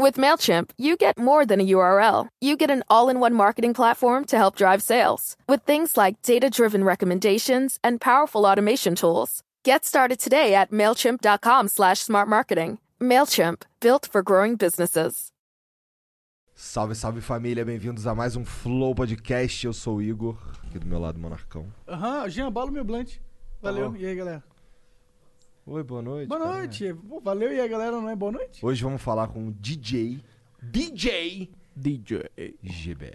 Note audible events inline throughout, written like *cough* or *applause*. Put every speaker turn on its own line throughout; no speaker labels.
With MailChimp, you get more than a URL. You get an all in one marketing platform to help drive sales with things like data driven recommendations and powerful automation tools. Get started today at MailChimp.com slash smart marketing. MailChimp, built for growing businesses.
Salve, salve família, bem-vindos a mais um Flow Podcast. Eu sou o Igor, aqui do meu lado, Monarcão.
Aham, Jean, bola o meu blunt. Valeu,
Tá bom.
e aí, galera?
Oi, boa noite.
Boa
cara.
noite. Pô, valeu, e aí, galera, não é boa noite?
Hoje vamos falar com o DJ. DJ
DJ.
GB.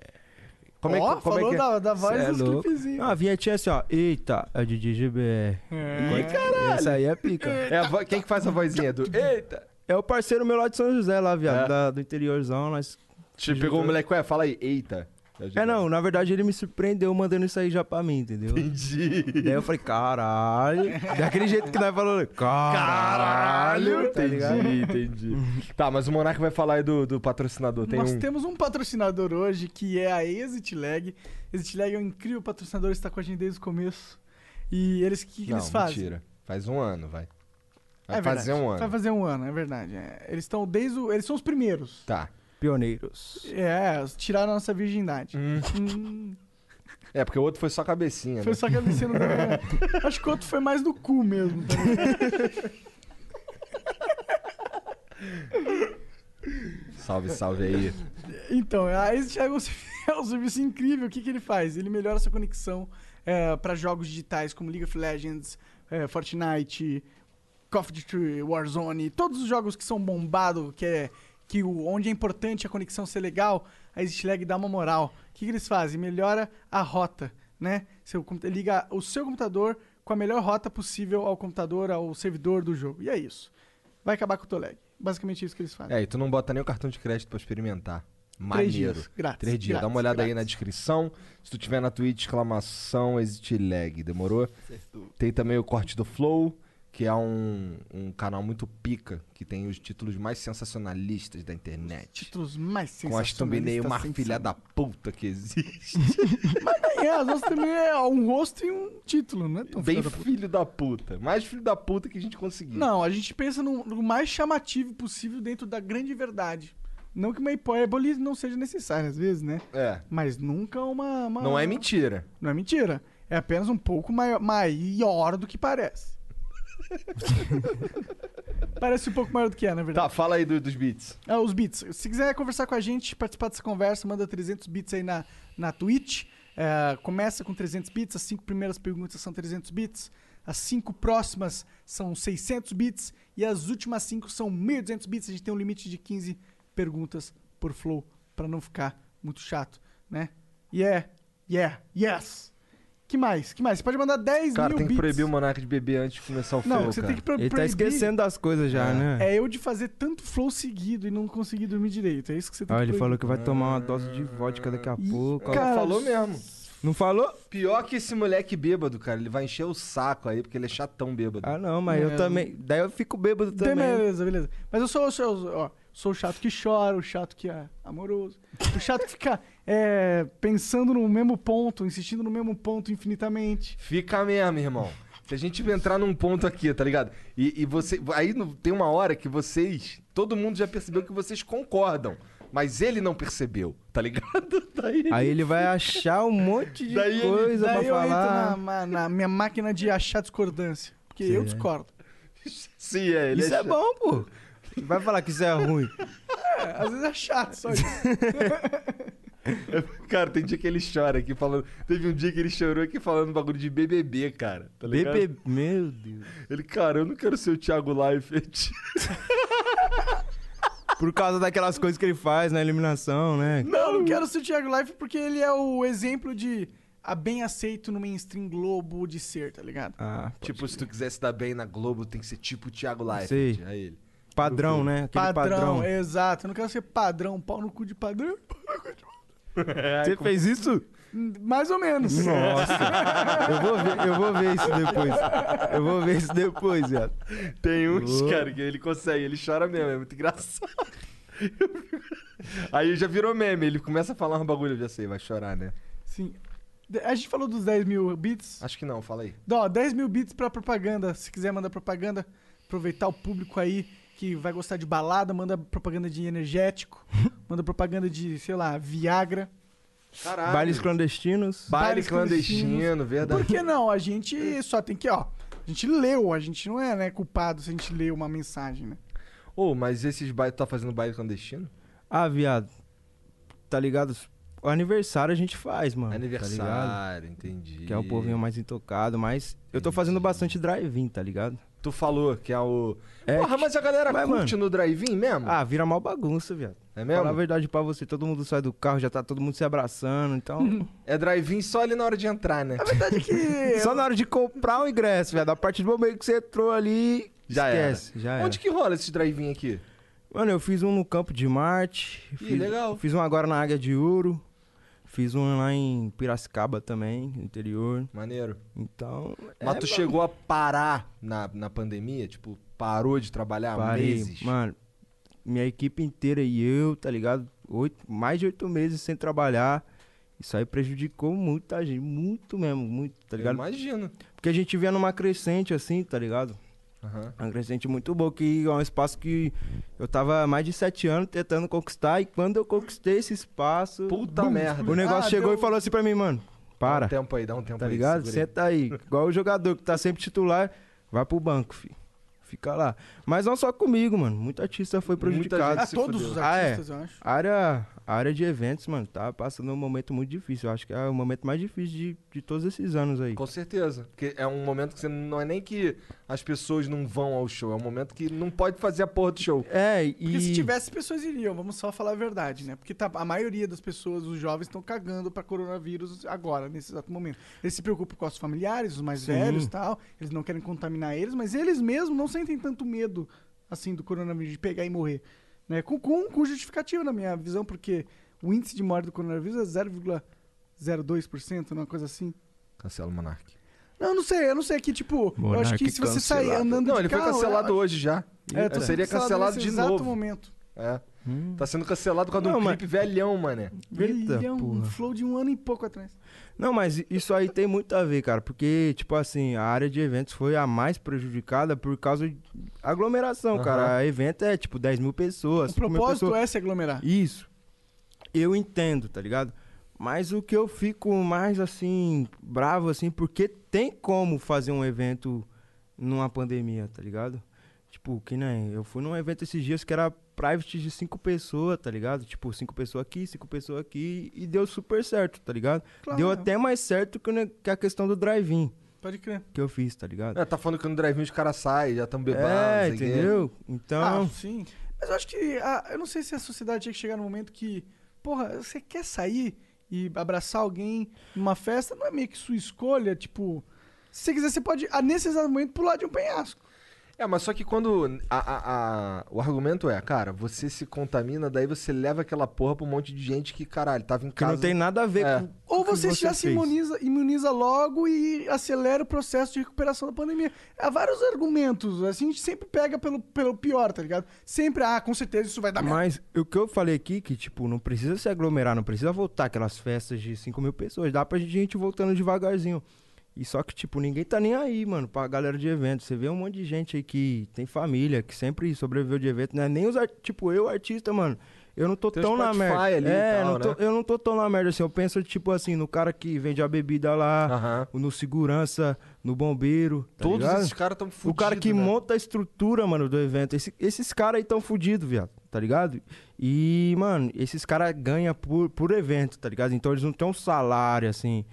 Como
Ó,
é que, como é
falou
que é?
da, da voz
Cê é
dos
louco.
clipezinhos.
Ah, a vinhetinha é assim, ó. Eita, é o DJ GBR.
É.
caralho. Essa aí é pica.
É a vo- Quem que faz a vozinha do. Eita!
É o parceiro meu lá de São José, lá, viado.
É.
da- do interiorzão. Nós...
Te pegou o moleque, ué, fala aí, eita.
É, não, na verdade ele me surpreendeu mandando isso aí já pra mim, entendeu?
Entendi.
Daí eu falei, caralho. Daquele jeito que nós falamos, caralho. Tá ligado?
entendi, entendi. tá, mas o Monarca vai falar aí do, do patrocinador. Tem
Nós
um.
temos um patrocinador hoje que é a Exit Lag. Exit Lag é um incrível patrocinador, está com a gente desde o começo. E eles o que, que
não,
eles fazem?
mentira. Faz um ano, vai. Vai
É verdade.
fazer um ano.
Vai fazer um ano, é verdade. é. Eles estão desde o... Eles são os primeiros.
Tá.
Pioneiros.
É, tiraram a nossa virgindade.
Hum.
Hum,
É, porque o outro foi só cabecinha,
foi
né?
só que eu não...
*laughs*
Acho que o outro foi mais do cu mesmo. tá ligado?
Salve, salve aí.
*laughs* Então, a Exit é um servi- *laughs* é um serviço incrível. O que, que ele faz? Ele melhora sua conexão para jogos digitais como League of Legends, eh, Fortnite, Call of Duty, Warzone, todos os jogos que são bombados, que é que o, onde é importante a conexão ser legal, a Exit Lag dá uma moral. O que, que eles fazem? Melhora a rota, né? Seu compu- liga o seu computador com a melhor rota possível ao computador, ao servidor do jogo. E é isso. Vai acabar com o teu lag. Basicamente é isso que eles fazem.
É, e tu não bota nem o cartão de crédito pra experimentar. Maneiro.
Três dias. Grátis.
Três dias. Dá
grátis,
uma olhada aí
grátis.
na descrição. Se tu tiver na Twitch, exclamação, exit lag. Demorou? Tem também o corte do Flow, que é um, um canal muito pica, que tem os títulos mais sensacionalistas da internet.
títulos mais
Com as
sensacionalistas.
thumbnail mais
sensacionais.
filha da puta que existe.
É, as nossas thumbnail é um rosto e *laughs* um título, né? Tão
Bem
filha da puta.
filho da puta. Mais filho da puta que a gente conseguiu.
Não, a gente pensa no, no mais chamativo possível dentro da grande verdade. Não que uma hipérbole não seja necessária às vezes, né?
É.
Mas nunca uma, uma-
Não é mentira.
Não é mentira. É apenas um pouco maior, maior do
*laughs*
que parece. parece um pouco maior do que é, na verdade.
Tá, fala aí do- dos beats.
Ah, os bits. Se quiser conversar com a gente, participar dessa conversa, manda 300 bits aí na, na Twitch. É, começa com 300 bits, as cinco primeiras perguntas são 300 bits, as cinco próximas são 600 bits e as últimas cinco são 1.200 bits. A gente tem um limite de 15 perguntas por flow pra não ficar muito chato, né? Yeah, yeah, é, yes. Que mais? Que mais? Você pode mandar 10
Cara,
mil
tem que
bits.
proibir o monarca de beber antes de começar o flow,
Não, você
cara.
tem que pro
Ele tá
proibir.
esquecendo das coisas já,
É.
né?
É eu de fazer tanto flow seguido e não conseguir dormir direito. É isso que você tem
Ah,
que
ele
proibir.
falou que vai tomar uma dose de vodka daqui a
Ih,
pouco.
Ela falou mesmo.
Não falou?
Pior que esse moleque bêbado, cara. Ele vai encher o saco aí, porque ele é chatão bêbado.
Ah, não, mas
Não.
eu também. Daí eu fico bêbado
Então,
também.
beleza, beleza. Mas eu sou, eu sou, eu sou- ó, sou o chato que chora, o chato que é amoroso, o chato que fica *laughs* é, pensando no mesmo ponto, insistindo no mesmo ponto infinitamente.
Fica mesmo, irmão. Se a gente entrar num ponto aqui, tá ligado? E, e você. Aí no- tem uma hora que vocês. Todo mundo já percebeu que vocês concordam. Mas ele não percebeu, tá ligado? *laughs* Daí.
Aí ele vai achar um monte de
Daí ele-
coisa
Daí
pra
eu
falar.
entro na, na- na minha máquina de achar discordância, porque
Sim.
eu discordo.
Sim, é, ele
Isso é
chato.
bom, pô. Vai falar que isso é
*laughs*
ruim.
É, às vezes é chato, só
*laughs*
isso.
*laughs* Cara, tem dia que ele chora aqui falando. Teve um dia que ele chorou aqui falando bagulho de BBB, cara. Tá ligado?
BBB, meu Deus.
Ele, cara, eu não quero ser o Thiago Leifert.
Por causa daquelas coisas que ele faz na eliminação, né?
Não, eu não quero ser o Thiago Life porque ele é o exemplo de a bem aceito no mainstream globo de ser, tá ligado?
Ah,
Tipo, se tu quiser se dar bem na Globo, tem que ser tipo o Thiago Leifert.
Sei.
Aí
*laughs*
ele.
padrão, né? Aquele
padrão,
padrão.
exato. Eu não quero ser padrão, pau no cu de padrão.
Você fez isso?
Mais ou menos.
Nossa. eu, vou ver, eu vou ver isso depois. Eu vou ver isso depois, viado.
Tem uns,
Ô.
cara, que ele consegue, ele chora mesmo, é muito
*laughs*
engraçado. Aí já virou meme, ele começa a falar um bagulho, eu já sei, vai chorar, né?
Sim. De- A gente falou dos 10 mil bits.
Acho que não, fala aí.
Dó, 10 mil bits pra propaganda. Se quiser mandar propaganda, aproveitar o público aí que vai gostar de balada, manda propaganda de
*laughs*
energético, manda propaganda de, sei lá, Viagra. Tá.
Caralho.
Bailes clandestinos.
Baile
Bailes
clandestino,
clandestinos.
É
verdade.
Por que não? A gente só tem que, ó. A gente leu, a gente não é né, culpado se a gente lê uma mensagem, né?
Ô, mas esses bailes, tá fazendo baile clandestino?
Ah, viado. Tá ligado? O aniversário a gente faz, mano. tá ligado?
Aniversário, entendi.
que é o povinho mais intocado, mas eu tô fazendo bastante drive-in, tá ligado?
Tu falou que é o...
É,
Porra, mas a galera
Mas,
curte no drive-in mesmo?
Ah, vira mal bagunça, viado.
é Hum. mesmo?
Falar a verdade pra você, todo mundo sai do carro, já tá todo mundo se
*laughs*
abraçando, então.
É drive-in só ali na hora de entrar, né?
A verdade é que.
*laughs* Só na hora de comprar o ingresso, viado. A partir do momento que você entrou ali.
Já
esquece, já era.
Onde que rola esses drive-in aqui?
Mano, eu fiz um no Campo de Marte.
Ih,
fiz,
legal.
Fiz um agora na Águia de Ouro. Fiz um lá em Piracicaba também, no interior.
Maneiro.
Então.
Mas tu chegou a parar na, na pandemia? Tipo, parou de trabalhar
Parei,
meses?
Mano, minha equipe inteira e eu, tá ligado? Oito, mais de oito meses sem trabalhar. Isso aí prejudicou muito a gente. Muito mesmo, muito, tá
Eu
ligado?
imagino.
Porque a gente vinha numa crescente assim, tá ligado?
Aham.
Uma crescente muito boa, que é um espaço que eu tava há mais de sete anos tentando conquistar. E quando eu conquistei esse espaço.
Puta merda.
O negócio
Ah,
chegou
deu-
e falou assim pra mim, mano, para,
Dá um tempo aí, dá um tempo
tá
aí.
ligado?
segura aí.
Senta aí. Igual o jogador que tá sempre titular, vai pro banco, filho. Fica lá. Mas não só comigo, mano. Muito artista foi
Muita gente
prejudicado.
Ah,
se
todos
fudeu.
os
Ah, é.
artistas, eu acho.
A área, a área de eventos, mano, tá passando um momento muito difícil. Eu acho que é o momento mais difícil de, de todos esses anos aí.
Com certeza. Porque é um momento que você não é nem que as pessoas não vão ao show, é um momento que não pode fazer a porra do show.
É, e.
Porque se tivesse, pessoas iriam, vamos só falar a verdade, né? Porque tá- a maioria das pessoas, os jovens, estão cagando pra coronavírus agora, nesse exato momento. Eles se preocupam com os familiares, os mais
Sim.
velhos e tal, eles não querem contaminar eles, mas eles mesmos não sentem tanto medo, assim, do coronavírus, de pegar e morrer. Né? Com, com, com justificativa, na minha visão, porque o índice de morte do coronavírus é 0,02%, não é uma coisa assim.
Cancela o Monark.
Não, não sei, eu não sei, aqui, tipo, eu acho que
Monarque
se você sair
cancelado.
andando
Não,
de
ele foi
carro,
cancelado
é-
hoje já.
é,
Eu
tá
seria cancelado
nesse
de
exato
novo.
momento.
É.
Hum.
Tá sendo cancelado por causa de um
Não, mas-
clipe velhão, mané.
Eita,
Velhão, um
porra.
flow de um ano e pouco atrás.
Não, mas isso aí tem muito a ver, cara, porque, tipo assim, a área de eventos foi a mais prejudicada por causa de aglomeração,
Aham.
cara. Evento é, tipo, 10 mil pessoas.
O
5 mil
propósito
pessoas.
é se aglomerar.
Isso. Eu entendo, tá ligado? Mas o que eu fico mais, assim, bravo, assim, porque tem como fazer um evento numa pandemia, tá ligado? Tipo, que nem eu fui num evento esses dias que era private de cinco pessoas, tá ligado? Tipo, cinco pessoas aqui, cinco pessoas aqui, e deu super certo, tá ligado?
Claro.
Deu até mais certo que, o ne- que a questão do drive-in
Pode crer.
que eu fiz, tá ligado?
É, tá falando que no drive-in os caras saem, já estão bebendo.
é, entendeu? Então,
Ah, sim. Mas eu acho que. a- eu não sei se a sociedade tinha que chegar no momento que. Porra, você quer sair e abraçar alguém numa festa? Não é meio que sua escolha, tipo. Se você quiser, você pode, ah, nesse exato momento, pular de um penhasco.
É, mas só que quando. a- a- a- o argumento é, cara, você se contamina, daí você leva aquela porra pra um monte de gente que, caralho, tava em
que
casa.
não tem nada a ver
É.
com. com
Ou
o que
você, já se
fez.
imuniza, imuniza logo e acelera o processo de recuperação da pandemia. Há vários argumentos. Assim, a gente sempre pega pelo, pelo pior, tá ligado? Sempre, ah, com certeza isso vai dar merda.
Mas o que eu falei aqui, que tipo, não precisa se aglomerar, não precisa voltar aquelas festas de 5 mil pessoas, dá pra gente ir voltando devagarzinho. E só que, tipo, ninguém tá nem aí, mano, pra galera de evento. Você vê um monte de gente aí que tem família, que sempre sobreviveu de evento, né? Nem os, ar- tipo, eu, artista, mano, eu não tô
Tem o
tão na
Spotify
merda.
ali e
é,
tal,
não tô-
né?
eu não tô tão na merda, assim, eu penso, tipo, assim, no cara que vende a bebida lá,
Aham.
no segurança, no bombeiro, tá
Todos
ligado?
esses caras tão fudidos.
o cara que
né?
monta a estrutura, mano, do evento. Esse- esses caras aí tão fudidos, viado, tá ligado? E, mano, esses caras ganham por, por evento, tá ligado? Então eles não têm um salário, assim.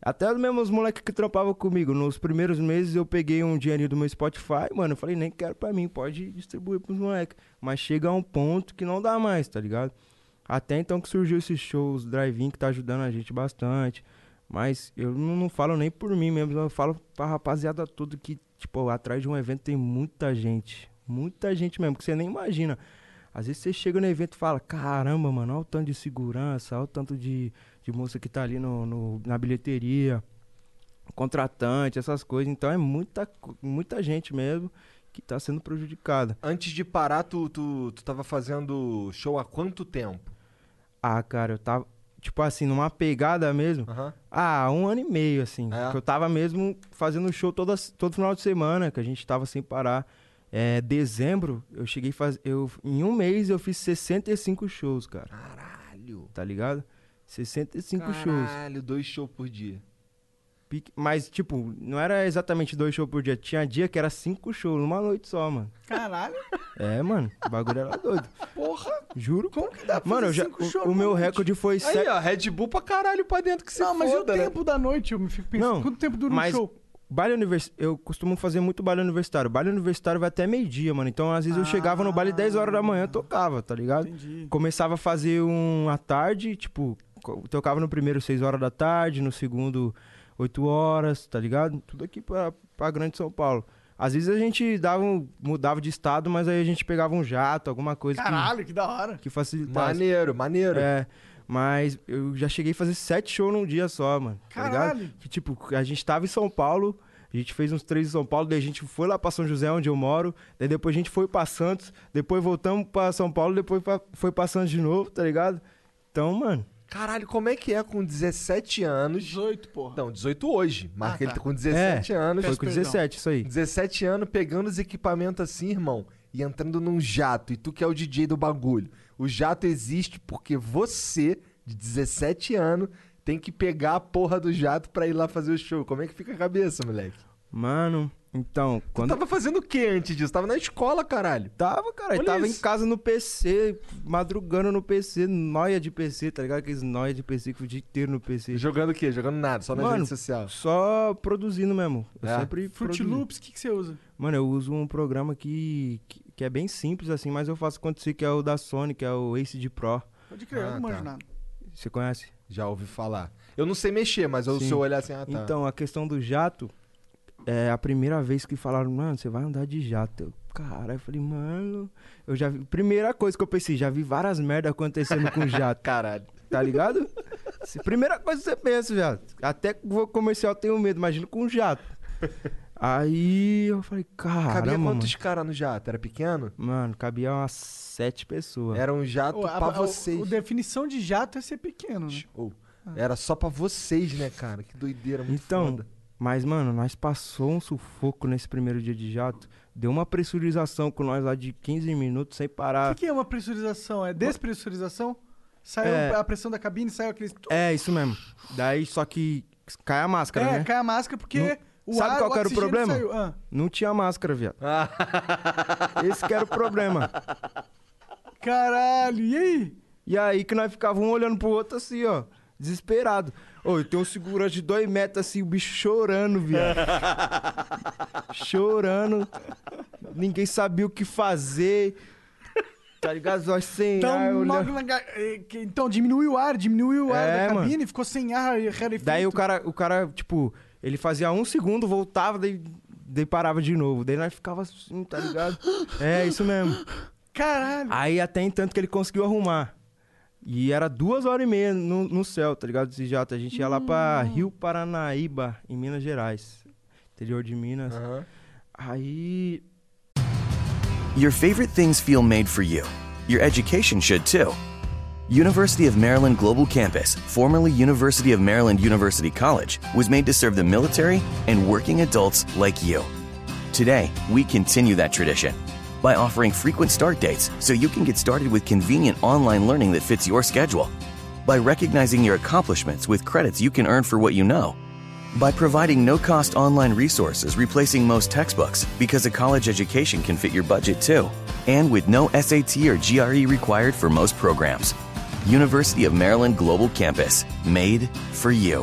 Até mesmo os moleques que trampavam comigo. Nos primeiros meses eu peguei um dinheirinho do meu Spotify, mano. Eu falei, nem quero pra mim, pode distribuir pros moleques. Mas chega a um ponto que não dá mais, tá ligado? Até então que surgiu esses shows drive-in que tá ajudando a gente bastante. Mas eu não, não falo nem por mim mesmo, eu falo pra rapaziada toda que, tipo, atrás de um evento tem muita gente. Muita gente mesmo, que você nem imagina. Às vezes você chega no evento e fala, caramba, mano, olha o tanto de segurança, olha o tanto de, de moça que tá ali no, no- na bilheteria, contratante, essas coisas. Então é muita, co- muita gente mesmo que tá sendo prejudicada.
Antes de parar, tu, tu, tu tava fazendo show há quanto tempo?
Ah, cara, eu tava, tipo assim, numa pegada mesmo,
Aham.
Ah, um ano e meio, assim.
É?
Que eu tava mesmo fazendo show toda, todo final de semana, que a gente tava sem parar. é, dezembro, eu cheguei a fazer. Eu, em um mês eu fiz 65 shows,
Ah.
cara.
Caralho.
Tá ligado? 65 shows.
Caralho, dois shows por dia.
Pique- Mas, tipo, não era exatamente dois shows por dia. Tinha dia que era cinco shows numa noite só, mano.
Caralho,
É, mano. O bagulho era doido.
porra.
Juro.
Como que dá pra
Mano, eu
fazer
já,
cinco
o-
shows
o,
numa
meu
noite?
recorde foi
Aí,
sete.
ó, Red Bull pra caralho pra dentro que se
Não, mas e o
foda, né?
tempo da noite? Eu me fico pensando.
Não,
Quanto tempo dura um
mas-
show?
Baile univers... Eu costumo fazer muito baile universitário. Baile universitário vai até meio-dia, mano. Então, às vezes, eu chegava no baile 10 horas da manhã, tocava, tá ligado?
Entendi.
Começava a fazer um à tarde, tipo, co- tocava no primeiro 6 horas da tarde, no segundo 8 horas, tá ligado? Tudo aqui pra, pra Grande São Paulo. Às vezes a gente dava um- mudava de estado, mas aí a gente pegava um jato, alguma coisa que,
Caralho, que tá? da hora.
que facilitasse.
Maneiro, maneiro.
É, mas eu já cheguei a fazer sete shows num dia só, mano. Tá ligado?
Caralho.
Que tipo, a gente tava em São Paulo, a gente fez uns três em São Paulo, daí a gente foi lá pra São José, onde eu moro, daí depois a gente foi pra Santos, depois voltamos pra São Paulo, depois pra- foi pra Santos de novo, tá ligado? Então, mano,
Caralho, como é que é com 17 anos?
18, porra.
Não, 18 hoje. Marca
Ah,
ele
tá.
com 17 anos.
É. foi
Peço
com
perdão.
17 isso aí.
17 anos pegando os equipamentos assim, irmão, e entrando num jato. E tu que é o DJ do bagulho. O jato existe porque você, de 17 anos, tem que pegar a porra do jato pra ir lá fazer o show. Como é que fica a cabeça, moleque?
Mano, então,
Tu
quando
tava fazendo o que antes disso? Tava na escola, caralho.
Tava, cara.
Olha
ele tava
isso.
em casa no PC, madrugando no PC, noia de PC, tá ligado? Aqueles noia de PC que foi o dia inteiro no PC.
Jogando o quê? Jogando nada, só nas
Mano,
redes sociais.
Só produzindo mesmo. Eu
É.
sempre
Fruit
produzi.
Loops, o que, que você usa?
Mano, eu uso um programa que, que, que é bem simples, assim, mas eu faço acontecer, que é o da Sony, que é o Ace de Pro.
Pode crer, eu
Ah,
não manjo
tá.
nada.
Você conhece?
Já ouvi falar. Eu não sei mexer, mas eu,
Sim.
se eu olhar assim, ah, tá.
Então, a questão do jato, é a primeira vez que falaram, mano, você vai andar de jato. Eu, Cara, eu falei, mano, eu já vi. Primeira coisa que eu pensei, já vi várias merdas acontecendo com jato. *laughs*
Caralho.
tá ligado? Se- Primeira coisa que você pensa, viado. Até com voo comercial eu tenho medo, imagina com um jato. Aí eu falei,
Cabia
caramba, mano.
quantos caras no jato? Era pequeno?
Mano, cabia umas sete pessoas.
Era um
Tá,
jato
Ô, a-
pra
a- o-
vocês.
o definição de jato é ser pequeno, né?
Ou, Era só pra vocês, né, cara? Que doideira, muito
Então,
foda.
mas, mano, nós passou um sufoco nesse primeiro dia de jato. Deu uma pressurização com nós lá de 15 minutos sem
O
parar.
que, que é uma pressurização? É despressurização? Saiu
É.
a pressão da cabine, saiu aqueles.
É, isso mesmo. Daí só que cai a máscara,
É,
né?
cai a máscara porque o
Sabe
ar,
qual que era o
oxigênio
problema?
Saiu. Ah,
Não tinha máscara, viado. *laughs* Esse que era o problema.
caralho, e aí?
E aí que nós ficávamos um olhando pro outro assim, ó. Desesperado. Ô, eu tenho um segurança de dois metros assim, o bicho
*laughs*
chorando, viado. chorando. Ninguém sabia o que fazer. Tá ligado? Nós sem
Então,
ar, olhando.
logo na ga- eh, que- então diminuiu o ar, diminuiu o ar
É,
da
mano.
cabine, ficou sem ar, rarefeito.
Daí o cara, o cara, tipo, ele fazia um segundo, voltava, daí, daí parava de novo. Daí nós ficava assim, tá ligado? É, isso mesmo.
Caralho.
Aí até em tanto que ele conseguiu arrumar. E era duas horas e meia no, no céu, tá ligado? Esse jato. A gente ia lá pra Rio Paranaíba, em Minas Gerais. Interior de Minas.
Aham.
Aí.
Your favorite things feel made for you. Your education should too. University of Maryland Global Campus, formerly University of Maryland University College, was made to serve the military and working adults like you. Today, we continue that tradition by offering frequent start dates so you can get started with convenient online learning that fits your schedule, by recognizing your accomplishments with credits you can earn for what you know, by providing no cost online resources replacing most textbooks because a college education can fit your budget too, and with no SAT or GRE required for most programs. University of Maryland Global Campus, made for you.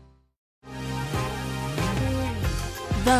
The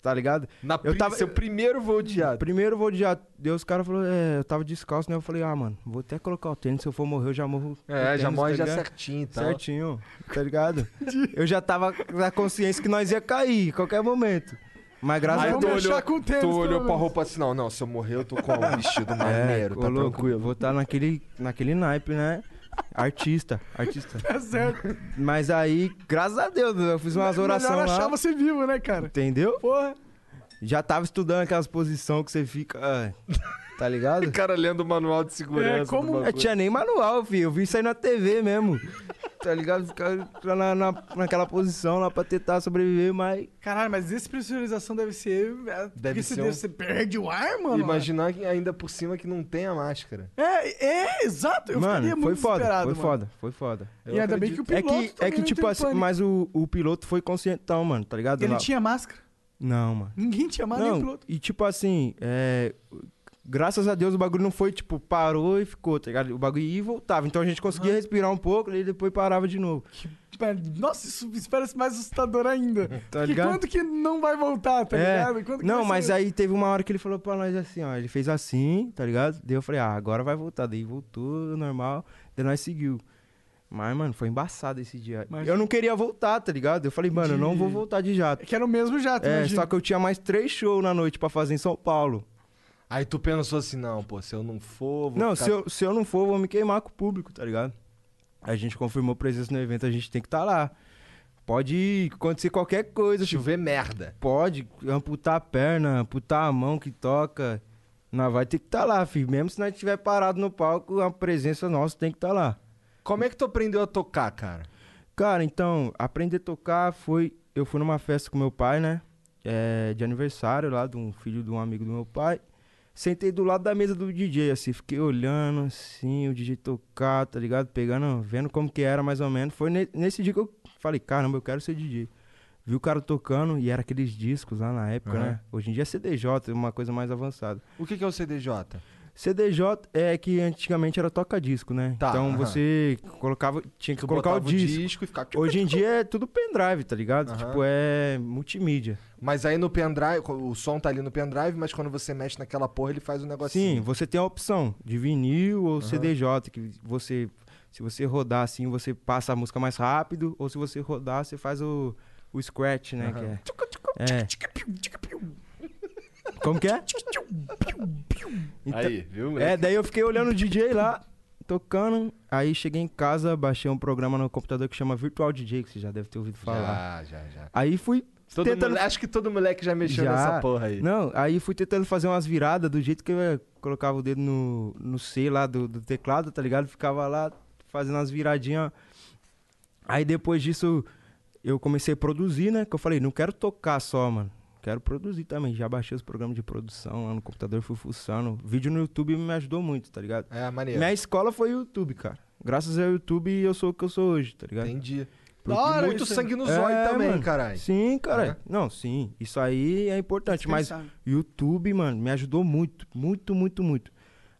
Tá ligado?
Na
Eu
pri-
tava-
Seu primeiro voo de jato.
Primeiro vou de jato. Deus, os caras falaram, é, eu tava descalço, né? Eu falei, ah, mano, vou até colocar o tênis. Se eu for morrer, eu já morro. com
É, já
tênis,
morre
tá
já
ligado?
certinho e tal.
Certinho, tá ligado? eu já tava na consciência que nós ia cair a qualquer momento. Mas graças
Aí
a
Vamos
tu
Deus.
mexer
é,
olhou,
com o tênis,
tu
pelo
olhou pra
menos.
roupa assim, não, não, se eu morrer eu tô com um vestido maneiro,
ô,
tá
louco,
tranquilo.
Vou estar naquele, naquele naipe, né? Artista, artista.
Tá certo.
Mas aí, graças a Deus, eu fiz umas orações
é Melhor achar
lá.
você vivo, né, cara?
Entendeu?
Porra.
Já tava estudando aquelas posições que você fica. ah, Tá ligado?
O cara lendo o manual de segurança.
É, como-
do bagulho.
Eu tinha nem manual, filho. Eu vi isso aí na
*laughs*
TV mesmo. Tá ligado? Ficar na, na, naquela posição lá pra tentar sobreviver, mas.
Caralho, mas despressurização deve ser. é, porque
ser
você,
um-
deve- você perde o ar, mano.
Imaginar que ainda por cima que não tem a máscara.
É, é, exato. Eu
mano,
ficaria
foi
muito
foda,
desesperado,
foi
mano.
foda, foi foda.
E ainda bem que o
É
piloto.
que, é
também
que
não
tipo
teve
assim,
pânico.
mas o, o piloto foi conscientão, mano, tá ligado?
Ele
Lá-
tinha máscara.
Não, mano.
Ninguém tinha máscara, nem o
Não,
piloto.
e tipo assim, é, graças a Deus o bagulho não foi tipo, parou e ficou, tá ligado? O bagulho ia e voltava. Então a gente conseguia respirar um pouco e depois parava de novo.
Mas, Tipo, é, Nossa, isso isso parece mais assustador ainda.
*laughs* Tá
Porque
ligado?
quando que não vai voltar, tá
É.
ligado? Quando que
Não,
vai
mas
ser-
aí teve uma hora que ele falou pra nós assim, ó. Ele fez assim, tá ligado? Daí eu falei, ah, agora vai voltar. Daí voltou, normal. Daí nós seguiu. Mas, mano, foi embaçado esse dia.
Mas-
Eu não queria voltar, tá ligado? Eu falei, mano, eu não
De-
vou voltar de
É
jato.
que era o mesmo jato,
É,
imagina.
só que eu tinha mais três shows na noite pra fazer em São Paulo.
Aí tu pensou assim, não, pô, se eu não for, vou
Não,
ficar-
se eu, se eu não for, eu vou me queimar com o público, tá ligado? A gente confirmou presença no evento, a gente tem que estar lá. Pode acontecer qualquer coisa, tipo,
chover merda.
pode amputar a perna, amputar a mão que toca. Nós vai ter que estar lá, filho. Mesmo se nós estiver parado no palco, a presença nossa tem que estar lá.
Como é que tu aprendeu a tocar, cara?
Cara, então, aprender a tocar foi. Eu fui numa festa com meu pai, né? É, de aniversário lá de um filho de um amigo do meu pai. Sentei do lado da mesa do DJ, assim, fiquei olhando, assim, o DJ tocar, tá ligado? Pegando, vendo como que era mais ou menos. Foi ne- nesse dia que eu falei, caramba, eu quero ser DJ. Vi o cara tocando e era aqueles discos lá na época,
Aham.
né? Hoje em dia é CDJ, uma coisa mais avançada.
O que, que é o CDJ?
CDJ é que antigamente era toca-disco, né?
Tá,
então
aham.
você colocava, tinha que
Tu
colocar o
botava
disco.
e ficava...
Hoje em dia é tudo pendrive, tá ligado?
Aham. Tipo
Tipo, é multimídia.
Mas aí no pendrive, o som tá ali no pendrive, mas quando você mexe naquela porra, ele faz um
Sim,
negocinho.
você tem a opção de vinil ou CDJ, que você. Se você rodar assim, você passa a música mais rápido, ou se você rodar, você faz o, o scratch, né? Que é. É. Como que é? Então-
viu?
É, daí eu fiquei olhando o DJ lá, tocando. Aí cheguei em casa, baixei um programa no computador que chama Virtual DJ, que você já deve ter ouvido falar.
Já, já, já.
Aí fui
Todo
tentando
mole- Acho que todo moleque já mexeu
Já.
nessa porra aí.
Não, aí fui tentando fazer umas viradas do jeito que eu colocava o dedo no, no C lá do, do teclado, tá ligado? Ficava lá fazendo umas viradinhas. Aí depois disso eu comecei a produzir, né? Que eu falei, não quero tocar só, mano. Quero produzir também. Já baixei os programas de produção lá no computador, fui fuçando. Vídeo no YouTube me ajudou muito, tá ligado?
É, maneiro.
Minha escola foi o YouTube, cara. Graças ao YouTube eu sou o que eu sou hoje, tá ligado?
Entendi.
Da hora
muito
isso aí.
sangue no zóio
É,
também,
mano.
caralho.
Sim, cara.
É.
Não, sim. Isso aí é importante, mas
Dispensável.
YouTube, mano, me ajudou muito, muito, muito, muito.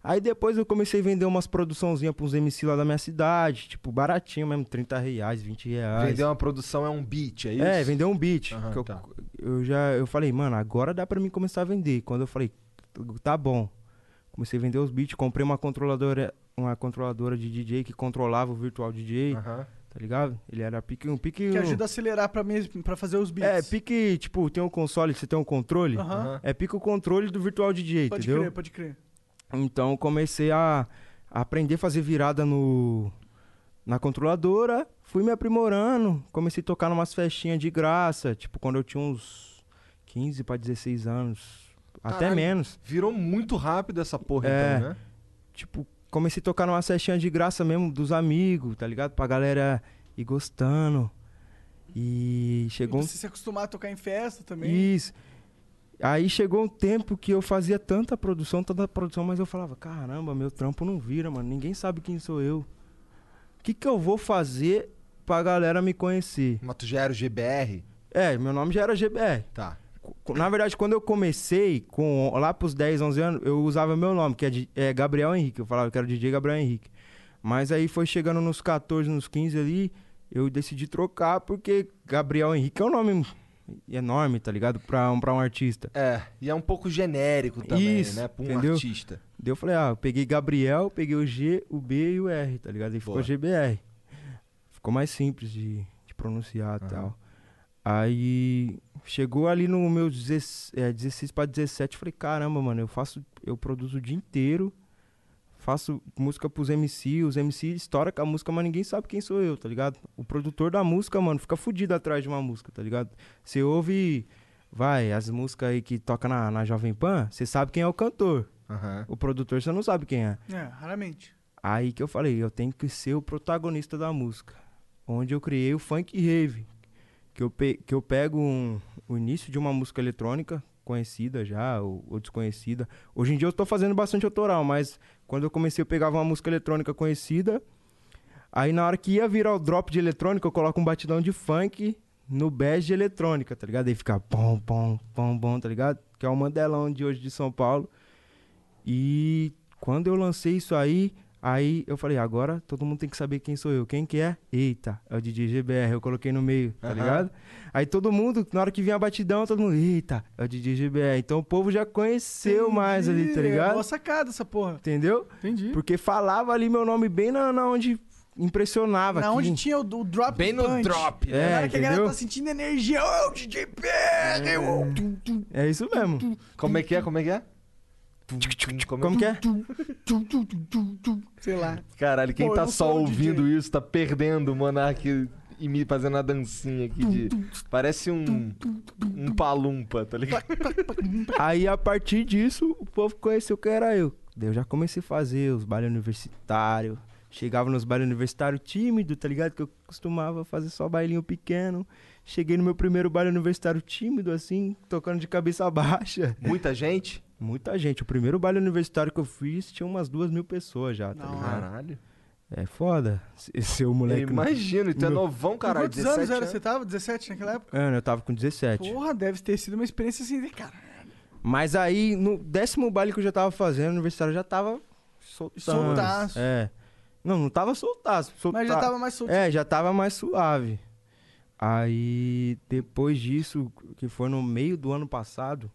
Aí depois eu comecei a vender umas produçãozinhas pros MC lá da minha cidade, tipo, baratinho mesmo, 30 reais, 20 reais.
Vender uma produção é um beat, é isso?
É, vendeu um beat.
Aham,
que eu,
tá.
eu já eu falei, mano, agora dá pra mim começar a vender. Quando eu falei, tá bom. Comecei a vender os beats, comprei uma controladora, uma controladora de DJ que controlava o virtual DJ,
Aham.
tá ligado? Ele era pique um pique
Que
um-
ajuda a acelerar pra, mesmo, pra fazer os
é,
beats.
pique, tipo, tem um console, você tem um controle.
Aham.
Aham.
É pique o controle do Virtual DJ,
Pode
entendeu?
crer, pode crer.
Então comecei a a aprender a fazer virada no na controladora, fui me aprimorando, comecei a tocar numas festinhas de graça, tipo quando eu tinha uns 15 pra 16 anos, até
Caralho.
menos.
Virou muito rápido essa porra,
É.
então, né?
Tipo, comecei a tocar numas festinhas de graça mesmo dos amigos, tá ligado? Pra galera ir gostando. E chegou
E
um
você se acostumar a tocar em festa também.
Isso. Aí chegou um tempo que eu fazia tanta produção, tanta produção, mas eu falava, caramba, meu trampo não vira, mano. Ninguém sabe quem sou eu. O que, que eu vou fazer pra galera me conhecer?
Mas tu já era o GBR?
É, meu nome já era GBR.
Tá.
Co- Na verdade, quando eu comecei, com, lá pros 10, 11 anos, eu usava meu nome, que é, Di- é Gabriel Henrique. Eu falava que era DJ Gabriel Henrique. Mas aí foi chegando nos 14, nos 15 ali, eu decidi trocar porque Gabriel Henrique é um nome enorme, tá ligado? Pra um, pra um artista.
É, e é um pouco genérico também,
Isso,
né? Pra um
entendeu?
artista.
Daí eu falei, ah, eu peguei Gabriel, peguei o G, o B e o R, tá ligado? E ficou
Boa.
GBR. Ficou mais simples de, de pronunciar e tal. Aí chegou ali no meu 16, é, 16 para 17, eu falei, caramba, mano, eu faço, eu produzo o dia inteiro, faço música pros MC, os MC estoura com a música, mas ninguém sabe quem sou eu, tá ligado? O produtor da música, mano, fica fudido atrás de uma música, tá ligado? Você ouve, vai, as músicas aí que toca na, na Jovem Pan, você sabe quem é o cantor.
Aham.
O produtor você não sabe quem é.
É, raramente.
Aí que eu falei, eu tenho que ser o protagonista da música. Onde eu criei o funk rave. Que eu, pe- que eu pego um- o início de uma música eletrônica, conhecida já, ou, ou desconhecida. Hoje em dia eu tô fazendo bastante autoral, mas quando eu comecei eu pegava uma música eletrônica conhecida. Aí na hora que ia virar o drop de eletrônica, eu coloco um batidão de funk no bass de eletrônica, tá ligado? Aí fica pom, pom, pom, pom, tá ligado? Que é o Mandelão de hoje de São Paulo. E quando eu lancei isso aí, aí eu falei, agora todo mundo tem que saber quem sou eu. Quem que é? Eita, é o DJ GBR, eu coloquei no meio, tá
Aham.
ligado? Aí todo mundo, na hora que vinha a batidão, todo mundo, eita, é o DJ GBR. Então o povo já conheceu mais ali, tá
Entendi, É
ligado?
boa sacada essa porra.
Entendeu?
Entendi.
Porque falava ali meu nome bem na, na onde impressionava.
Na
que-
onde tinha o, o drop
Bem no
punch.
drop,
Na
né?
um É,
hora que a galera
entendeu?
tá sentindo energia. Ô, DJ Perry! ô, tum, tum,
É isso mesmo.
Como é que é? Como é que é? Tum, tum,
Como que é?
tum, tum, tum, tum, tum. Sei lá.
Caralho, quem
Pô, eu
tá
não
só
sou um DJ.
ouvindo isso tá perdendo o Monark e me fazendo uma dancinha aqui de. Parece um. Um palumpa, tá ligado?
Aí a partir disso, o povo conheceu quem era eu. Daí eu já comecei a fazer os bailes universitários. Chegava nos bailes universitários tímido, tá ligado? Que eu costumava fazer só bailinho pequeno. Cheguei no meu primeiro baile universitário tímido, assim, tocando de cabeça *laughs* baixa.
Muita gente?
Muita gente. O primeiro baile universitário que eu fiz tinha umas duas mil pessoas já, tá
Não.
ligado?
Caralho.
É foda se- ser o
Eu
moleque. né?
imagino, e tu é
Meu-
novão,
Com
caralho.
quantos anos
17
era? Você tava? 17 naquela época?
Mano, eu tava com 17.
Porra, deve ter sido uma experiência assim, de cara.
Mas aí, no décimo baile que eu já tava fazendo, o universitário já tava soltando.
Soltaço.
É. Não, não tava soltaço. solta-
Mas já tava mais solto.
É, já tava mais suave. Aí, depois disso, que foi no meio do ano passado,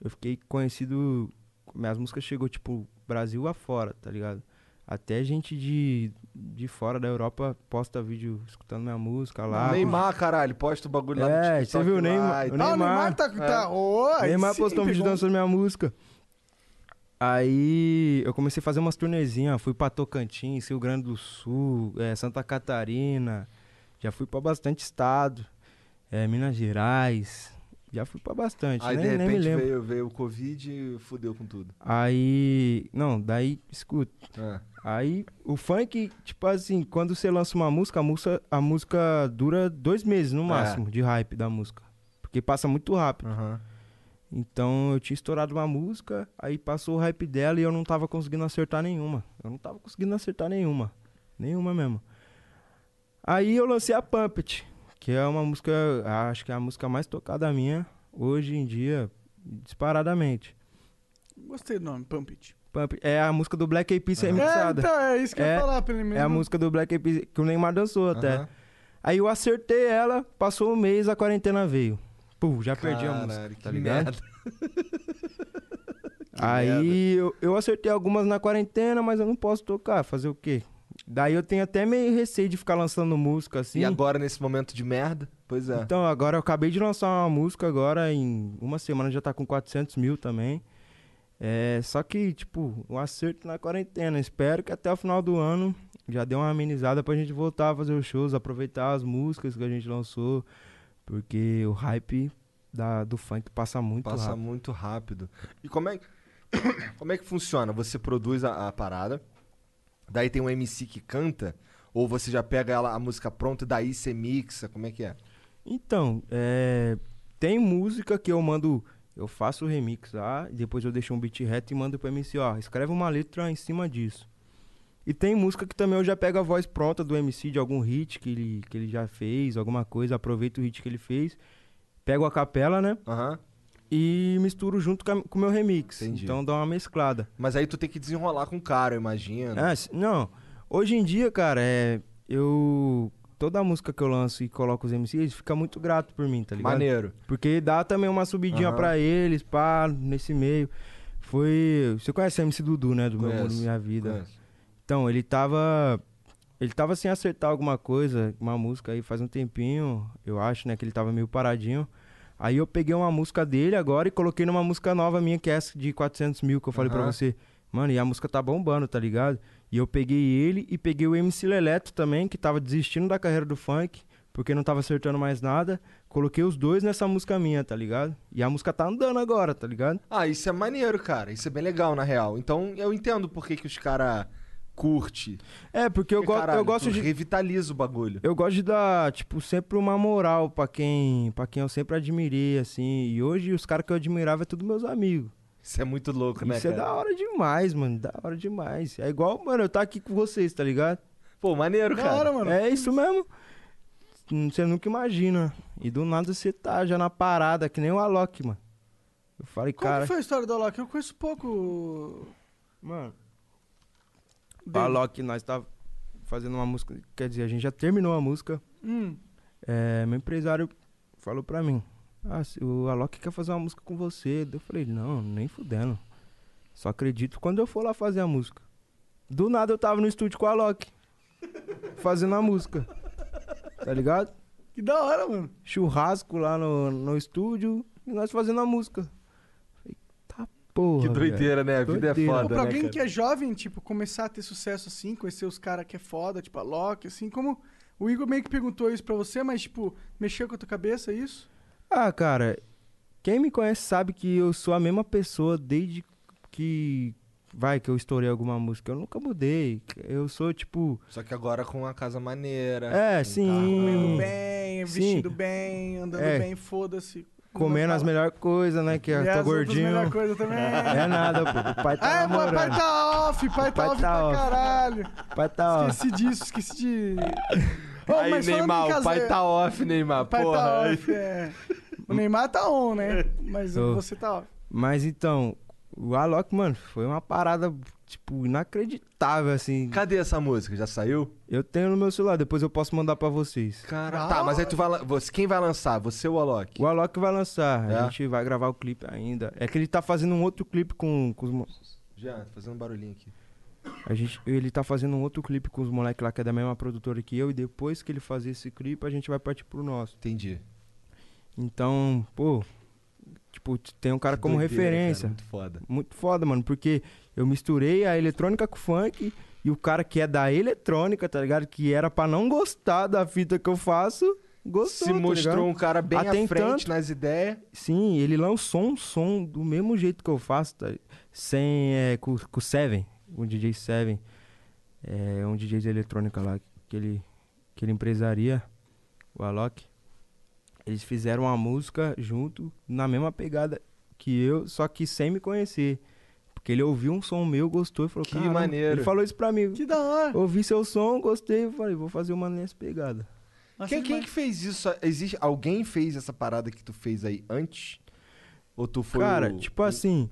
eu fiquei conhecido. Minhas músicas chegou, tipo, Brasil afora, tá ligado? Até gente de, de fora da Europa posta vídeo escutando minha música lá.
Neymar, caralho, posta o bagulho lá
É,
no TikTok
você viu o
lá
Neymar-
e
o
tal.
Ah, o Neymar
Neymar.
tá.
É.
tá ô, aí
Neymar
sim,
postou um vídeo
pegou um-
dançando minha música. Aí eu comecei a fazer umas turnezinhas, fui pra Tocantins, Rio Grande do Sul, eh, Santa Catarina, já fui pra bastante estado, eh, Minas Gerais, já fui pra bastante,
Aí,
nem,
de
nem me
repente,
lembro.
veio, veio o Covid e fudeu com tudo.
Aí, não, daí, escuta,
Ah,
aí o funk, tipo assim, quando você lança uma música, a música, a música dura dois meses
É.
no máximo de hype da música, porque passa muito rápido.
aham.
Então eu tinha estourado uma música, aí passou o hype dela e eu não tava conseguindo acertar nenhuma. Eu não tava conseguindo acertar nenhuma. Nenhuma mesmo. Aí eu lancei a Puppet, que é uma música, acho que é a música mais tocada minha hoje em dia, disparadamente.
Gostei do nome, Pump It.
Puppet é a música do Black Eyed Peas
É,
remixada.
então, é isso que eu ia
É-
falar, pelo menos.
É a música do Black Eyed Peas que o Neymar dançou até.
Aham.
Aí eu acertei ela, passou um mês, a quarentena veio. Pô, já perdi a
Caralho,
música,
que
tá ligado?
merda.
*laughs* Aí eu, eu acertei algumas na quarentena, mas eu não posso tocar. Fazer o quê? Daí eu tenho até meio receio de ficar lançando música assim.
E agora, nesse momento de merda? Pois é.
Então, agora eu acabei de lançar uma música agora, em uma semana já tá com 400 mil também. É, só que, tipo, um acerto na quarentena. Espero que até o final do ano já dê uma amenizada pra gente voltar a fazer os shows, aproveitar as músicas que a gente lançou. Porque o hype da, do funk passa muito
Passa
rápido.
muito rápido. E como é, *coughs* como é que funciona? Você produz a, a parada, daí tem um MC que canta, ou você já pega ela, a música pronta e daí você mixa? Como é que é?
Então, é, tem música que eu mando, eu faço o remix lá, e depois eu deixo um beat reto e mando pro MC, ó, escreve uma letra em cima disso. E tem música que também eu já pego a voz pronta do MC de algum hit que ele, que ele já fez, alguma coisa, aproveito o hit que ele fez, pego a capela, né,
Aham.
e misturo junto com a- com o meu remix.
Entendi.
Então dá uma mesclada.
Mas aí tu tem que
É, tá
desenrolar com o cara, eu imagino.
Ah, s- não. Hoje em dia, cara, é, eu toda a música que eu lanço e coloco os MCs, eles ficam muito gratos por mim, tá ligado?
Maneiro.
Porque dá também uma subidinha
Aham.
pra eles, pá, nesse meio. Foi. Você conhece MC Dudu, né? Do meu
Conheço,
mundo, minha vida.
Conheço.
Então, ele tava. Ele tava sem acertar alguma coisa, uma música aí faz um tempinho, eu acho, né? Que ele tava meio paradinho. Aí eu peguei uma música dele agora e coloquei numa música nova minha, que é essa de 400 mil que eu falei pra
Aham.
você. Mano, e a música tá bombando, tá ligado? E eu peguei ele e peguei o MC Leleto também, que tava desistindo da carreira do funk, porque não tava acertando mais nada. Coloquei os dois nessa música minha, tá ligado? E a música tá andando agora, tá ligado?
Ah, isso é maneiro, cara. Isso é bem legal, na real. Então eu entendo por que, que os caras curte.
É, porque eu,
Porque,
go
caralho,
eu gosto
tu
de.
Revitaliza o bagulho.
Eu gosto de dar, tipo, sempre uma moral pra quem, pra quem eu sempre admirei, assim. E hoje os caras que eu admirava é tudo meus amigos.
Isso é muito louco, né,
Isso é
cara?
da hora demais, mano. Da hora demais. É igual, mano, eu tá aqui com vocês, tá ligado?
Pô, maneiro,
Da
cara.
hora, mano.
É isso mesmo. Hum, Você nunca imagina. E do nada você tá já na parada, que nem o Alok, mano. Eu falei,
Qual
cara.
que foi a história do Alok? Eu conheço pouco.
Mano. O
dele.
Alok, nós tava fazendo uma música. Quer dizer, a gente já terminou a música.
Hum.
É, meu empresário falou pra mim: ah, se- o Alok quer fazer uma música com você. Daí Eu falei: não, nem fudendo. Só acredito quando eu for lá fazer a música. Do nada eu tava no estúdio com o Alok, *laughs* fazendo a música. Tá ligado?
Que da hora, mano.
Churrasco lá no, no estúdio e nós fazendo a música. Falei, tá porra.
Que
velho."
doideira, né? A vida
Doideira.
é
Ou
foda,
pra
né,
alguém
cara?
que é jovem, tipo, começar a ter sucesso assim, conhecer os caras que é foda, tipo, a Loki, assim, como. O Igor meio que perguntou isso pra você, mas, tipo, mexeu com a tua cabeça é isso?
Ah, cara, quem me conhece sabe que eu sou a mesma pessoa desde que. Vai, que eu estourei alguma música. Eu nunca mudei. Eu sou tipo.
Só que agora com uma casa maneira.
É,
um
sim.
carro.
tá Comendo bem,
Sim.
vestido bem, andando
É.
bem, foda-se.
Comendo as melhores coisas, né? Que eu tô gordinho.
melhor coisa também.
*laughs* É nada, pô. O pai tá
Ah, pô, pai
namorando.
tá off, pai tá
Pai
off
tá
pra
off.
caralho.
Pai tá, ó.
Esqueci disso, esqueci de. Ô,
Aí,
mas falando em
Neymar, o
casa-
pai tá off, Neymar.
O pai
porra.
tá off, é. O Neymar tá on, né? Mas
Tô.
você tá off.
Mas então, o Alok, mano, foi uma parada, tipo, inacreditável, assim.
Cadê essa música? Já saiu?
Eu tenho no meu celular, depois eu posso mandar pra vocês.
Cara, tá, mas aí tu vai. lan- Você, quem vai lançar? Você ou o Alok?
O Alok vai lançar,
É?
a gente vai gravar o clipe ainda. É que ele tá fazendo um outro clipe com, com os. mo-
Já, tô fazendo um barulhinho aqui.
A gente, ele tá fazendo um outro clipe com os moleques lá que é da mesma produtora que eu, e depois que ele fazer esse clipe, a gente vai partir pro nosso.
Entendi.
Então, pô, tipo, t- tem um cara
Que
como
doideira, cara,
referência.
Muito foda.
Muito foda, mano, porque eu misturei a eletrônica com o funk e o cara que é da eletrônica, tá ligado? Que era pra não gostar da fita que eu faço, gostou.
Se
tá ligado?
mostrou um cara bem
Até
à frente
tanto-
nas ideias.
Sim, ele lançou um som do mesmo jeito que eu faço, tá? sem, é, com, com o Seven, o DJ Seven, é um DJ de eletrônica lá, que ele, que ele empresaria, o Alok. Eles fizeram uma música junto, na mesma pegada que eu, só que sem me conhecer. Porque ele ouviu um som meu, gostou e falou,
Que
"Caramba."
maneiro.
Ele falou isso pra mim.
Que da hora.
Ouvi seu som, gostei, falei, vou fazer uma nessa pegada.
Nossa,
Quem, quem
demais.
que fez isso? Existe, alguém fez essa parada que tu fez aí antes? Ou tu foi.
Cara,
o-
tipo
o-
assim,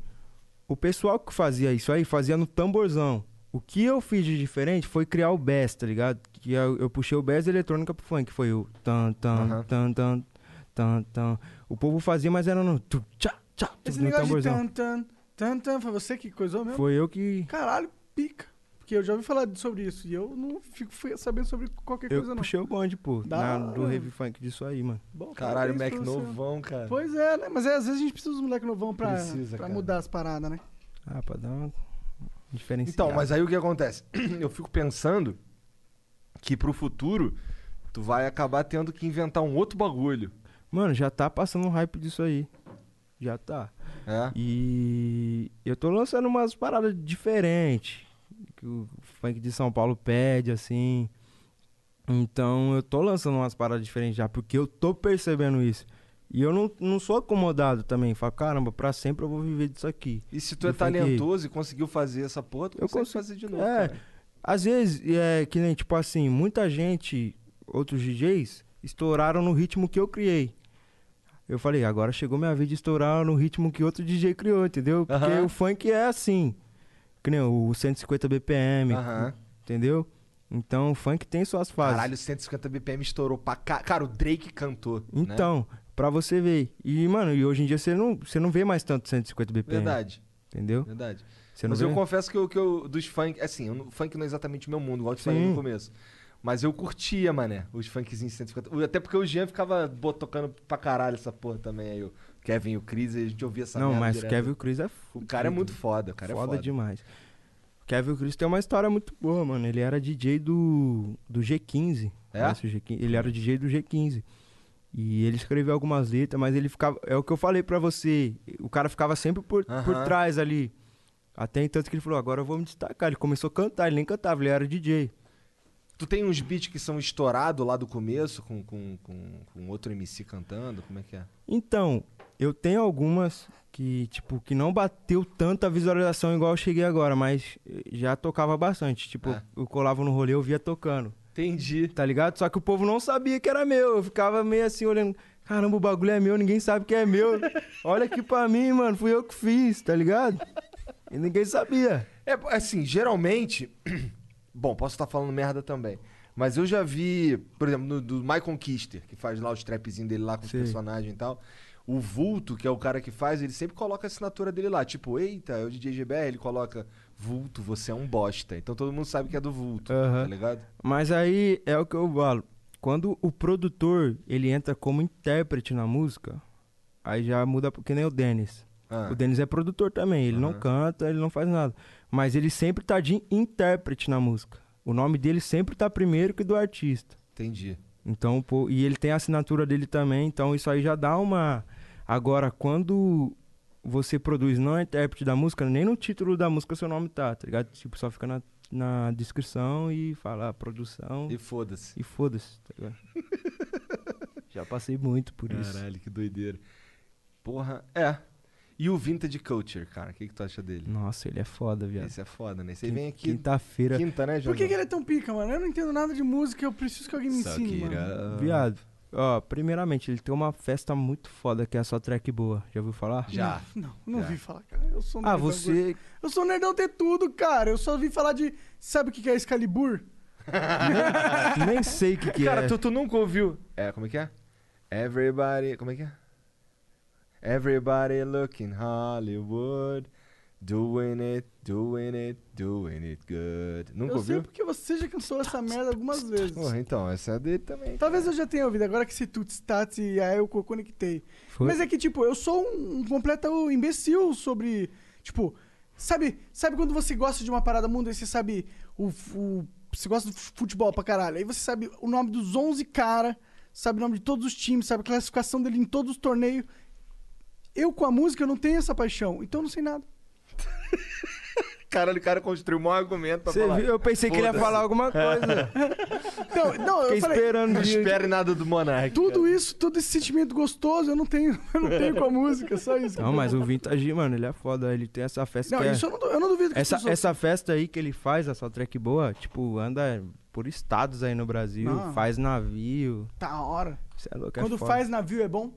o pessoal que fazia isso aí fazia no tamborzão. O que eu fiz de diferente foi criar o bass, tá ligado? Que eu, eu puxei o bass eletrônica pro funk, foi o tan tan
Aham.
tan tan tan tan. O povo fazia, mas era no tu tchá tchá tu,
Esse
no
tá
negócio de
tamborzão.
tan-tan, tan-tan, foi você que coisou mesmo?
Foi eu que
Caralho, pica. Porque eu já ouvi falar sobre isso e eu não fico fui sabendo sobre qualquer
eu
coisa, não.
puxei o bonde, pô,
Da
na-
hora,
do heavy
velho.
funk disso aí, mano.
Bom,
Caralho, né?
parabéns
Mac
pra você.
novão, cara.
Pois é, né? Mas é, às vezes a gente precisa dos moleques novão pra,
Precisa,
pra
cara.
mudar as paradas, né?
Ah, pra dar uma diferença.
Então, mas aí o que acontece? *clears throat* Eu fico pensando que pro futuro tu vai acabar tendo que inventar um outro bagulho.
mano, já tá passando um hype disso aí. Já tá.
É.
E eu tô lançando umas paradas diferentes que o funk de São Paulo pede, assim. Então eu tô lançando umas paradas diferentes já, porque eu tô percebendo isso. E eu não, não sou acomodado também. Falo, caramba, pra sempre eu vou viver disso aqui.
E se tu é
Do funk-
talentoso e conseguiu fazer essa porra, tu
Eu
consegue
consigo-
fazer de novo.
é.
cara.
Às vezes, é que nem, tipo assim, muita gente, outros DJs, estouraram no ritmo que eu criei. Eu falei, agora chegou minha vez de estourar no ritmo que outro DJ criou, entendeu? Porque
Aham.
o funk é assim. Que nem o 150 BPM,
Aham.
entendeu? Então, o funk tem suas fases.
Caralho, 150 BPM estourou pra cá. Cara, o Drake cantou. né?
Então, pra você ver. E, mano, e hoje em dia você não, você não vê mais tanto 150 BPM.
Verdade,
Entendeu?
verdade.
Você não
Mas
vê?
eu confesso que eu, que eu- dos funk, assim, eu não- funk não é exatamente o meu mundo, igual eu te falei no
Sim.
começo. Mas eu curtia, mané, os funkzinhos 150. Até porque o Jean ficava bo- tocando pra caralho essa porra também. Aí o Kevin e o Chris, a gente ouvia essa
não,
merda
mas
direto.
Kevin e o Chris é f-
O cara é muito foda, o cara
foda,
é foda.
demais. O Kevin e o Chris tem uma história muito boa, mano. Ele era DJ do, do G15.
É?
Conhece o G15? Ele era DJ do G15. E ele escreveu algumas letras, mas ele ficava. É o que eu falei pra você. O cara ficava sempre por, por
Aham.
trás ali. Até tanto que ele falou, agora eu vou me destacar. Ele começou a cantar, ele nem cantava, ele era DJ.
Tu tem uns beats que são estourados lá do começo, com, com, com, com outro MC cantando, como é que é?
Então, eu tenho algumas que, tipo, que não bateu tanta visualização igual eu cheguei agora, mas eh, já tocava bastante. Tipo,
É.
eu colava no rolê, eu via tocando,
Entendi.
tá ligado? Só que o povo não sabia que era meu. Eu ficava meio assim olhando, caramba, o bagulho é meu, ninguém sabe que é meu. Olha aqui pra mim, mano, fui eu que fiz, tá ligado? E ninguém sabia.
É, assim, geralmente. *clears throat* Bom, posso estar falando merda também. Mas eu já vi, por exemplo, no, do Michael Kister, que faz lá os trapzinhos dele lá com os
Sei.
personagens e tal. O Vulto, que é o cara que faz, ele sempre coloca a assinatura dele lá. Tipo, eita, é o DJ GBR, ele coloca Vulto, você é um bosta. Então todo mundo sabe que é do Vulto,
Aham.
tá ligado?
Mas aí é o que eu falo. Quando o produtor, ele entra como intérprete na música, aí já muda, porque nem o Dennis.
Ah,
O Denis é produtor também, ele não
Aham.
canta, ele não faz nada. Mas ele sempre tá de intérprete na música. O nome dele sempre tá primeiro que do artista.
entendi.
Então, pô, e ele tem a assinatura dele também, então isso aí já dá uma. Agora, quando você produz não é intérprete da música, nem no título da música seu nome tá, tá ligado? Tipo, só fica na, na descrição e fala ah, produção
E
e,
foda-se.
foda-se, tá
*laughs*
ligado? já passei muito por isso.
Caralho, que doideira. Porra, é. E o Vintage Culture, cara, o que, que tu acha dele?
Nossa, ele é foda, viado.
Esse é foda, né? Esse aí
Quin-
vem aqui
Quinta-feira.
quinta, né,
Por que,
Jornal?
que ele é tão pica, mano? Eu não entendo nada de música, eu preciso que alguém me ensine, mano.
Ah. Viado. Ó, primeiramente, ele tem uma festa muito foda que é a sua track boa. Já ouviu falar?
Já.
Não, não
Já.
vi falar, cara. Eu sou um
Ah,
nerdão, gordo.
*laughs*
você.
Eu sou um nerdão ter tudo, cara. Eu só vi falar de. Sabe o que que é Excalibur?
Nem sei o que, que
Cara,
é.
tu, tu nunca ouviu. É, como é que é? Everybody. Como é que é? Everybody looking Hollywood. Doing it, doing it, doing it good. Nunca
eu
ouviu?
sei
Tá,
porque você já cantou essa merda algumas vezes.
Porra, então, essa é dele também.
Talvez eu já tenha ouvido, agora que esse tuts tats e aí eu co- conectei.
Foi?
Mas é que, tipo, eu sou um, um completo imbecil sobre. Tipo, sabe, sabe quando você gosta de uma parada mundo e você sabe. O, o- você gosta de futebol pra caralho. Aí você sabe o nome dos 11 caras, sabe o nome de todos os times, sabe a classificação dele em todos os torneios. Eu com a música eu não tenho essa paixão, então eu não sei nada.
Caralho, o cara construiu um maior argumento pra
Você
falar.
viu? Eu pensei que ele ia
Foda-se.
falar alguma coisa.
Então, não, eu
Fiquei
falei.
esperando.
Não
de-
espere nada do Monark.
Tudo isso, todo esse sentimento gostoso, eu não tenho, *laughs* eu não tenho com a música, só isso.
Não, mas o Vintage, mano, ele é foda. Ele tem essa festa.
Não,
que é-
isso eu não, du- eu não duvido que
essa,
as pessoas-
essa festa aí que ele faz, a sua track boa, tipo, anda por estados aí no Brasil,
Não.
faz navio.
Tá hora.
Você é louco, é
Ah. Quando
foda.
faz navio é bom?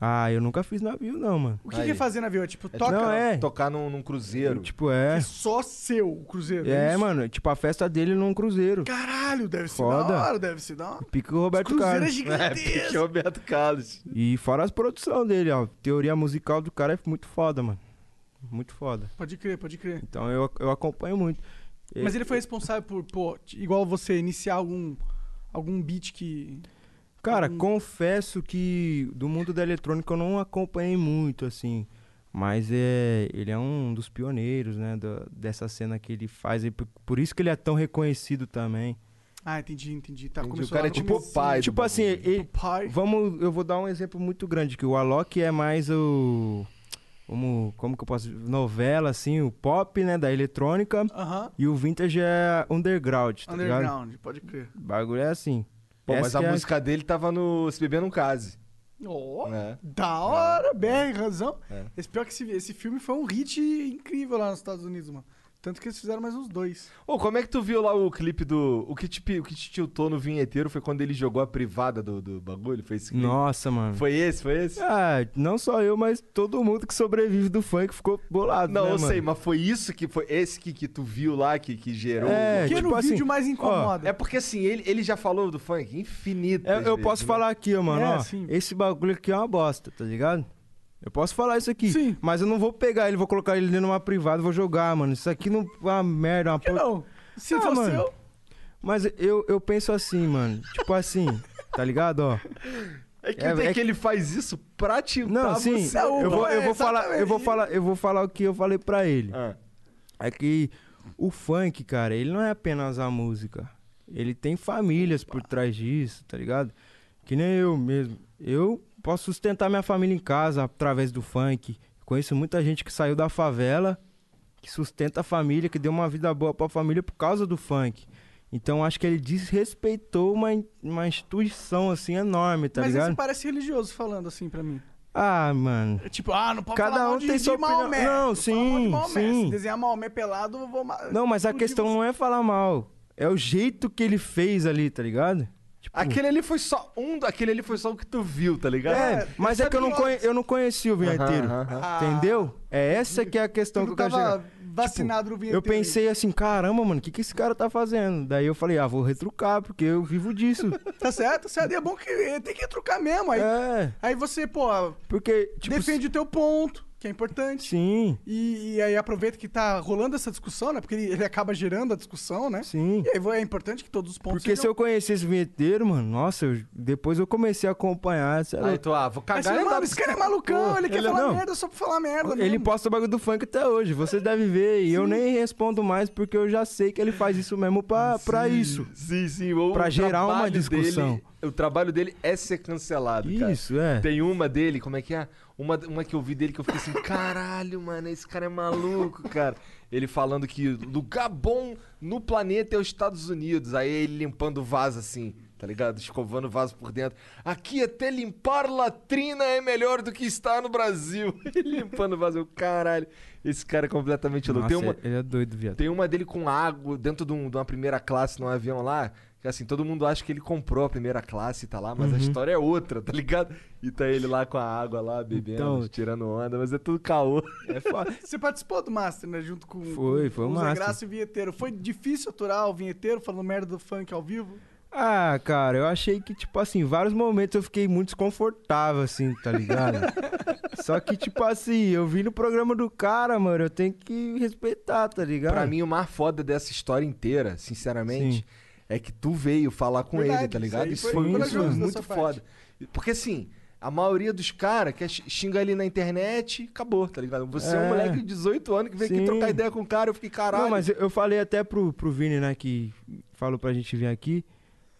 Ah, eu nunca fiz navio, não, mano.
O que,
Aí.
que é fazer navio? É tipo,
É
toca.
Não, é.
Tocar num, num cruzeiro.
Tipo, é.
É só seu o cruzeiro.
É,
isso?
mano, tipo, a festa dele num cruzeiro.
Caralho, deve ser
Foda.
da hora, deve ser da hora.
Pica o Roberto
cruzeiro é
Carlos.
É, porque é
gigantesco.
o Roberto Carlos.
E fora as produções dele, ó. Teoria musical do cara é muito foda, mano. Muito foda.
Pode crer, pode crer.
Então eu, eu acompanho muito. E-
É.
Mas ele foi responsável por, pô, t- igual você, iniciar algum, algum beat que...
Cara, confesso que do mundo da eletrônica eu não acompanhei muito, assim. Mas é, ele é um dos pioneiros, né? da- dessa cena que ele faz. E por, por isso que ele é tão reconhecido também.
Ah, entendi, entendi. Tá,
Entendi,
começou
o cara
lá
é
no
tipo
comecinho.
pai.
tipo assim, ele,
Pai.
Vamos, eu vou dar um exemplo muito grande, que o Alok é mais o. Como, como que eu posso. Novela, assim, o pop, né? Da eletrônica.
Aham.
E o vintage é underground, tá ligado?
Underground, pode crer.
O bagulho é assim.
Pô, mas
Essa
a
que é
música dele tava no Se Beber Não Case.
Ó,
É.
Da hora, BR, razão.
É.
Esse pior que esse, esse filme foi um hit incrível lá nos Estados Unidos, mano. Tanto que eles fizeram mais uns dois.
Ô, como é que tu viu lá o clipe do. O que te, pi- o que te tiltou no vinheteiro foi quando ele jogou a privada do, do bagulho? Foi esse clipe?
Nossa, mano.
Foi esse, foi esse?
Ah, não só eu, mas todo mundo que sobrevive do funk ficou bolado,
Não,
né,
eu
mano?
sei, mas foi isso que foi esse que, que tu viu lá que, que gerou.
É,
É,
Porque
tipo
no
assim,
vídeo mais
ó,
incomoda.
porque assim, ele, ele já falou do funk infinito.
Eu, eu
né?
posso falar aqui, ó, mano.
É,
ó,
sim.
esse bagulho aqui é uma bosta, tá ligado? Eu posso falar isso aqui.
Sim.
Mas eu não vou pegar ele, vou colocar ele dentro de uma privada e vou jogar, mano. Isso aqui não é uma merda, uma
Por que
por-
não? Se
Ah,
fosse
mano.
eu,
Mas eu, eu penso assim, mano. tipo assim, tá
*laughs*
ligado, ó?
É que,
É,
tem
é
que ele faz isso pra tiltar
Não, sim.
você.
Eu vou, eu,
Tá, é,
vou falar, eu, vou
exatamente.
falar, eu vou falar o que eu falei pra ele.
Ah,
É que o funk, cara, ele não é apenas a música. Ele tem famílias por trás disso, tá ligado? Que nem eu mesmo. Eu posso sustentar minha família em casa através do funk. Conheço muita gente que saiu da favela, que sustenta a família, que deu uma vida boa pra família por causa do funk. Então acho que ele desrespeitou uma, in- uma instituição assim enorme, tá
mas
ligado?
esse parece religioso falando assim pra mim.
Ah, mano.
É tipo, ah, não pode
Cada
falar mal
um
de,
tem
de
sua opinião.
Maomé.
Não,
pode falar mal de
sim,
Maomé.
sim.
Se desenhar Maomé pelado, eu vou... ma-
Não, mas a
explodir
questão
você.
não é falar mal. É o jeito que ele fez ali, tá ligado? Tipo,
Aquele ali foi só um. Aquele ali foi só o que tu viu, tá ligado?
É, mas é que eu não, conhe- eu não conheci o vinheteiro.
Aham, aham.
Entendeu? É essa que é a questão que eu
Tu
quero
tava
chegar.
vacinado no vinheteiro.
Eu pensei assim, caramba, mano, o que, que esse cara tá fazendo? Daí eu falei, ah, vou retrucar, porque eu vivo *laughs* disso.
Tá certo, certo. E é bom que eh, tem que trocar mesmo. Aí,
é,
aí você, pô,
porque, tipo...
defende o teu ponto, que é importante.
Sim,
E, e aí aproveita que tá rolando essa discussão, né? Porque ele, ele acaba gerando a discussão, né?
sim.
E aí vo- é importante que todos os pontos
Porque se
sejam...
eu conhecesse o vinheteiro, mano, nossa, eu- depois eu comecei a acompanhar, é sei lá.
Aí tu, ah, vou
Aí você,
cagar e
mano,
andar-
esse cara é malucão,
Pô,
ele quer
ele-
falar
não. é
merda só pra falar merda.
Ele
mesmo.
posta o bagulho do funk até hoje, vocês devem ver. E eu nem respondo mais, porque eu já sei que ele faz isso mesmo pra, pra isso.
Sim, sim. Ou
Pra
o
gerar uma
trabalho
discussão.
dele- o trabalho dele é ser cancelado, cara.
Isso, é.
Tem uma dele, como é que é? Uma, uma que eu vi dele que eu fiquei assim, *laughs* caralho, mano, esse cara é maluco, cara. Ele falando que lugar bom no planeta é os Estados Unidos. Aí ele limpando o vaso assim, tá ligado? Escovando o vaso por dentro. Aqui até limpar latrina é melhor do que estar no Brasil. *laughs* Ele limpando o vaso, eu, caralho. Esse cara é completamente louco. Tem
Nossa,
uma,
ele é doido, viado.
tem uma dele com água dentro de, um- de uma primeira classe num avião lá. Que assim, todo mundo acha que ele comprou a primeira classe e tá lá, mas
Uhum.
a história é outra, tá ligado? E tá ele lá com a água lá, bebendo,
Então-
tirando onda, mas é tudo caô.
É foda.
Você participou do Master, né? Junto com,
Foi, foi
com
o
Zé
Master.
Graça e o Vinheteiro. Foi difícil aturar o Vinheteiro falando merda do funk ao vivo?
Ah, cara, eu achei que, tipo assim, em vários momentos eu fiquei muito desconfortável, assim, tá ligado? Só que, tipo assim, eu vi no programa do cara, mano, eu tenho que respeitar, tá ligado?
Pra mim, o mais foda dessa história inteira, sinceramente,
Sim.
é que tu veio falar com
Verdade,
ele, tá
isso
ligado?
aí
Isso
foi
foi, isso
corajoso
foi
da
muito
sua
foda. Porque assim, a maioria dos caras quer x- xinga ele na internet e acabou, tá ligado? Você é, um
É.
moleque de 18 anos que veio aqui
Sim.
trocar ideia com o cara, eu fiquei caralho.
Não, mas eu, eu falei até pro, pro Vini, né, que falou pra gente vir aqui.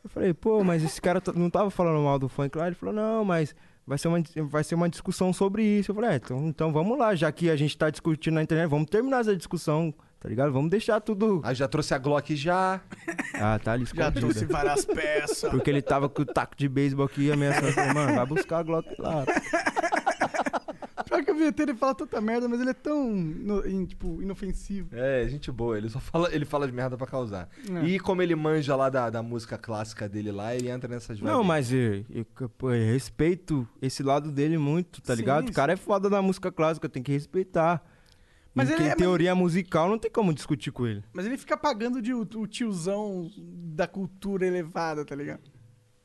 Eu falei, pô, mas esse cara t- não tava falando mal do funk lá. Ele falou, não, mas vai ser uma, dis- vai ser uma discussão sobre isso. Eu falei, é, então, então vamos lá, já que a gente tá discutindo na internet, vamos terminar essa discussão, tá ligado? Vamos
*laughs*
deixar tudo.
Aí já trouxe a Glock já.
Ah, tá ali
Já
escondida.
trouxe várias peças.
Porque ele tava com o taco de beisebol aqui e ameaçando. falou, Mano, vai buscar a Glock *laughs* lá.
*laughs* Pior que o Vinheteiro ele fala tanta merda, mas ele é tão, ino- in- tipo, inofensivo.
É, gente boa, ele só *laughs* fala, ele fala de merda pra causar.
É.
E como ele manja lá da, da música clássica dele lá, ele entra nessas
Não,
vibes.
mas eu, eu- pô, eu respeito esse lado dele muito, tá
Sim,
ligado? O cara é foda da música clássica, tem que respeitar.
Mas
Mas
ele
em
é-
teoria musical não tem como discutir com ele.
Mas ele fica pagando de o, o tiozão da cultura elevada, tá ligado?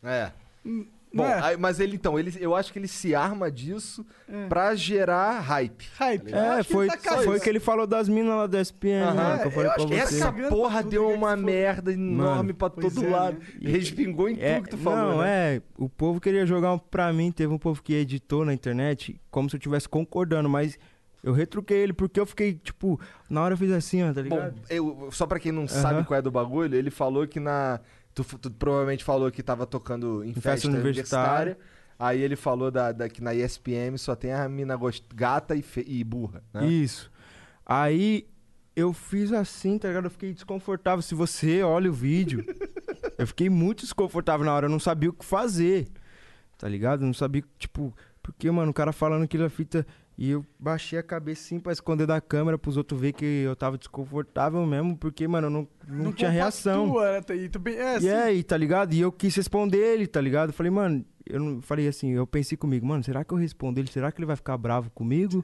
É.
Não
Bom,
é?
aí- mas ele então, ele, eu acho que ele se arma disso pra gerar hype.
Hype. Eu
É,
acho que ele
foi,
tá
foi
cagando.
o que ele falou das minas lá da
É,
SPN,
Aham.
né, que eu falei
eu
pra
acho que
você.
Essa
Cagando
porra
tudo,
deu
diga
uma
que se foda.
merda enorme pra
Pois
todo
é,
lado.
né?
Respingou em
É,
tudo que tu falou.
não,
né?
é, o povo queria jogar um- pra mim, teve um povo que editou na internet, como se eu estivesse concordando, mas eu retruquei ele, porque eu fiquei, tipo, na hora eu fiz assim, ó,
Bom,
tá ligado?
eu- só pra quem não sabe qual é do bagulho, ele falou que na. Tu, tu provavelmente falou que tava tocando em, festa,
festa
universitária.
universitária.
Aí ele falou da, da- que na ESPM só tem a mina gost- gata e, fe- e burra, né?
Isso. Aí eu fiz assim, tá ligado? Eu fiquei desconfortável. Se você olha o vídeo, eu fiquei muito desconfortável na hora. Eu não sabia o que fazer, tá ligado? Eu não sabia, tipo, porque, mano, o cara falando aquilo a fita. E eu baixei a cabeça assim pra esconder da câmera pros outros ver que eu tava desconfortável mesmo, porque, mano, eu não, não, tinha reação.
compactua, né, Thaí? Tu bem- é,
E
assim,
aí, tá ligado? E eu quis responder ele, tá ligado? Eu Falei, mano, eu não falei assim, eu pensei comigo, mano, será que eu respondo ele? Será que ele vai ficar bravo
*laughs*
comigo?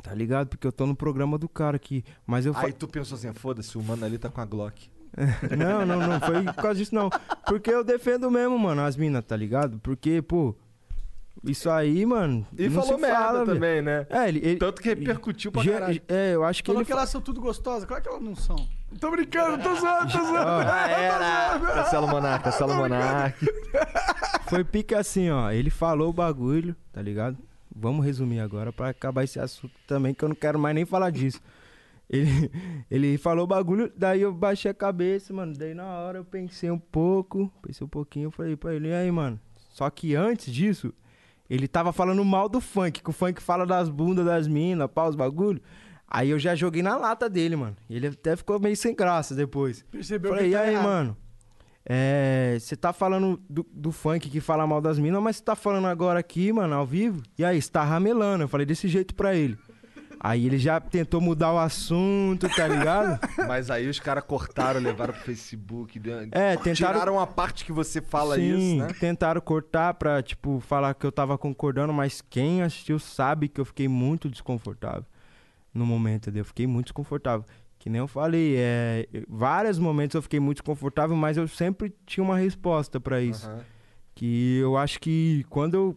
tá ligado? Porque eu tô no programa do cara aqui. Mas eu
Aí
falei.
tu pensou assim, foda-se, o mano ali tá com a Glock.
*laughs* Não, não, não foi por causa disso, não. Porque eu defendo mesmo, mano, as minas, tá ligado? Porque, pô, isso aí, mano.
E
não
falou
se
merda
fala, velho.
também, né?
É, ele. ele
Tanto que repercutiu pra
Ge-
caralho.
É, eu acho que
Falou
ele.
que elas são tudo gostosas. Claro que elas não são. Tô brincando, tô zoando, tô zoando.
Cancela o Monarca, cancela o Monarca.
Foi pique assim, ó. Ele falou o bagulho, tá ligado? Vamos resumir agora pra acabar esse assunto também, que eu não quero mais nem falar disso. Ele, ele falou o bagulho, daí eu baixei a cabeça, mano. Daí na hora eu pensei um pouco, pensei um pouquinho, eu falei pra ele, e aí, mano? Só que antes disso, ele tava falando mal do funk, que o funk fala das bundas das minas, pau, os bagulho. Aí eu já joguei na lata dele, mano. Ele até ficou meio sem graça depois.
Percebeu
Falei,
que
e
tá
aí,
errado."
mano? É, Você tá falando do, do funk que fala mal das minas, mas você tá falando agora aqui, mano, ao vivo. E aí, você tá ramelando. Eu falei desse jeito pra ele. Aí ele já tentou mudar o assunto, tá ligado?
*laughs* Mas aí os caras cortaram, levaram pro Facebook. deu-
É, tentaram-
Tiraram a parte que você fala
Sim,
isso, né?
tentaram cortar pra, tipo, falar que eu tava concordando, mas quem assistiu sabe que eu fiquei muito desconfortável no momento, entendeu? Eu fiquei muito desconfortável. Que nem eu falei, é, vários momentos eu fiquei muito desconfortável, mas eu sempre tinha uma resposta pra isso.
Aham.
Que eu acho que quando eu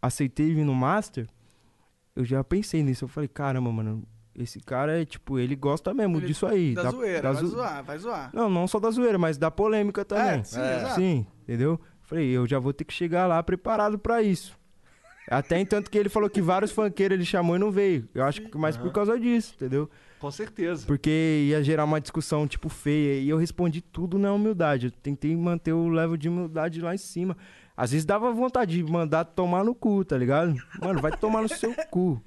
aceitei vir no Master, eu já pensei nisso. Eu falei, caramba, mano, esse cara é tipo, ele gosta mesmo
Ele-
disso aí.
Da, zoeira, vai
zo-
zoar, vai zoar.
Não, não só da zoeira, mas da polêmica também.
É, sim, É. exato.
Sim, entendeu? Falei, eu já vou ter que chegar lá preparado pra isso. Até entanto que ele falou que vários funkeiros ele chamou e não veio. Eu acho que mais por causa disso, entendeu?
Com certeza.
Porque ia gerar uma discussão, tipo, feia. E eu respondi tudo na humildade. Eu tentei manter o level de humildade lá em cima. Às vezes dava vontade de mandar tomar no cu, tá ligado? Mano, vai tomar no seu cu.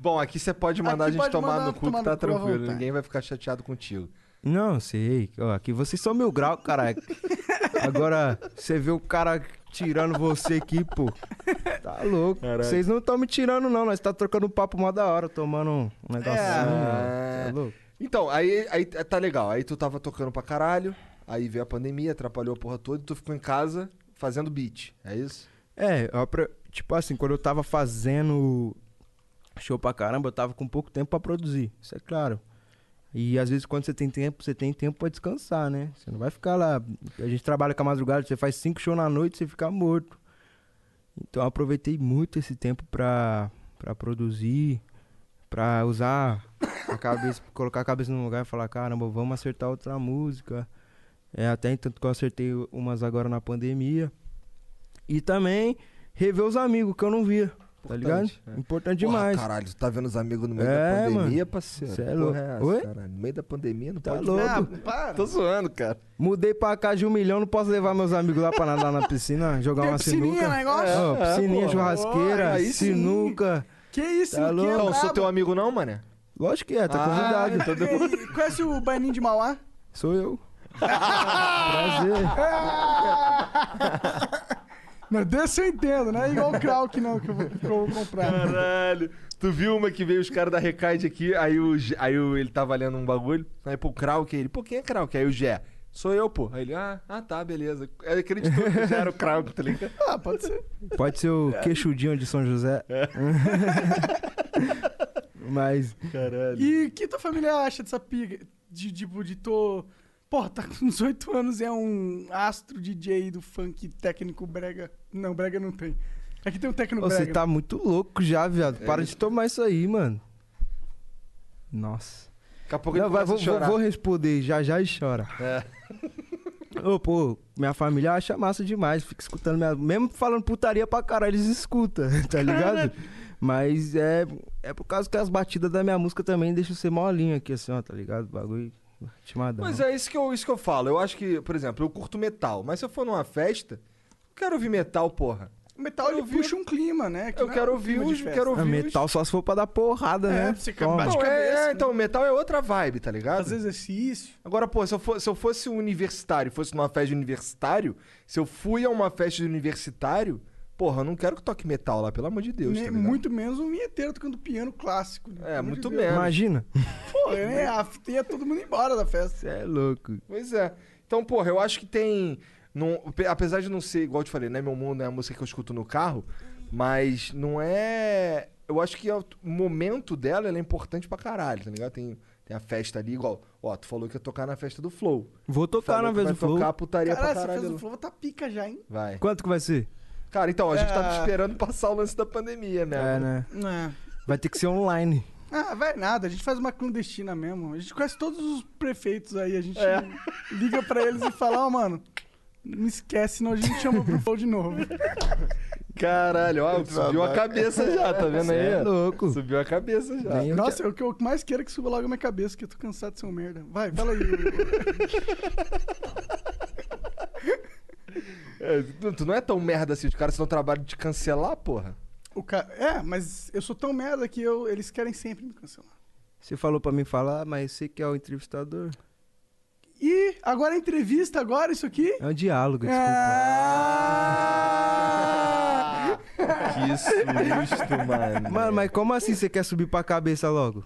Bom, aqui você pode mandar a
Aqui
gente
pode
tomar
mandar
no cu
tomar
que
no
tá
cu à
tranquilo.
vontade.
Ninguém vai ficar chateado contigo.
Não, sei. Ó, Aqui vocês são mil grau, cara. Agora, você vê o cara tirando você aqui, pô. Tá louco. Vocês não estão me tirando, não. Nós tá trocando papo mó da hora, tomando um negocinho.
É.
Tá louco?
Então, aí, aí tá legal. Aí tu tava tocando pra caralho, aí veio a pandemia, atrapalhou a porra toda e tu ficou em casa fazendo beat. É isso?
É, ó, pra- tipo assim, quando eu tava fazendo show pra caramba, eu tava com pouco tempo pra produzir, isso é claro. E às vezes quando você tem tempo, você tem tempo pra descansar, né? Você não vai ficar lá. A gente trabalha com a madrugada, você faz cinco shows na noite, você fica morto. Então eu aproveitei muito esse tempo pra, pra produzir, pra usar a cabeça, *coughs* colocar a cabeça no lugar e falar, caramba, vamos acertar outra música. É, até entanto que eu acertei umas agora na pandemia. E também rever os amigos que eu não via. Tá ligado? Importante demais.
Porra, caralho, tu tá vendo os amigos no meio da
É,
pandemia,
mano.
parceiro?
Cê é
Porra
louco.
essa,
Oi?
caralho? No meio da pandemia não
Tá
pode...
louco. Tá
Ah,
Para.
Tô zoando, cara.
Mudei pra casa de um milhão, não posso levar meus amigos lá pra nadar na piscina, jogar
Tem
uma
piscininha,
sinuca.
negócio?
Ó,
É,
piscininha,
pô.
churrasqueira,
Aí sim.
sinuca.
Que isso,
Tá
que
louco.
Então, eu sou
brabo.
teu amigo não, mané?
Lógico que é, tá
Ah,
convidado.
então depois-
E- Conhece o Baininho de Mauá?
Sou eu. Prazer.
Não, desse eu entendo, né? Igual o Krauk, não, que eu vou, que eu vou comprar.
Caralho. Tu viu uma que veio os caras da Recaide aqui, aí, o, G- aí o- ele tava lendo um bagulho, aí pô, Krauk, aí ele, pô, quem é Krauk? Aí o Gé, sou eu, pô. Aí ele, ah, ah tá, beleza. Ele acreditou que já era o Krauk, tá ligado?
Ah, pode ser.
Pode ser o queixudinho de São José. *laughs* Mas,
Caralho.
E o que tua família acha dessa piga? De, tipo, de tô... Porra, tá com 18 anos e é um astro DJ do funk técnico brega. Não, brega não tem. Aqui tem um técnico
ô, você
brega.
tá muito louco já, viado. Para de tomar isso aí, mano. Nossa.
Daqui a pouco
Não,
ele
vai,
começa
vou,
a
vou-
chorar. É.
vou responder já já e chora. *laughs* Ô, pô, minha família acha massa demais, fica escutando minha... Mesmo falando putaria pra caralho, eles escutam, *laughs* tá ligado? Mas é, é por causa que as batidas da minha música também deixam ser molinha aqui, assim, ó, tá ligado? Bagulho timadão.
Mas é isso que, eu, isso que eu falo. Eu acho que, por exemplo, eu curto metal, mas se eu for numa festa, eu quero ouvir metal, porra.
O metal, ele
Eu vi-
puxa um clima, né? Que
Eu
não é
quero
um
ouvir
clima de
os.
festa.
Quero
Ah,
ouvir
metal só se for pra dar porrada,
É,
né?
pra você acabar
Os...
de
Não, é,
cabeça,
é,
né?
então, metal é outra vibe, tá ligado?
Fazer exercício.
Agora, pô, se eu, for- se eu fosse um universitário, fosse numa festa de universitário, se eu fui a uma festa de universitário, Porra, eu não quero que toque metal lá, pelo amor de Deus.
Nem-
tá ligado?
muito menos um vinheteiro tocando piano clássico. né?
É,
Pelo amor
muito
de Deus.
menos.
Imagina.
Pô, né? A fita ia todo mundo embora da festa.
Você é louco.
Pois é. Então, porra, eu acho que tem. Não, pe- apesar de não ser, igual eu te falei, né? Meu mundo é a música que eu escuto no carro, mas não é. Eu acho que é o o momento dela ela é importante pra caralho, tá ligado? Tem, tem a festa ali, igual. Ó, tu falou que ia tocar na festa do Flow.
Vou tocar
Falou
na
que
vez
vai
do Flow.
tocar a putaria
Caralho,
pra
essa
caralho.
festa do
lá.
Flow tá pica já, hein?
Vai.
Quanto que vai ser?
Cara, então, a gente tava
É.
esperando passar o lance da pandemia, né?
É, né?
É.
Vai ter que ser online.
Ah, vai nada, a gente faz uma clandestina mesmo. A gente conhece todos os prefeitos aí, a gente liga pra eles e fala, ó, mano, não esquece, senão a gente chama pro flow de novo.
Caralho, ó, subiu a cabeça já, tá vendo aí?
Cê é louco.
Subiu a cabeça já.
Nem eu
Nossa, é o que eu mais quero é que suba logo na minha cabeça, que eu tô cansado de ser um merda. Vai, fala aí.
É, tu- tu não é tão merda assim, os caras estão trabalho de cancelar, porra.
o ca... É, mas eu sou tão merda que eu... eles querem sempre me cancelar.
Você falou pra mim falar, mas você que é o entrevistador.
E agora a entrevista, agora isso aqui.
É um diálogo, desculpa.
Ah!
Que *laughs* susto, mano.
Mano, mas como assim você quer subir pra cabeça logo?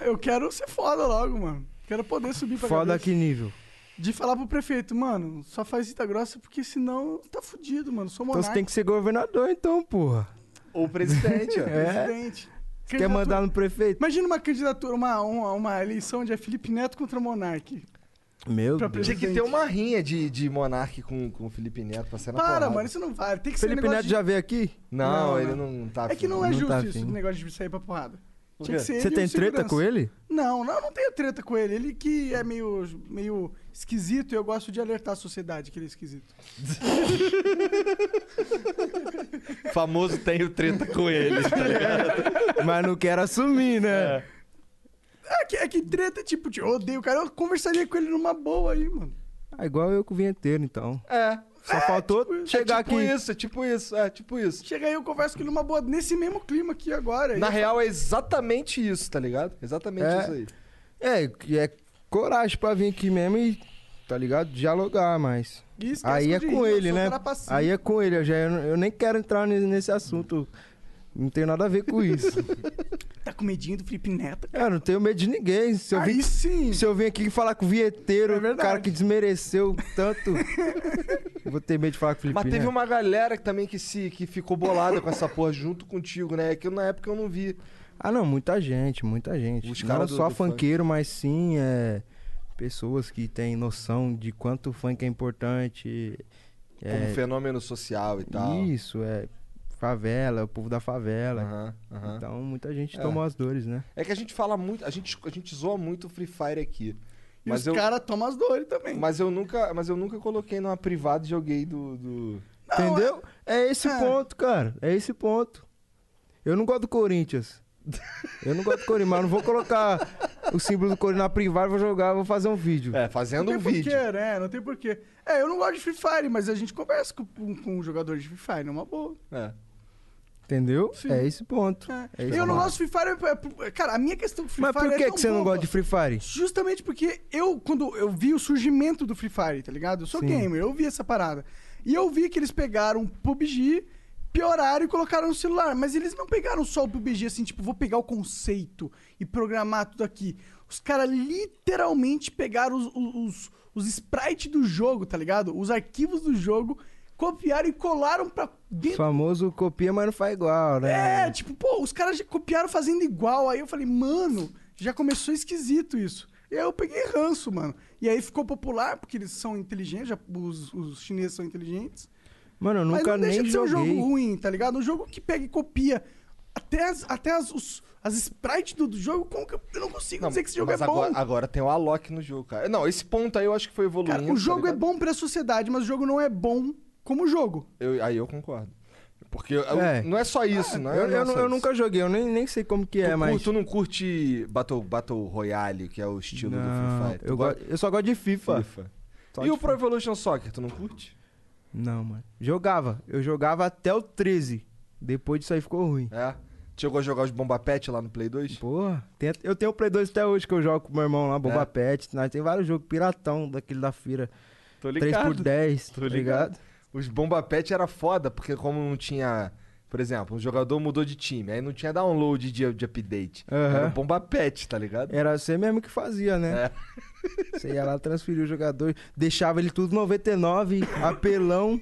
Eu quero ser foda logo, mano. Quero poder subir pra
Foda
cabeça.
que nível. Então
De falar pro prefeito, mano, só faz cita grossa porque senão tá fudido, mano. Sou
Então
monarca.
você tem que ser governador, então, porra.
Ou presidente, ó.
*laughs* presidente.
É. Você
é
quer mandar no prefeito?
Imagina uma candidatura, uma, uma, uma eleição de Felipe Neto contra Monark.
Meu
Pra
Deus.
Tinha que
presidente.
ter uma rinha de, de Monark com, com o Felipe Neto pra ser na
Para,
porrada.
mano, isso não vale. Tem que ser um
Felipe
negócio
Neto
de-
já veio aqui?
Não,
Não,
ele
não.
não tá
É que não é
Não
justo
tá
isso,
afim.
esse negócio de sair pra porrada. Tinha
quê?
que ser
Você
ele e
tem
o
treta
segurança.
com ele?
Não, não, eu não tenho treta com ele. Ele que é meio, meio esquisito e eu gosto de alertar a sociedade que ele é esquisito.
Famoso tenho treta com ele.
Mas não quero assumir, né?
É que, é que treta, tipo, de odeio o cara. Eu conversaria com ele numa boa aí, mano.
Ah, igual eu com o vinheteiro, então.
É.
Só faltou chegar
é tipo
aqui.
isso, é tipo isso, é tipo isso.
Chega aí, eu converso com ele numa boa, nesse mesmo clima aqui agora.
Na
E-
real, é exatamente isso, tá ligado? Exatamente
É.
isso aí.
É, que é coragem pra vir aqui mesmo e, tá ligado? Dialogar mais.
e esquece
Aí é
de
com
rir, eu
ele,
sou um
né?
cara pacífico.
Aí é com ele. Eu, já, eu nem quero entrar ne- nesse assunto. Não tenho nada a ver com
*laughs*
isso.
Tá com medinho do Felipe Neto?
é, não tenho medo de ninguém. Se
Ah,
eu,
Aí
vim,
sim.
se eu vim aqui falar com o vinheteiro,
É
o
verdade.
cara que desmereceu
*laughs*
tanto, eu vou ter medo de falar com o Felipe né?
Mas teve
Neto.
uma galera que também que, se, que ficou bolada com essa porra junto contigo, né? Que eu- na época eu não vi.
Ah, não, muita gente, muita gente.
Os
não
caras do-
só
do funk.
funkeiro, mas sim é, pessoas que têm noção de quanto o funk é importante.
Como
É,
fenômeno social e tal.
isso, é favela, é o povo da favela.
Aham, aham.
Então muita gente
É.
tomou as dores, né?
É que a gente fala muito, a gente, a gente zoa muito o Free Fire aqui.
E
Mas
os
eu,
caras tomam as dores também.
mas eu nunca, mas eu nunca coloquei numa privada e joguei do, do-
Não,
Entendeu? É esse
É.
ponto, cara. É esse ponto. Eu não gosto do Corinthians. *laughs* Eu não gosto do Corinthians, mas eu não vou colocar o símbolo do Corinthians na privada, vou jogar, vou fazer um vídeo.
É,
Não
fazendo
tem
um vídeo.
porquê, né? Não tem porquê. É, eu não gosto de Free Fire, mas a gente conversa com, com, com um jogador de Free Fire, numa boa.
É.
Entendeu?
Sim.
É esse ponto.
É.
É isso,
eu não
mano.
gosto de Free Fire. é por- é- Cara, a minha questão com Free
Mas
Fire
por que,
é tão
que você não
boba.
gosta de Free Fire?
Justamente porque eu, quando eu vi o surgimento do Free Fire, tá ligado? Eu sou
Sim.
gamer, eu vi essa parada. E eu vi que eles pegaram o PUBG, pioraram e colocaram no celular. Mas eles não pegaram só o PUBG assim, tipo, vou pegar o conceito e programar tudo aqui. Os caras literalmente pegaram os, os, os sprites do jogo, tá ligado? Os arquivos do jogo, copiaram e colaram pra dentro
Famoso copia, mas não faz igual, né?
é, tipo, pô, os caras já copiaram fazendo igual. Aí eu falei, mano, já começou esquisito isso. E aí eu peguei ranço, mano. E aí ficou popular, porque eles são inteligentes, já- os, os chineses são inteligentes.
Mano, eu
Mas
nunca
não deixa
nem
de ser um
joguei.
jogo ruim, tá ligado? Um jogo que pega e copia. Até as, até as, os- as sprites do, do jogo, como que eu, eu não consigo
Não,
dizer que esse jogo é
mas
bom?
agora, agora tem o Alok no jogo, cara. Não, esse ponto aí eu acho que foi evoluindo.
Cara, o jogo
tá
é bom pra sociedade, mas o jogo não é bom como jogo.
Eu- aí eu concordo. Porque eu-
É.
não é só
Ah,
isso, né?
Eu, eu,
Não é
nu-
só
eu
isso.
nunca joguei, eu nem, nem sei como que
Tu,
é,
cur-
mas.
tu não curte Battle, Battle Royale, que é o estilo do Free
Não,
Fire? Tu
eu,
gosta
go- eu só gosto de FIFA.
de FIFA.
Só
E
de
o Pro Evolution Soccer, tu não curte?
Não, mano. Jogava. Eu jogava até o 13. Depois disso aí ficou ruim.
É. Chegou a jogar os Bomba Pet lá no Play 2?
Porra, tem- eu tenho o Play 2 até hoje que eu jogo com meu irmão lá, Boba
É.
Pet. Nós tem vários jogos piratão daquele da feira.
Tô
3x10, tá ligado?
Os bomba pet era foda, porque como não tinha. Por exemplo, um jogador mudou de time, aí não tinha download de, de update.
Aham.
Era bomba pet, tá ligado?
Era você mesmo que fazia,
É.
né? Você ia lá, transferia o jogador, deixava ele tudo 99, apelão.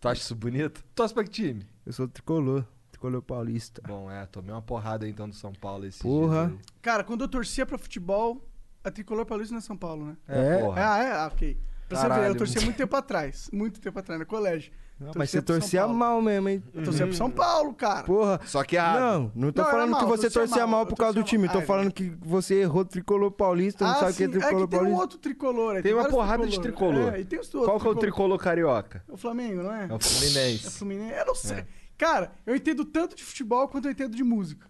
Tu acha isso bonito? Torce pra que time?
Eu sou tricolor, tricolor paulista.
Bom, é, tomei uma porrada então do São Paulo esse
Porra.
Cara, quando eu torcia pra futebol, a Tricolor Paulista não é São Paulo, né?
É,
É?
porra.
Ah, é? Ah, ok. Pra você ver,
Caralho.
eu torcia muito tempo atrás. Muito tempo atrás, no colégio.
Não,
Torcia
mas você
pro São
torcia
Paulo.
mal mesmo, hein?
Eu torcia pro São Paulo, cara.
Porra.
Hum. Só que errado.
Não, não tô
Não, era
falando que
mal,
você
torcia
torcia
mal,
mal
eu
por causa do
torcia
time.
mal.
Tô
Ah, é
falando que você errou tricolor paulista, não
Ah,
sabe o que é
sim. é
tricolor
que tem um
paulista.
outro tricolor. aí,
Tem uma
vários
porrada de tricolor.
É, e tem os outros
Qual que é o tricolor carioca?
É o Flamengo, não é?
É o Fluminense.
É o Fluminense. Eu não sei. Cara, eu entendo tanto de futebol quanto eu entendo de música.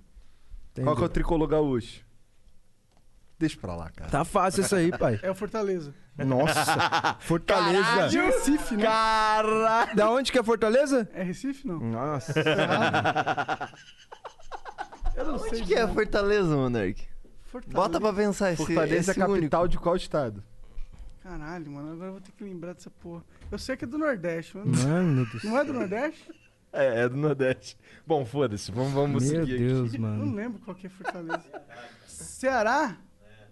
Qual que é o tricolor gaúcho? Deixa pra lá, cara.
Tá fácil isso aí, pai.
É o Fortaleza.
*laughs*
Nossa, Fortaleza.
De Recife, né?
Cara!
Da onde que é Fortaleza?
É Recife, não?
Nossa.
Eu não sei.
Onde que é Fortaleza, Monark?
Fortaleza.
Bota pra pensar esse,
Fortaleza é
esse
a
único.
capital de qual estado?
Caralho, mano, agora eu vou ter que lembrar dessa porra. Eu sei que é do Nordeste, mano.
Mano do céu.
Não é do Nordeste?
É, é do Nordeste. Bom, foda-se, vamos, vamos
Meu
seguir
Deus,
Não
mano.
lembro qual que é Fortaleza. Ceará?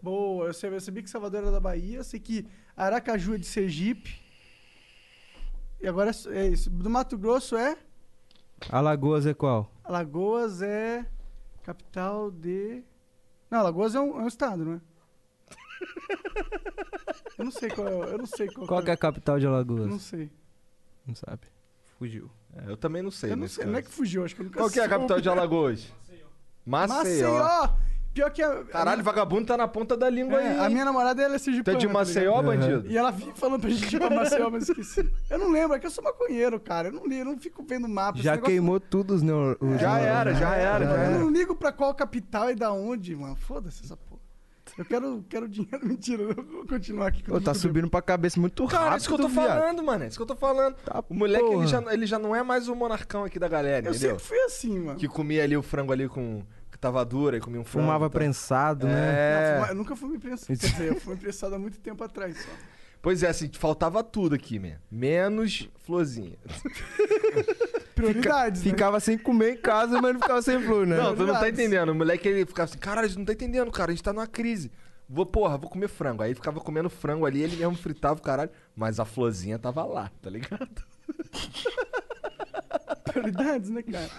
Boa, eu sabia, eu sabia que Salvador era da Bahia, eu sei que Aracaju é de Sergipe. E agora é- é isso. Do Mato Grosso é?
Alagoas é qual?
Alagoas é capital de. Não, Alagoas é um, é um estado, não é? Eu não sei qual é. o- Eu não sei qual,
Qual que é a capital de
Eu Não
Alagoas?
sei.
Não sabe. Fugiu.
aqui. É, eu também não sei.
Eu não
nesse
sei. Não é que
caso.
fugiu, acho que eu nunca
Qual que é a
soube.
capital de Alagoas? Maceió.
Maceió! Pior que a.
Caralho, vagabundo tá na ponta da língua
É,
aí.
a
hein?
minha namorada ela é
Tu
sergipana.
é de
tá
Maceió,
ligado?
bandido?
E ela vive falando pra gente ir pra Maceió, mas eu esqueci. Eu não lembro, é que eu sou maconheiro, cara. Eu não li, eu não fico vendo mapa.
Já
esse negócio-
queimou tudo os neuro... os
Já
neurônios,
era,
né?
já era, já
Eu
era.
não ligo pra qual capital e da onde, mano. Foda-se essa porra. Eu quero, quero dinheiro. *laughs* Mentira, eu vou continuar aqui. que eu
Ô,
tô
tá
muito
subindo pra cabeça muito rápido,
Cara, isso que eu tô
viado.
falando, mano. Isso que eu tô falando.
Tá,
o moleque, ele
porra.
já, ele já não é mais o monarcão aqui da galera,
Eu
entendeu?
sempre fui assim, mano.
Que comia ali o frango ali com... Que tava dura e comia um frango.
Fumava
e tal.
prensado, né?
Não,
É.
fuma- eu nunca fui imprensado. Quer dizer, eu fui imprensado há muito tempo atrás só.
Pois é, assim, faltava tudo aqui, man. Menos florzinha.
Prioridades, né?
Ficava sem comer em casa, mas não ficava sem flor, né?
Não, tu não tá
verdade.
entendendo. O moleque, ele ficava assim, caralho, tu não tá entendendo, cara. A gente tá numa crise. Vou, porra, vou comer frango. Aí ficava comendo frango ali, ele mesmo fritava o caralho. Mas a florzinha tava lá, tá ligado? *laughs*
Prioridades, né, cara?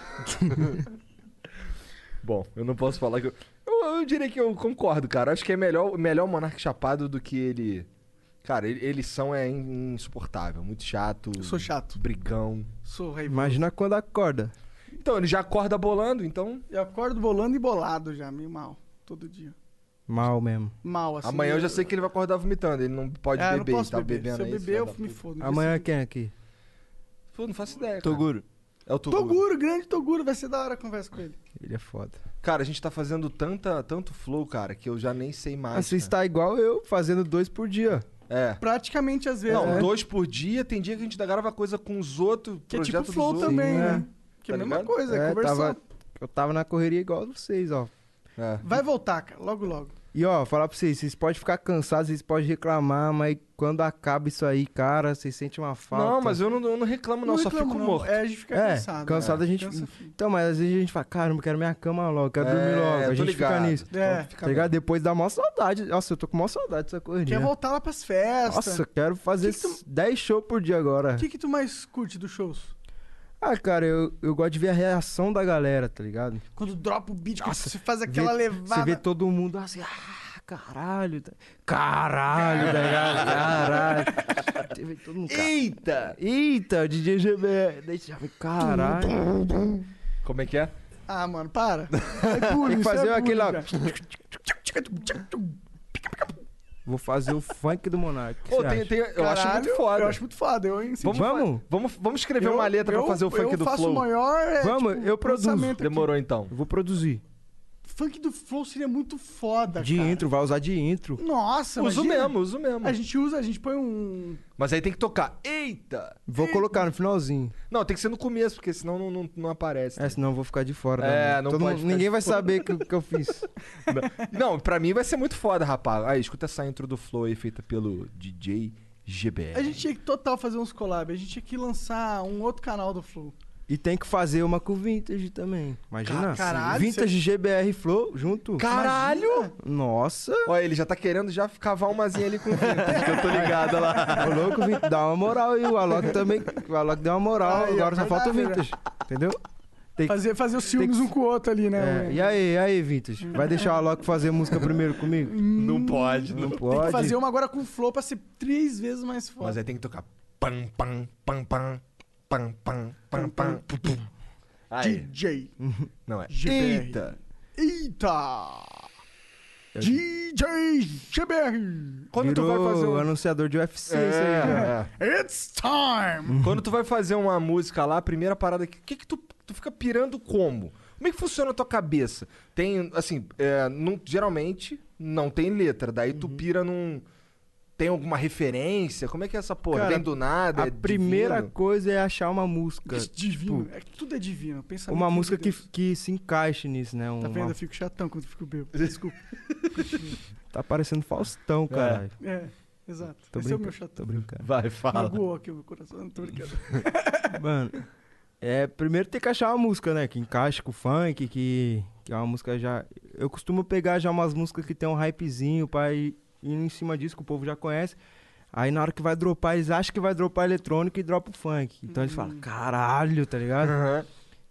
Bom, eu não posso falar que eu... Eu, eu diria que eu concordo, cara. Acho que é melhor, melhor o Monark Chapado do que ele... Cara, ele- eles são é in- insuportável, muito chato.
Eu sou chato.
Brigão.
Sou raivoso.
Imagina quando acorda.
Então, ele já acorda bolando, então...
Eu acordo bolando e bolado já, meio mal. Todo dia.
Mal mesmo.
Mal, assim.
amanhã eu já sei que ele vai acordar vomitando. Ele não pode
É, eu não
beber, ele
posso
tá
beber.
bebendo
Se eu
aí.
beber,
filho
eu
da
me
puta.
fodo. no dia
Amanhã
seguinte.
quem é aqui?
Pô, não faço ideia, cara.
Toguro.
É o Toguro.
Toguro, grande Toguro. Vai ser da hora a conversa com ele.
Ele é foda.
Cara, a gente tá fazendo tanta, tanto flow, cara, que eu já nem sei mais.
Ah, você
cara.
está igual eu, fazendo dois por dia.
É.
Praticamente, às vezes,
Não,
né?
dois por dia, tem dia que a gente ainda grava coisa com os outros,
Que é
projeto
tipo flow
dos
também,
Sim,
né? Que é a
Tá
mesma
ligado?
coisa, é,
É,
conversar.
tava- Eu tava na correria igual a vocês, ó.
outros. É.
Vai voltar, cara. Logo, logo.
E ó, falar pra vocês, vocês podem ficar cansados, vocês podem reclamar, mas quando acaba isso aí, cara, vocês sentem uma falta.
Não, mas eu não, eu não reclamo, não, eu só
reclamo,
fico
não.
morto.
É, a gente fica
É,
cansado.
cansado a gente-
Cansa, filho.
Então, mas às vezes a gente fala, caramba, quero minha cama logo, quero dormir logo. A
tô
gente
ligado.
fica nisso.
É.
Então, fica
Tá ligado? Depois dá mó saudade. Nossa, eu tô com mó saudade dessa correria.
Quer
né?
voltar lá pras festas.
Nossa, eu quero fazer
Que que tu-
10 shows por dia agora.
O que, que tu mais curte dos shows?
Ah, cara, eu, eu gosto de ver a reação da galera, tá ligado?
Quando dropa o beat, que
Nossa,
você faz aquela
Ver-
levada.
Você vê todo mundo assim, ah, caralho. tá- Caralho, tá ligado? Caralho. Você vê todo mundo, "Ca-
Eita!
Eita, DJ GB. Daí você já vê, caralho.
Como é que é?
Ah,
*laughs*
mano, para. É bullying,
Tem que
isso
fazer
é
aquele lá.
né,
bullying, cara.
Vou fazer o funk do Monark. o que
Ô,
você
tem-
acha?
tem- eu acho muito
Caralho,
foda.
Eu acho muito foda. Eu, hein? assim, tipo,
Vamos,
Vamos?
fa- vamos, vamos escrever uma letra
eu-
pra fazer o funk
eu
do
faço
flow.
o maior. é,
Vamos,
tipo,
eu produzo.
lançamento aqui.
Demorou então.
Eu vou produzir.
Funk do flow seria muito
Tá
foda.
De
cara.
intro, vai usar de intro.
Nossa,
Uso
imagina.
mesmo, uso mesmo.
A gente usa, a gente põe um.
Mas aí tem que tocar. Eita!
Vou colocar no finalzinho.
Não, tem que ser no começo, porque senão não, não, não aparece. tá
É, senão eu vou ficar de fora.
É,
né?
não
Todo
pode
mundo-
ficar
Ninguém
de
vai
fora.
saber que, que eu fiz.
Não, pra mim vai ser muito foda, rapaz. Aí, escuta essa intro do Flow aí feita pelo DJ GBR.
A gente tinha que total fazer uns collabs. A gente tinha que lançar um outro canal do Flow.
E tem que fazer uma com vintage também. Imagina.
Ca- caralho,
vintage GBR Flow junto.
Caralho!
Nossa.
Ó, ele já tá querendo já cavar umazinha ali com o Vintage, que eu tô ligado
Obrigada
lá.
Ô louco, Vin- dá uma moral aí. O Alok também. O Alok deu uma moral.
Aí,
agora
é
só falta o
verdade,
Vintage. Entendeu? Tem que-
Fazer, fazer os filmes
que-
um com o outro ali, né?
É, e aí, e aí, Vintage? Vai deixar o Alok fazer música primeiro comigo?
Não pode, não pode.
Tem que
Pode.
fazer um- uma agora com o Flow pra ser três vezes mais
*laughs* Mas
foda.
aí tem que tocar. Pam, pam, pam, pam. Pam, pam, pam, pam. pum, pum. Aí.
DJ.
Não é.
GBR.
Eita!
Eita! DJ GBR!
Quando tu vai
Virou
fazer um-
anunciador de UFC isso aí, né? cara.
É, é.
It's time!
Quando tu vai fazer uma música lá, a primeira parada que. que, que tu, tu fica pirando como? Como é que funciona a tua cabeça? Tem, assim, é, não- geralmente não tem letra, daí
Uhum.
tu pira num. Tem alguma referência? Como é que é essa porra?
Cara,
Vem do nada?
A
é
primeira
divino?
coisa é achar uma música. tipo,
Isso é divino. É que tudo é divino. Pensamento
Uma
de
música que,
Deus.
que se encaixe nisso, né?
Tá
Uma-
vendo? Eu fico chatão quando fico
*laughs*
bêbado. Desculpa.
Tá parecendo Faustão, caralho.
É, exato.
Tô
Esse é o
brinca-
meu chatão.
Tô brincando.
Vai, fala.
Magoou aqui o meu coração. Não tô
*laughs*
brincando.
Mano, é, primeiro tem que achar uma música, né? Que encaixe com o funk, que, que é uma música já... Eu costumo pegar já umas músicas que tem um hypezinho pra ir, ir em cima disso, que o povo já conhece. Aí na hora que vai dropar, eles acham que vai dropar eletrônico e dropa o funk. Então eles
Hum.
falam, caralho, tá ligado?
Aham.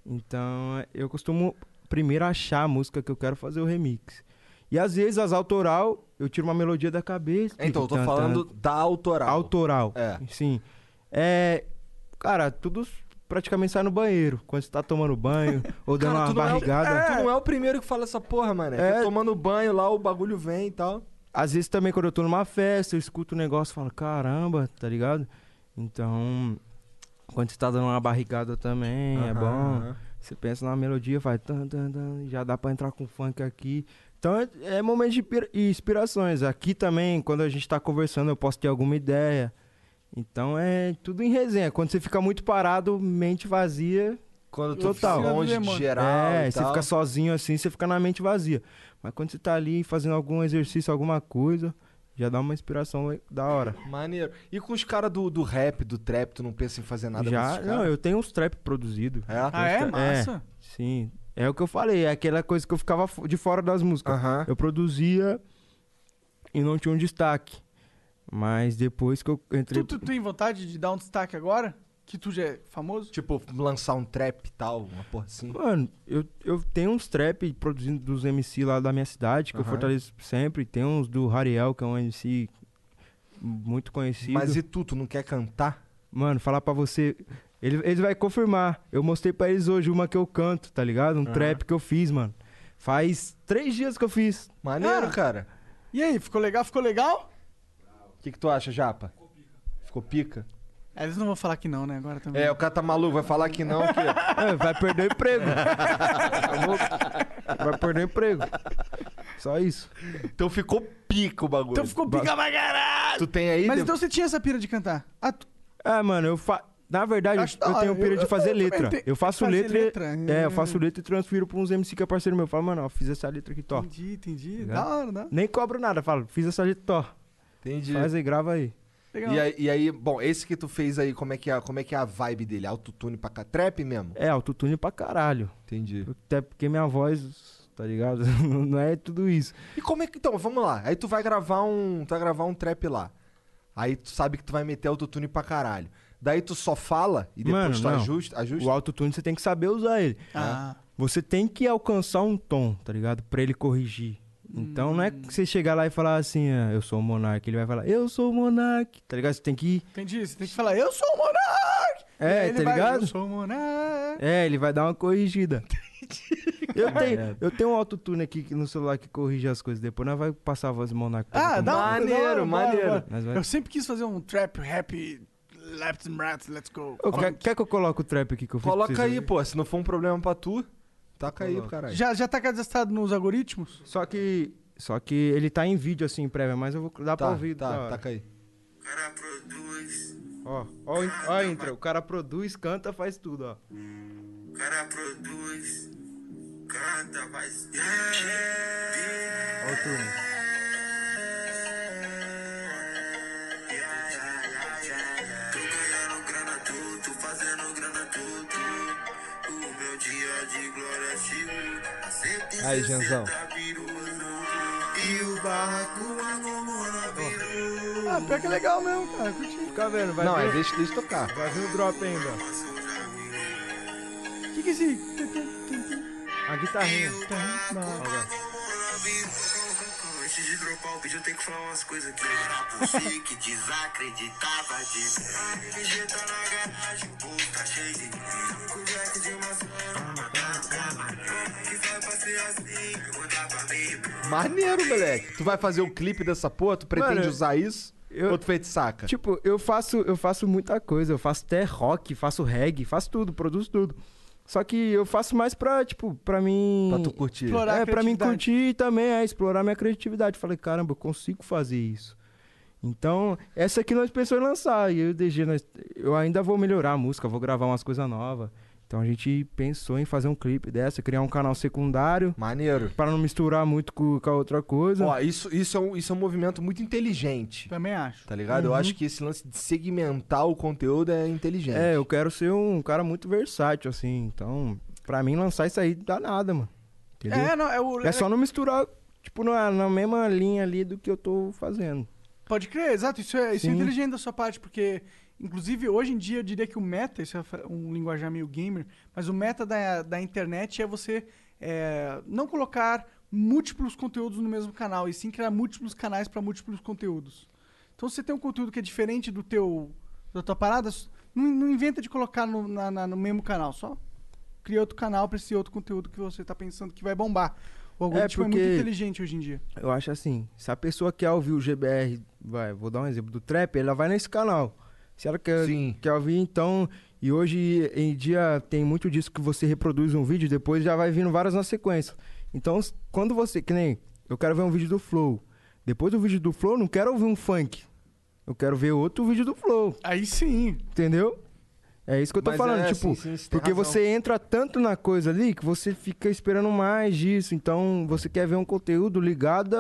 Então, eu costumo primeiro achar a música que eu quero fazer o remix. E às vezes as autoral, eu tiro uma melodia da cabeça.
Então, eu tô
Tan, tan,
falando da autoral.
autoral.
É.
Sim. É, cara, tudo praticamente sai no banheiro, quando você tá tomando
*laughs*
banho ou dando
Cara,
uma
tu não é o-
barrigada.
Tu não é o primeiro que fala essa porra, mano.
É.
É. Tomando banho lá, o bagulho vem e tal.
Às vezes também quando eu tô numa festa, eu escuto um negócio e falo, caramba, tá ligado? Então, quando você tá dando uma barrigada também, é bom.
Aham.
Você pensa numa melodia, faz tan, tan, tan, já dá pra entrar com funk aqui. Então é, é momento de inspira- e inspirações. Aqui também, quando a gente tá conversando, eu posso ter alguma ideia. Então é tudo em resenha. Quando você fica muito parado, mente vazia.
Quando tu tá
Total.
longe de
Oficina do
geral
é,
e
você
tal.
fica sozinho assim, você fica na mente vazia. Mas quando você tá ali fazendo algum exercício, alguma coisa, já dá uma inspiração le- da hora.
Maneiro. E com os caras do, do rap, do trap, tu não pensa em fazer nada com
já,
esses
não,
caras?
eu tenho uns trap produzido.
É?
Ah, é?
É.
Massa.
Sim. É o que eu falei, é aquela coisa que eu ficava fo- de fora das músicas.
Aham.
Eu produzia e não tinha um destaque. Mas depois que eu entrei.
Tu, tu tem vontade de dar um destaque agora? Que tu já é famoso?
Tipo, lançar um trap e tal, uma porra assim.
Mano, eu, eu tenho uns trap produzindo dos MC lá da minha cidade, que eu
Aham.
fortaleço sempre. Tem uns do Rariel, que é um MC muito conhecido.
Mas e tu, tu não quer cantar?
Mano, falar pra você. Ele, ele vai confirmar. Eu mostrei pra eles hoje uma que eu canto, tá ligado? Um trap que eu fiz, mano. Faz três dias que eu fiz.
Maneiro,
Ah.
cara.
E aí, ficou legal? Ficou legal?
O que, que tu acha, Japa? Ficou pica?
Ah, Eles não vão falar que não, né? Agora também.
É, o cara tá maluco, vai falar que não, que...
*laughs*
É, vai perder
*laughs*
o emprego. vai perder o emprego. Só isso.
Então ficou pica o bagulho.
Então ficou pica pra caralho!
Tu tem aí...
Mas
de-
então você tinha essa pira de cantar? Ah, tu...
É, mano, eu fa... Na verdade,
Acho
eu,
da
eu tenho
hora.
pira
Eu-
de fazer
eu também
letra.
tenho-
Eu faço
fazer
letra,
letra.
É, eu faço letra e transfiro pra uns MC que é parceiro meu. Eu falo, mano, ó, fiz essa letra aqui, tó.
Entendi, entendi.
Legal.
Da hora, né?
Nem cobro nada, falo, fiz essa letra, tó.
Entendi.
Faz aí, grava aí.
Legal.
E aí, e aí, bom, esse que tu fez aí, como é que é, como é, que é a vibe dele? Autotune pra cá? Trap mesmo?
É, autotune pra caralho.
Entendi.
Até porque minha voz, tá ligado? *laughs* Não é tudo isso.
E como é que. Então, vamos lá. Aí tu vai gravar um. Tu vai gravar um trap lá. Aí tu sabe que tu vai meter autotune pra caralho. Daí tu só fala e depois
Mano,
tu
não.
ajusta. ajusta.
O autotune você tem que saber usar ele.
Ah,
Você tem que alcançar um tom, tá ligado? Pra ele corrigir. Então não é
Hum.
que você chegar lá e falar assim, ah, eu sou o Monark. Ele vai falar, eu sou o Monark, tá ligado? Você tem que.
entendi. Você tem que falar, eu sou o Monark!
É,
E aí ele
tá
vai,
ligado?
Eu sou o Monark!
É, ele vai dar uma corrigida. eu, tenho, eu tenho um autotune aqui que- no celular que corrige as coisas. Depois nós vai passar a voz do Monark. pra
Ah,
todo
dá
mundo.
um-
Maneiro,
bora, bora,
maneiro.
bora.
Mas vai-
Eu sempre quis fazer um trap rap, left and right, let's go.
Ô, quer, quer que eu coloque o trap aqui que eu fiz pra vocês
Coloca aí,
ouvirem?
pô. Se não for um problema pra tu, taca aí, caralho.
Já, já tá cadastrado nos algoritmos?
Só que. Só que ele tá em vídeo assim, prévia, mas eu vou dar pra
tá,
ouvir. da
tá,
hora.
taca aí.
Ó, ó, o in- ó a intro. O cara produz, canta, faz tudo, ó.
Ó o turno. Aí, Genzão.
Ah, pior que é legal mesmo, cara. Curti.
Fica vendo, vai
Não, é
vir, um,
deixa, deixa tocar.
vai vir o drop ainda.
O que, que é esse.
A guitarrinha.
Antes de dropar o vídeo, eu tenho que falar umas coisas aqui. Pra você que desacreditava de mim. PG tá na garagem, o povo tá cheio de mim. Com jack de maçã, que vai passear assim, perguntar pra mim.
Maneiro, moleque. Tu vai fazer o clipe dessa porra? Tu pretende
Mano,
usar isso?
eu-
Ou tu fez de saca?
*laughs* Tipo, eu faço, eu faço muita coisa. Eu faço até rock, faço reggae, faço tudo, produzo tudo. Só que eu faço mais pra, tipo, pra mim.
pra tu curtir.
Flor- explorar a
é, pra mim
criatividade.
curtir e também, é, explorar minha criatividade. Falei, caramba, eu consigo fazer isso. Então, essa aqui nós pensamos em lançar. E eu e o DG, nós, eu ainda vou melhorar a música, vou gravar umas coisas novas. Então a gente pensou em fazer um clipe dessa, criar um canal secundário,
Maneiro.
pra não misturar muito com, com a outra coisa.
Ó, isso, isso, é um, isso é um movimento muito inteligente.
Também acho.
Tá ligado? Eu acho que esse lance de segmentar o conteúdo é inteligente.
é, eu quero ser um cara muito versátil, assim. Então, pra mim, lançar isso aí dá nada, mano. Entendeu?
É, não, é o.
É só não misturar, tipo, na, na mesma linha ali do que eu tô fazendo.
Pode crer, exato. Isso é, isso é
Sim.
inteligente da sua parte, porque, inclusive, hoje em dia eu diria que o meta, isso é fa- um linguajar meio gamer, mas o meta da, da internet é você é, não colocar múltiplos conteúdos no mesmo canal, e sim criar múltiplos canais para múltiplos conteúdos. Então, se você tem um conteúdo que é diferente do teu da tua parada, s- não, não inventa de colocar no, na- na- no mesmo canal, só cria outro canal para esse outro conteúdo que você tá pensando que vai bombar. O algoritmo é, muito
porque-
inteligente hoje em dia.
Eu acho assim, se a pessoa quer ouvir o GBR, vai, vou dar um exemplo do trap, ela vai nesse canal. Se ela quer,
Sim.
quer ouvir, então. E hoje em dia tem muito disso que você reproduz um vídeo, depois já vai vindo várias na sequência. Então, s- quando você. Que nem, eu quero ver um vídeo do Flow. Depois do vídeo do Flow, eu não quero ouvir um funk. Eu quero ver outro vídeo do Flow,
Aí sim.
entendeu? É isso que eu tô
Mas
falando,
é,
tipo,
sim, sim, você tem
porque
razão.
você entra tanto na coisa ali que você fica esperando mais disso. Então, você quer ver um conteúdo ligado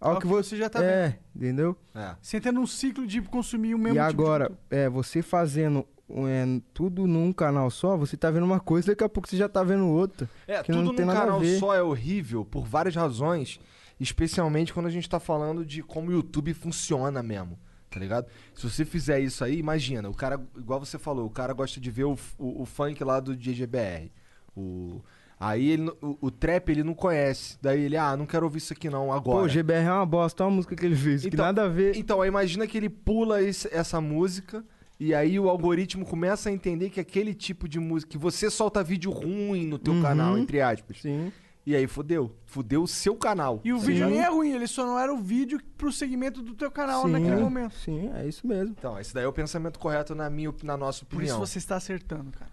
ao,
Ao
que
que
você
você já tá
é, entendeu?
É.
Você entra num ciclo de consumir o mesmo
E
tipo de
agora,
conteúdo.
é, você fazendo é, tudo num canal só, você tá vendo uma coisa, daqui a pouco você já tá vendo outra.
É,
que
tudo
não tem
num
nada a
canal
ver.
só é horrível por várias razões, especialmente quando a gente tá falando de como o YouTube funciona mesmo, tá ligado? Se você fizer isso aí, imagina, o cara, igual você falou, o cara gosta de ver o, f- o- o funk lá do DGBR. O, aí ele, n- o, o trap ele não conhece, daí ele, ah, não quero ouvir isso aqui não agora.
Pô, GBR é uma bosta, olha a música que ele fez, que
Então-
nada a ver.
Então, aí imagina que ele pula esse- essa música e aí o algoritmo começa a entender que aquele tipo de música, que você solta vídeo ruim no teu
Uhum.
canal, entre aspas.
Sim.
E aí fudeu. Fudeu o seu canal.
E o
tá
vídeo
ligado?
nem é ruim, ele só não era o vídeo pro segmento do teu canal
sim,
naquele
é,
momento.
Sim, é isso mesmo.
Então, esse daí é o pensamento correto na minha, op- na nossa
Por isso
opinião.
você está acertando, cara.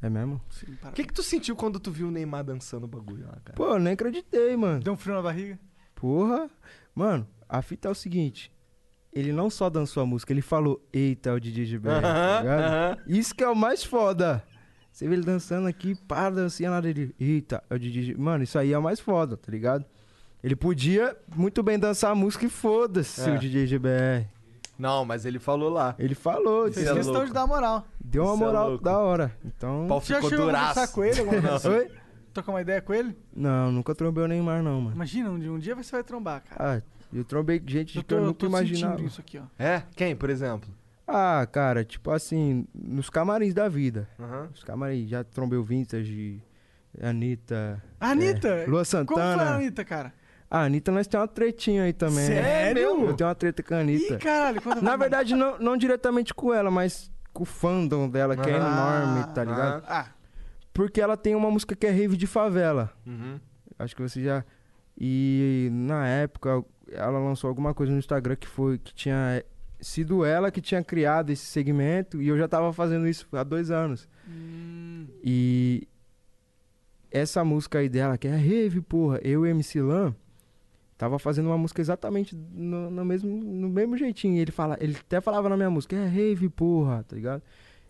É mesmo?
Sim,
O
para.
que que tu sentiu quando tu viu o Neymar dançando o bagulho lá, cara?
Pô, eu nem acreditei, mano.
Deu um frio na barriga?
Porra. Mano, a fita é o seguinte. Ele não só dançou a música, ele falou, eita, é o DJ GBR, tá ligado? Isso que é o mais foda. Você vê ele dançando aqui, pá, dancinha lá dele. Eita, é o Didi. Mano, isso aí é o mais foda, tá ligado? Ele podia muito bem dançar a música e foda-se
É.
o DJ GBR.
Não, mas ele falou lá.
Ele falou,
Fez
disse-
questão de dar moral.
deu uma
Isso é
moral
louco.
da hora. Então.
O pau
Você Hum, já
ficou
chegou a conversar
duraço.
com ele alguma vez?
*laughs* Oi?
Tocar uma ideia com ele?
Não, nunca trombei o Neymar, não, mano.
Imagina, um dia, um dia você vai trombar, cara.
Ah, eu trombei gente
eu
que
tô,
eu
eu
nunca
tô
imaginava.
sentindo isso aqui, ó.
É? Quem, por exemplo?
Ah, cara, tipo assim, nos camarins da vida.
Aham.
Os camarins, já trombei o Vintage, Anitta. é,
Anitta!
Lua
Como foi a
Santana.
Anitta, cara?
A Anitta, nós temos uma tretinha aí também. né?
Sério?
Eu tenho uma treta com a
Ih,
Anitta.
caralho, conta pra
Na
mim.
verdade, não, não diretamente com ela, mas com o fandom dela, que é
Ah,
enorme, tá ligado?
Ah,
Porque ela tem uma música que é rave de favela.
Uhum.
Acho que você já... E na época, ela lançou alguma coisa no Instagram que foi... Que tinha sido ela que tinha criado esse segmento. E eu já tava fazendo isso há dois anos. E... Essa música aí dela, que é rave, porra. Eu e MC Lan... Tava fazendo uma música exatamente no, no mesmo, no mesmo jeitinho. Ele, fala, ele até falava na minha música, é rave, porra, tá ligado?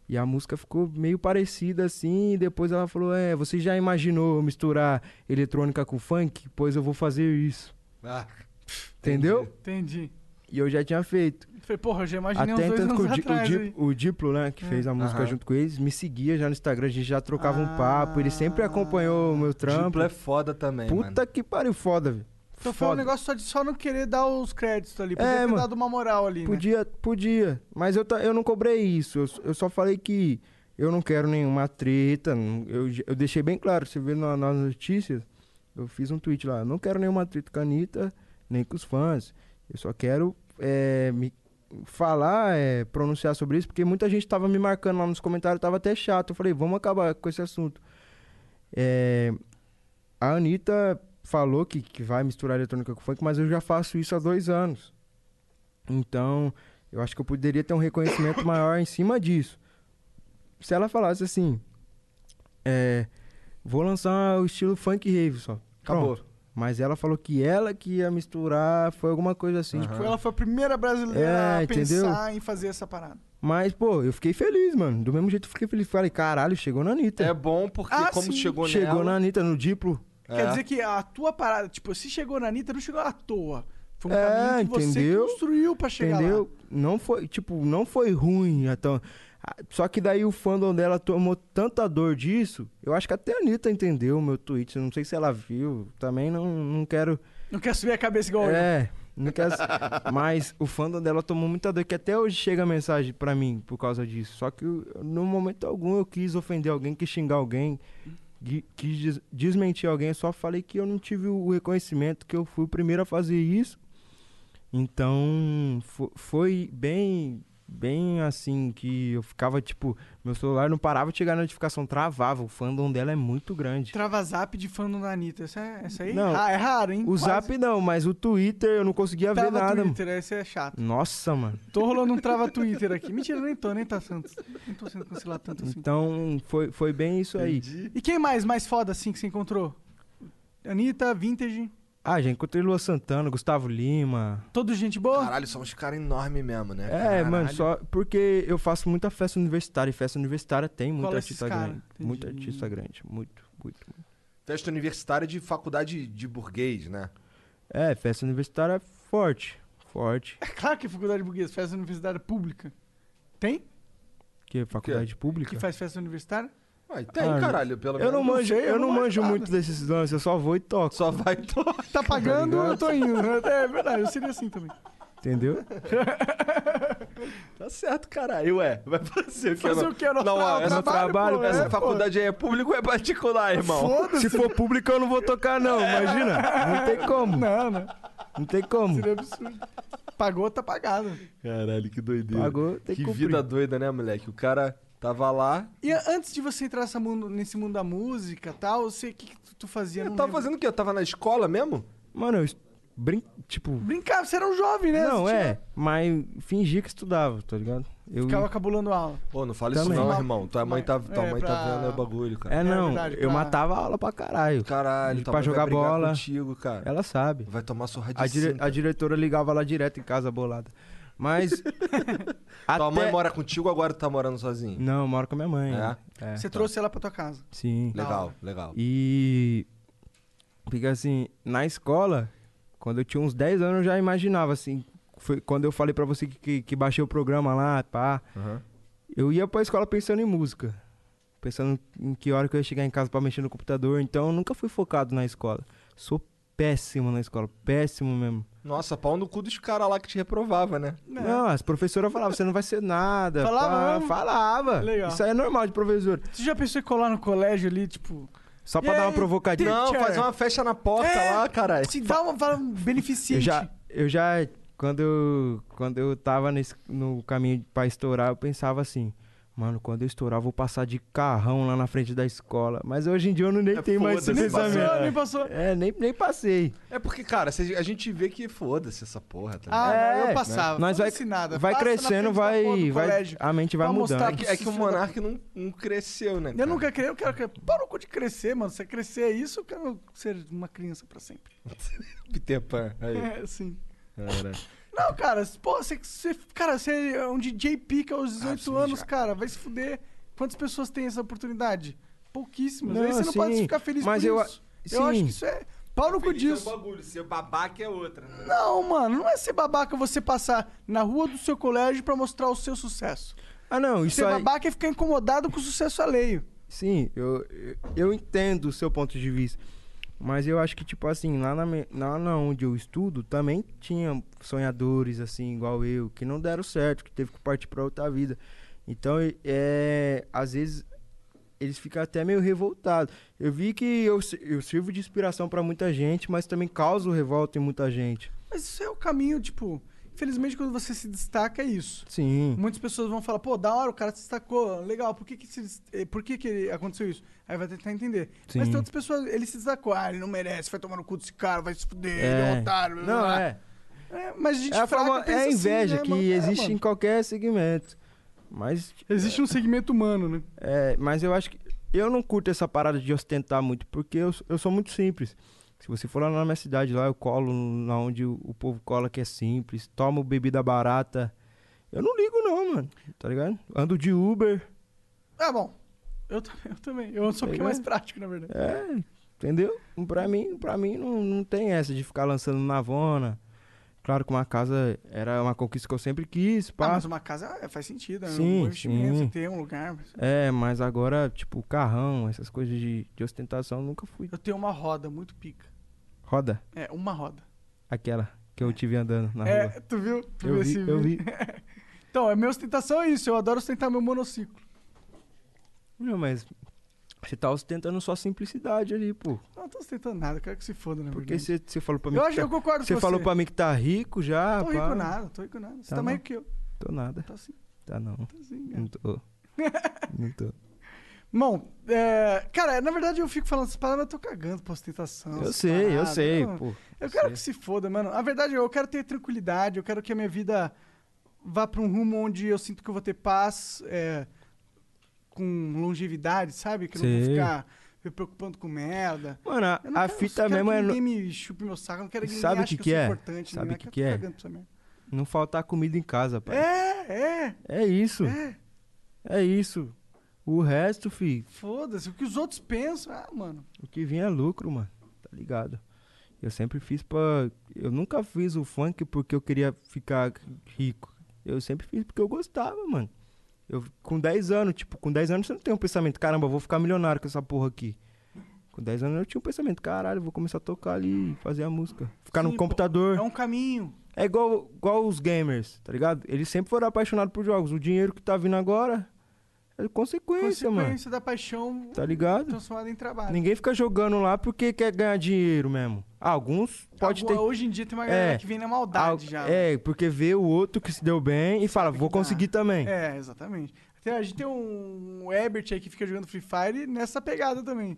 E a música ficou meio parecida assim. E depois ela falou: É, você já imaginou eu misturar eletrônica com funk? Pois eu vou fazer isso.
Ah,
Entendeu?
entendi.
entendi.
E eu já tinha feito.
Falei, porra, eu já imaginei
Até
uns dois
tanto
anos
que o, Di- o
atrás. É.
Di-
aí.
o Diplo, né, que fez a música
Aham.
junto com eles, me seguia já no Instagram, a gente já trocava
Ah.
um papo, ele sempre acompanhou o meu trampo.
Diplo é foda também, mano.
Puta que pariu, foda, velho.
Então foi um
Foda.
negócio só de só não querer dar os créditos ali. Podia
É,
ter
mano.
dado uma moral ali, né?
Podia, podia. Mas eu, ta- eu não cobrei isso. Eu, s- eu só falei que eu não quero nenhuma treta. não- Eu, j- eu deixei bem claro. Você vê na- nas notícias, eu fiz um tweet lá. "Eu Não quero nenhuma treta com a Anitta, nem com os fãs. Eu só quero é, me falar, é, pronunciar sobre isso, porque muita gente tava me marcando lá nos comentários, tava até chato. Eu falei, vamos acabar com esse assunto. É, a Anitta falou que, que vai misturar eletrônica com funk, mas eu já faço isso há dois anos. Então, eu acho que eu poderia ter
*coughs*
um reconhecimento maior em cima disso. Se ela falasse assim, é, vou lançar o estilo funk rave só.
Acabou.
Pronto. Mas ela falou que ela que ia misturar, foi alguma coisa assim.
Aham.
tipo,
Foi- Ela foi a primeira brasileira
É,
a pensar
entendeu?
em fazer essa parada.
Mas, pô, eu fiquei feliz, mano. Do mesmo jeito eu fiquei feliz. Falei, caralho, chegou na Anitta.
É bom porque
Ah,
como
sim.
chegou,
chegou
nela...
na Anitta, no Diplo.
Quer
É.
dizer que a tua parada, tipo, se chegou na Anitta, não chegou à toa. Foi um
É,
caminho que
entendeu?
você construiu pra chegar
Entendeu? Não foi, tipo, não foi ruim. Então, Ah, só que daí o fandom dela tomou tanta dor disso. Eu acho que até a Anitta entendeu o meu tweet. eu Não sei se ela viu. Também não, não quero.
lá. Não quer subir a cabeça igual eu.
É, não quero. mas o fandom dela tomou muita dor. Que até hoje chega mensagem pra mim por causa disso. Só que eu- no momento algum eu quis ofender alguém, quis xingar alguém, gui- quis des- desmentir alguém. Eu só falei que eu não tive o reconhecimento, que eu fui o primeiro a fazer isso. Então fo- foi bem bem assim que eu ficava tipo, meu celular não parava de chegar a notificação, travava. O fandom dela é muito grande.
Trava zap de fandom da Anitta. Essa, é- essa aí
Não.
Ah, é raro, hein?
O Zap não, mas o Twitter eu não conseguia
trava
ver nada. mano.
Twitter, esse é chato.
Nossa, mano.
Tô rolando um trava Twitter aqui. Mentira, nem tô, nem tá Santos. Nem tô sendo cancelado tanto assim.
Então, foi, foi bem isso aí.
E quem mais mais foda assim que você encontrou? Anitta, Vintage,
Ah, já encontrei Lua Santana, Gustavo Lima.
todo gente boa?
Caralho, são uns caras enormes mesmo, né?
É,
Caralho.
mano, só porque eu faço muita festa universitária. E festa universitária tem muito
Cola esses
artista
cara,
grande.
entendi.
Muito artista grande. Muito, muito. muito.
Festa universitária de faculdade de burguês, né?
É, festa universitária forte. Forte.
É claro que é faculdade burguesa, festa universitária pública. Tem?
Que é faculdade
Que
pública.
faz festa universitária?
Ué, tem,
Ah,
caralho, pelo
Eu
menos.
não manjo,
sei, eu
eu
não
não
manjo
manjo
nada.
muito desses lances, eu só vou e toco,
Só vai *laughs* to...
Tá pagando,
ligado?
eu tô indo. É verdade, eu seria assim também.
entendeu?
Tá certo, caralho. Ué, vai fazer o que?
Fazer
não-
o que? Eu não,
Não,
tra-
essa
eu
trabalho, né?
pô,
Essa
é,
faculdade aí é pública ou é particular, irmão?
Se for público, eu não vou tocar, não, imagina. Não tem como. Não, não. Não tem como.
Seria absurdo. Pagou, tá pagado.
Caralho, que doideira.
Pagou, tem
que
que cumprir.
vida doida, né, moleque? O cara tava lá.
E a- antes de você entrar nessa mundo- nesse mundo da música e tal, você- o que, que tu, tu fazia?
Eu
Não
tava
lembro.
fazendo o quê? Eu tava na escola mesmo?
Mano, eu es- brin... tipo,
Brincava, você era um jovem, né?
Não,
Você tinha-
é, mas fingi que estudava, tá ligado? Eu
Ficava cabulando aula.
Pô, não fala isso
Também.
não, irmão. Tua mãe tá, tua
É,
mãe
pra-
tá vendo o bagulho, cara.
É, não,
verdade, pra-
eu matava a aula pra caralho. tá,
Caralho, tua
Pra
mãe vai
jogar
brigar
bola.
contigo, cara.
Ela sabe.
Vai tomar surra de
A, dire-
cinta.
a diretora ligava lá direto em casa bolada. *laughs* Mas até
Tua mãe mora contigo ou agora tu tá morando sozinho?
Não, eu moro com a minha mãe.
É?
É,
Você trouxe ela pra tua casa.
Sim.
Legal, legal.
E porque assim, na escola, quando eu tinha uns 10 anos, eu já imaginava assim, foi quando eu falei pra você que, que, que baixei o programa lá, pá,
Aham.
Eu ia pra escola pensando em música. Pensando em que hora que eu ia chegar em casa pra mexer no computador. Então eu nunca fui focado na escola. Sou péssimo na escola, péssimo mesmo.
Nossa, pau no cu dos caras lá que te reprovava, *laughs* né?
Não, as professoras falavam, você não vai ser nada.
É. Falava
pá."
mesmo?
Falava.
Legal.
Isso aí é normal de professor.
Tu já pensou em colar no colégio ali, tipo...
Só
E
pra dar
aí,
uma provocadinha.
Não, faz uma festa na porta
É.
lá, caralho.
Se dá uma, fala um
Eu
beneficente.
já, eu já quando eu, quando eu tava nesse, no caminho pra estourar, eu pensava assim, mano, quando eu estourar, eu vou passar de carrão lá na frente da escola. Mas hoje em dia eu não nem tenho mais esse
foda-se,
pensamento.
Passou, É nem passou.
É, nem, nem passei.
É porque, cara, cê- a gente vê que foda-se essa porra, tá ligado?
Ah,
É,
não, eu passava.
Nós vai,
Foda-se nada.
vai
Passa na
crescendo,
frente da porta
vai,
do
vai-
colégio.
a mente vai
Pra mostrar
mudando.
É que, é que o
filho da-
Monark não, não cresceu, né?
Eu
cara?
nunca criei, eu quero que. Pau no cu de crescer, mano. Se crescer é isso, eu quero ser uma criança pra sempre.
Peter Pan. Aí.
É, sim.
Caralho.
Não, cara, porra, você, você- Cara, você é um DJ pica aos 18
Ah,
sim,
anos,
já.
cara. Vai se fuder. Quantas pessoas têm essa oportunidade? Pouquíssimas.
Não,
Aí você não pode
sim,
ficar feliz
mas
por
eu a-
isso. Eu acho
sim.
que isso é. Pau no cu disso.
um bagulho, ser babaca é outra.
Não, mano, não é ser babaca você passar na rua do seu colégio pra mostrar o seu sucesso.
Ah, não, isso
ser
aí-
babaca é ficar incomodado com o sucesso alheio.
Sim, eu, eu- eu entendo o seu ponto de vista. Mas eu acho que, tipo assim, lá na, me- lá na onde eu estudo, também tinha sonhadores, assim, igual eu, que não deram certo, que teve que partir pra outra vida. Então, e- é, às vezes, eles ficam até meio revoltados. Eu vi que eu, si- eu sirvo de inspiração pra muita gente, mas também causo revolta em muita gente.
Mas isso é o caminho, tipo, infelizmente quando você se destaca é isso.
Sim.
Muitas pessoas vão falar, pô, da hora, o cara se destacou, legal, por que que, se dest- eh, por que, que aconteceu isso? Aí vai tentar entender. Mas
Sim.
tem outras pessoas, ele se destacou, ah, ele não merece, vai tomar no cu desse cara, vai se fuder, ele é um otário. blá, blá,
Não,
blá."
é.
É, mas a gente
É a,
fraca
fama-
pensa
é a
assim,
inveja
né,
que
mano? É,
existe
mano.
em qualquer segmento. Mas
Existe um segmento humano, né?
É, mas eu acho que. Eu não curto essa parada de ostentar muito, porque eu, eu sou muito simples. Se você for lá na minha cidade, lá eu colo na onde o, o povo cola que é simples, tomo bebida barata. Eu não ligo, não, mano. Tá ligado? Ando de Uber.
Ah, bom. Eu, tam- eu também. Eu sou um pouquinho mais prático, na verdade.
É, entendeu? Pra mim, pra mim não, não tem essa de ficar lançando navona. Claro que uma casa era uma conquista que eu sempre quis,
Ah,
pá.
mas uma casa é, faz sentido, é um
Sim,
bom investimento,
sim.
você ter um lugar. mas-
É, mas agora, tipo, carrão, essas coisas de, de ostentação, eu nunca fui.
Eu tenho uma roda muito pica.
Roda.
É, uma roda.
Aquela que eu tive andando na
é,
rua.
tu viu? Tu
Eu
viu
vi,
esse *laughs*
eu
vídeo? então, a minha ostentação é isso, eu adoro ostentar meu monociclo.
Não, mas você tá ostentando sua simplicidade ali, pô.
Não, não tô ostentando nada, eu quero que se foda, na
Porque
É verdade.
você você falou pra mim.
Eu
que tá
acho- eu concordo com
Você falou
você.
pra mim que tá rico já.
Tô
pá.
rico nada, tô rico nada. Você
Tá
tá, mais
não.
rico que eu.
Tô nada.
Tá sim.
Tá não.
assim,
não tô. *laughs* não tô.
Bom, é, cara, na verdade eu fico falando essas palavras, eu tô cagando pra ostentação.
Eu
essas
sei, eu
paradas.
sei,
não.
pô,
Eu quero que se foda, mano. A verdade, eu quero ter tranquilidade, eu quero que a minha vida vá pra um rumo onde eu sinto que eu vou ter paz, é, com longevidade, sabe? Que eu não vou
Sei.
ficar me preocupando com merda.
Mano, a,
Eu não
a
quero-
fita
quero
mesmo
que
é.
ninguém
não-
me chupe meu saco, eu não quero que ninguém
Sabe o
ache
que
que,
que
eu
é?
sou importante.
Sabe
ninguém-
o que
eu
que
tô
é?
cagando pra essa merda.
Não faltar comida em casa, pai.
É, é.
É isso.
É.
É isso. O resto, fi,
Foda-se, o que os outros pensam. Ah, mano.
o que vinha é lucro, mano. Tá ligado? Eu sempre fiz pra. Eu nunca fiz o funk porque eu queria ficar rico. Eu sempre fiz porque eu gostava, mano. Eu, com 10 anos, tipo, com 10 anos você não tem um pensamento, caramba, eu vou ficar milionário com essa porra aqui. Com 10 anos eu tinha um pensamento, caralho, eu vou começar a tocar ali, fazer a música. Ficar
Sim,
no
pô,
computador.
É um caminho.
É igual, igual os gamers, tá ligado? Eles sempre foram apaixonados por jogos. O dinheiro que tá vindo agora é consequência, mano.
Consequência da paixão
Tá ligado?
transformada em trabalho.
Ninguém fica jogando lá porque quer ganhar dinheiro mesmo. Alguns pode
Alguma-
ter.
Hoje em dia tem uma galera
É.
que vem na maldade
Al-
já. né?
É, porque vê o outro que se deu bem e fala, vou
que dá.
conseguir também.
É, exatamente. Tem- a gente tem um Ebert aí que fica jogando Free Fire nessa pegada também.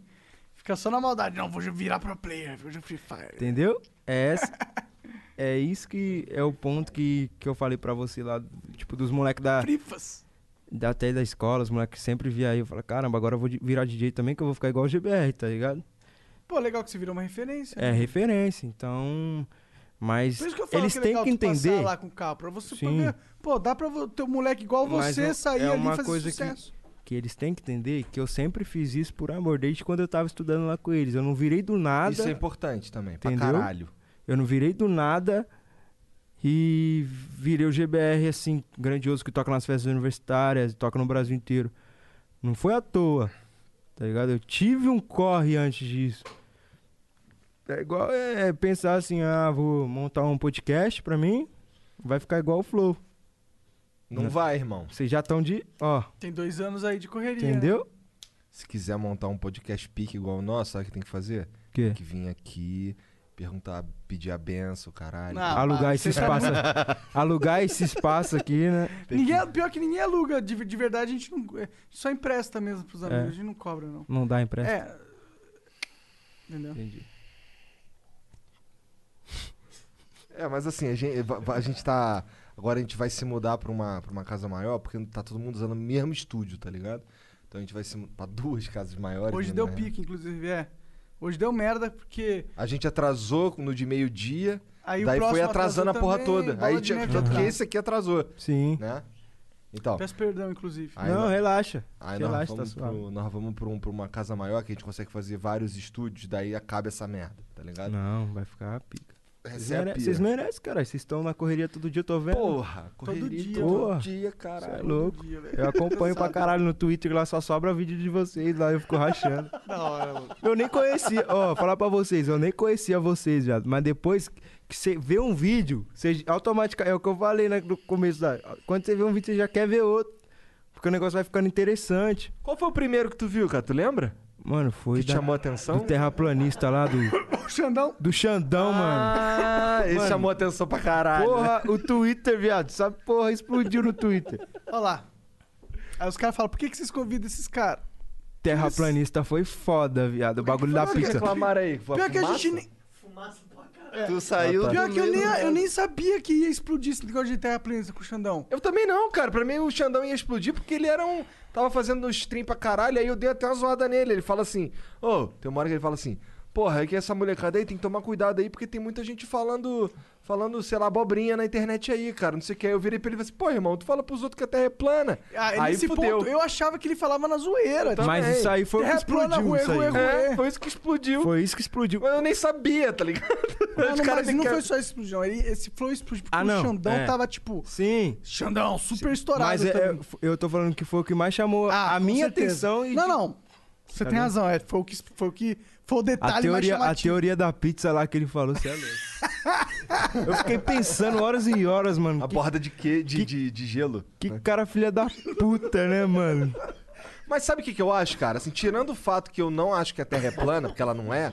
Fica só na maldade. Não, vou virar pro player, vou jogar Free Fire.
Entendeu? É, essa-
*laughs*
é isso que é o ponto que, que eu falei pra você lá, tipo, dos moleques da,
Frifas.
da, até da escola, os moleques sempre via aí. Eu falo, caramba, agora eu vou di- virar DJ também que eu vou ficar igual o GBR, tá ligado?
Pô, legal que você virou uma referência. né?
É referência, então. Mas
Por isso que eu falo
eles
que é
têm
legal
que
tu passar
entender.
lá com o carro, pra você
Sim.
poder... Pô, dá pra vo- ter um moleque igual
Mas
você
é-
sair
é
ali e
uma
fazer
coisa que-
sucesso.
que eles têm que entender que eu sempre fiz isso por amor, desde quando eu tava estudando lá com eles. Eu não virei do nada.
Isso é importante também, pra
Entendeu?
caralho.
Eu não virei do nada e virei o GBR assim, grandioso, que toca nas festas universitárias, toca no Brasil inteiro. Não foi à toa, tá ligado? Eu tive um corre antes disso. É igual é, pensar assim, ah, vou montar um podcast pra mim, vai ficar igual o Flow.
Não
Não.
vai, irmão.
Vocês já estão de, ó,
Tem dois anos aí de correria. né?
entendeu?
Se quiser montar um podcast pique igual o nosso, sabe o que tem que fazer?
Quê?
Tem que vir aqui, perguntar, pedir a benção, caralho.
Ah,
alugar
para,
esse
você tá
espaço, alugar esse espaço aqui, né?
Tem
Ninguém, Pior que ninguém aluga. De, de verdade, a gente não... é, Só empresta mesmo pros amigos.
É.
A gente não cobra, não.
Não dá empréstimo.
É... Entendeu?
Entendi.
É, mas assim, a gente, va- va- a gente tá. Agora a gente vai se mudar pra uma, pra uma casa maior, porque tá todo mundo usando o mesmo estúdio, tá ligado? Então a gente vai se mudar pra duas casas maiores.
Hoje
né,
deu
na-
pique, inclusive, é. Hoje deu merda, porque
A gente atrasou no de meio-dia,
aí o
daí
próximo
foi atrasando a
atrasou
porra
também,
toda.
bola
Aí
de
tinha
neve
tanto que
atrasa.
esse aqui atrasou,
Sim.
né? Então.
Peço perdão, inclusive.
É. Aí
Não,
nó-
relaxa.
Aí nós
Relaxa, tá
vamos,
suave.
pro, nós vamos pra, um- pra uma casa maior que a gente consegue fazer vários estúdios, daí acaba essa merda, tá ligado?
Não, vai ficar pica. Vocês
Essa é a
mere-
pira.
Vocês merecem, cara. Vocês estão na correria todo dia, eu tô vendo.
Porra, correria todo
dia,
dia,
porra.
caralho.
Cê é louco.
dia, velho.
eu acompanho pra caralho no Twitter, lá só sobra vídeo de vocês, lá eu fico rachando.
Da hora, mano.
Eu nem conhecia, ó, falar pra vocês, eu nem conhecia vocês, viado. Mas depois que você vê um vídeo, você automaticamente, é o que eu falei né, no começo da. Quando você vê um vídeo, você já quer ver outro. Porque o negócio vai ficando interessante.
Qual foi o primeiro que tu viu, cara? Tu lembra?
Mano, foi
que te
da,
chamou a
do
atenção?
terraplanista lá do.
O Xandão.
Do Xandão, mano.
Ah, esse
Mano.
chamou a atenção pra
Ah,
caralho.
Porra,
né?
o Twitter, viado. Sabe, porra, explodiu no Twitter.
Olha lá. Aí os caras falam, por que, que vocês convidam esses caras?
Terraplanista foi foda, viado. O bagulho da
Por que
pizza.
reclamaram aí? Foi
Pior que a
fumaça?
gente nem, É,
Tu saiu
pior
do
que eu
meio
nem,
do-
eu nem sabia que ia explodir esse negócio de terraplanista com o Xandão.
Eu também não, cara. Pra mim o Xandão ia explodir porque ele era um. Tava fazendo um stream pra caralho, aí eu dei até uma zoada nele. Ele fala assim: Ô, tem uma hora que ele fala assim: Porra, é que essa molecada aí tem que tomar cuidado aí porque tem muita gente falando, falando, sei lá, abobrinha na internet aí, cara. Não sei o que. Aí eu virei pra ele e falei assim: Pô, irmão, tu fala pros outros que a terra é plana.
Ah,
aí
nesse
fudeu.
ponto, eu achava que ele falava na zoeira. tipo,
Também.
Mas isso aí foi o que
Terra plana,
explodiu.
ruê,
Isso
ruê,
aí.
ruê.
É, foi isso que explodiu.
Foi isso que explodiu.
Mas eu nem sabia, tá ligado?
Não,
*laughs* Os
"Ah, não,
caras
mas
têm
não
que-
foi só esse explodiu. Ele, esse flow explodiu porque
Ah,
o
não,
Xandão
é.
tava tipo.
Sim.
Xandão, super estourado.
Mas é-
também.
é- eu tô falando que foi o que mais chamou
Ah,
a
com
minha
certeza.
atenção. E
Não, não. Você tem
vendo?
razão. É, foi, o que, foi o que. Foi o detalhe
A teoria, a
mais chamativo.
teoria da pizza lá que ele falou, você é louco. Eu fiquei pensando horas e horas, mano.
A
Que,
borda de quê? De, de, de gelo.
que cara filha da puta, né, mano?
Mas sabe o que, que eu acho, cara? Assim, tirando o fato que eu não acho que a Terra é plana, porque ela não é,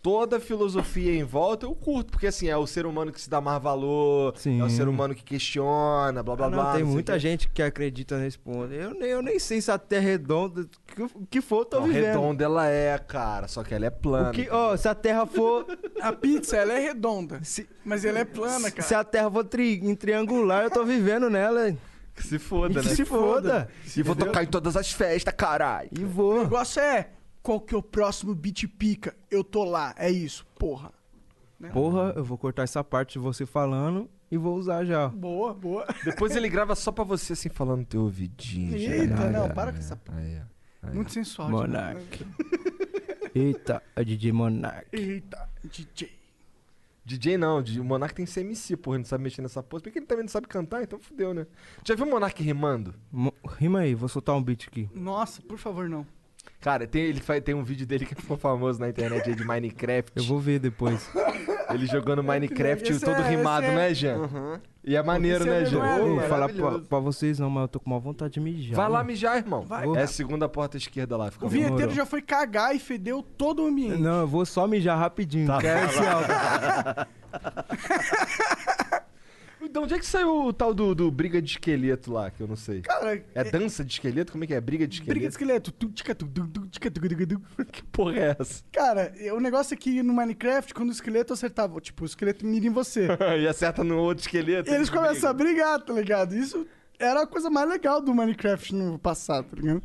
toda a filosofia em volta eu curto, porque assim, é o ser humano que se dá mais valor,
Sim.
é o ser humano que questiona, blá blá
Ah, não,
blá.
tem
sei o
muita
quê.
gente que acredita nesse ponto. Eu nem, eu nem sei se a Terra é redonda. O que, o que for, eu tô
Não,
vivendo.
redonda ela é, cara, só que ela é plana.
O que, ó, se a
*laughs*
Terra for.
A pizza, ela é redonda.
Se,
Mas ela é plana, cara.
se a Terra for tri- em triangular, eu tô vivendo nela.
Que se
E
foda,
que
né?
se foda.
E vou tocar em todas as festas, caralho.
E
O
vou.
negócio é. Qual que é o próximo beat pica? Eu tô lá. É isso. Porra.
Porra, eu vou cortar essa parte de você falando e vou usar já.
Boa, boa.
Depois ele grava só pra você, assim, falando no teu ouvidinho.
Eita, não, para com essa. p-
Aí, ó.
Muito sensual.
Monark.
demais, né?
*laughs* Eita, a DJ Monark.
Eita, DJ.
DJ não, o Monark tem que ser MC, porra, ele não sabe mexer nessa porra. Porque ele também não sabe cantar, então fudeu, né? Já viu o Monark rimando?
Mo- Rima aí, vou soltar um beat aqui.
Nossa, por favor, não.
Cara, tem, ele faz, tem um vídeo dele que ficou famoso na internet aí de Minecraft.
Eu vou ver depois.
*laughs* Ele jogando Minecraft
É, Esse
todo
é-
rimado,
esse é-
né, Jean? E é maneiro,
Esse é
né, Jean?
vergonha,
Não
Ô,
vou
maravilhoso.
falar pra, pra vocês não, mas eu tô com uma vontade de mijar.
Vai lá mijar, irmão.
Vai,
é
cara.
a segunda porta esquerda lá. Fica
O
vendo.
vinheteiro
Demorou.
já foi cagar e fedeu todo o ambiente.
Não, eu vou só mijar rapidinho. Quero esse álcool.
Então, onde é que saiu o tal do, do briga de esqueleto lá, que eu não sei?
Cara,
É dança de esqueleto? Como é que é? Briga de esqueleto?
briga de esqueleto. Tu, tica, tu, du, du, tica, tu, du, du, du.
Que porra é essa?
Cara, o negócio é que no Minecraft, quando o esqueleto acertava, tipo, o esqueleto mira em você.
*laughs* e acerta no outro esqueleto.
E eles começam a brigar, tá ligado? Isso era a coisa mais legal do Minecraft no passado, tá ligado?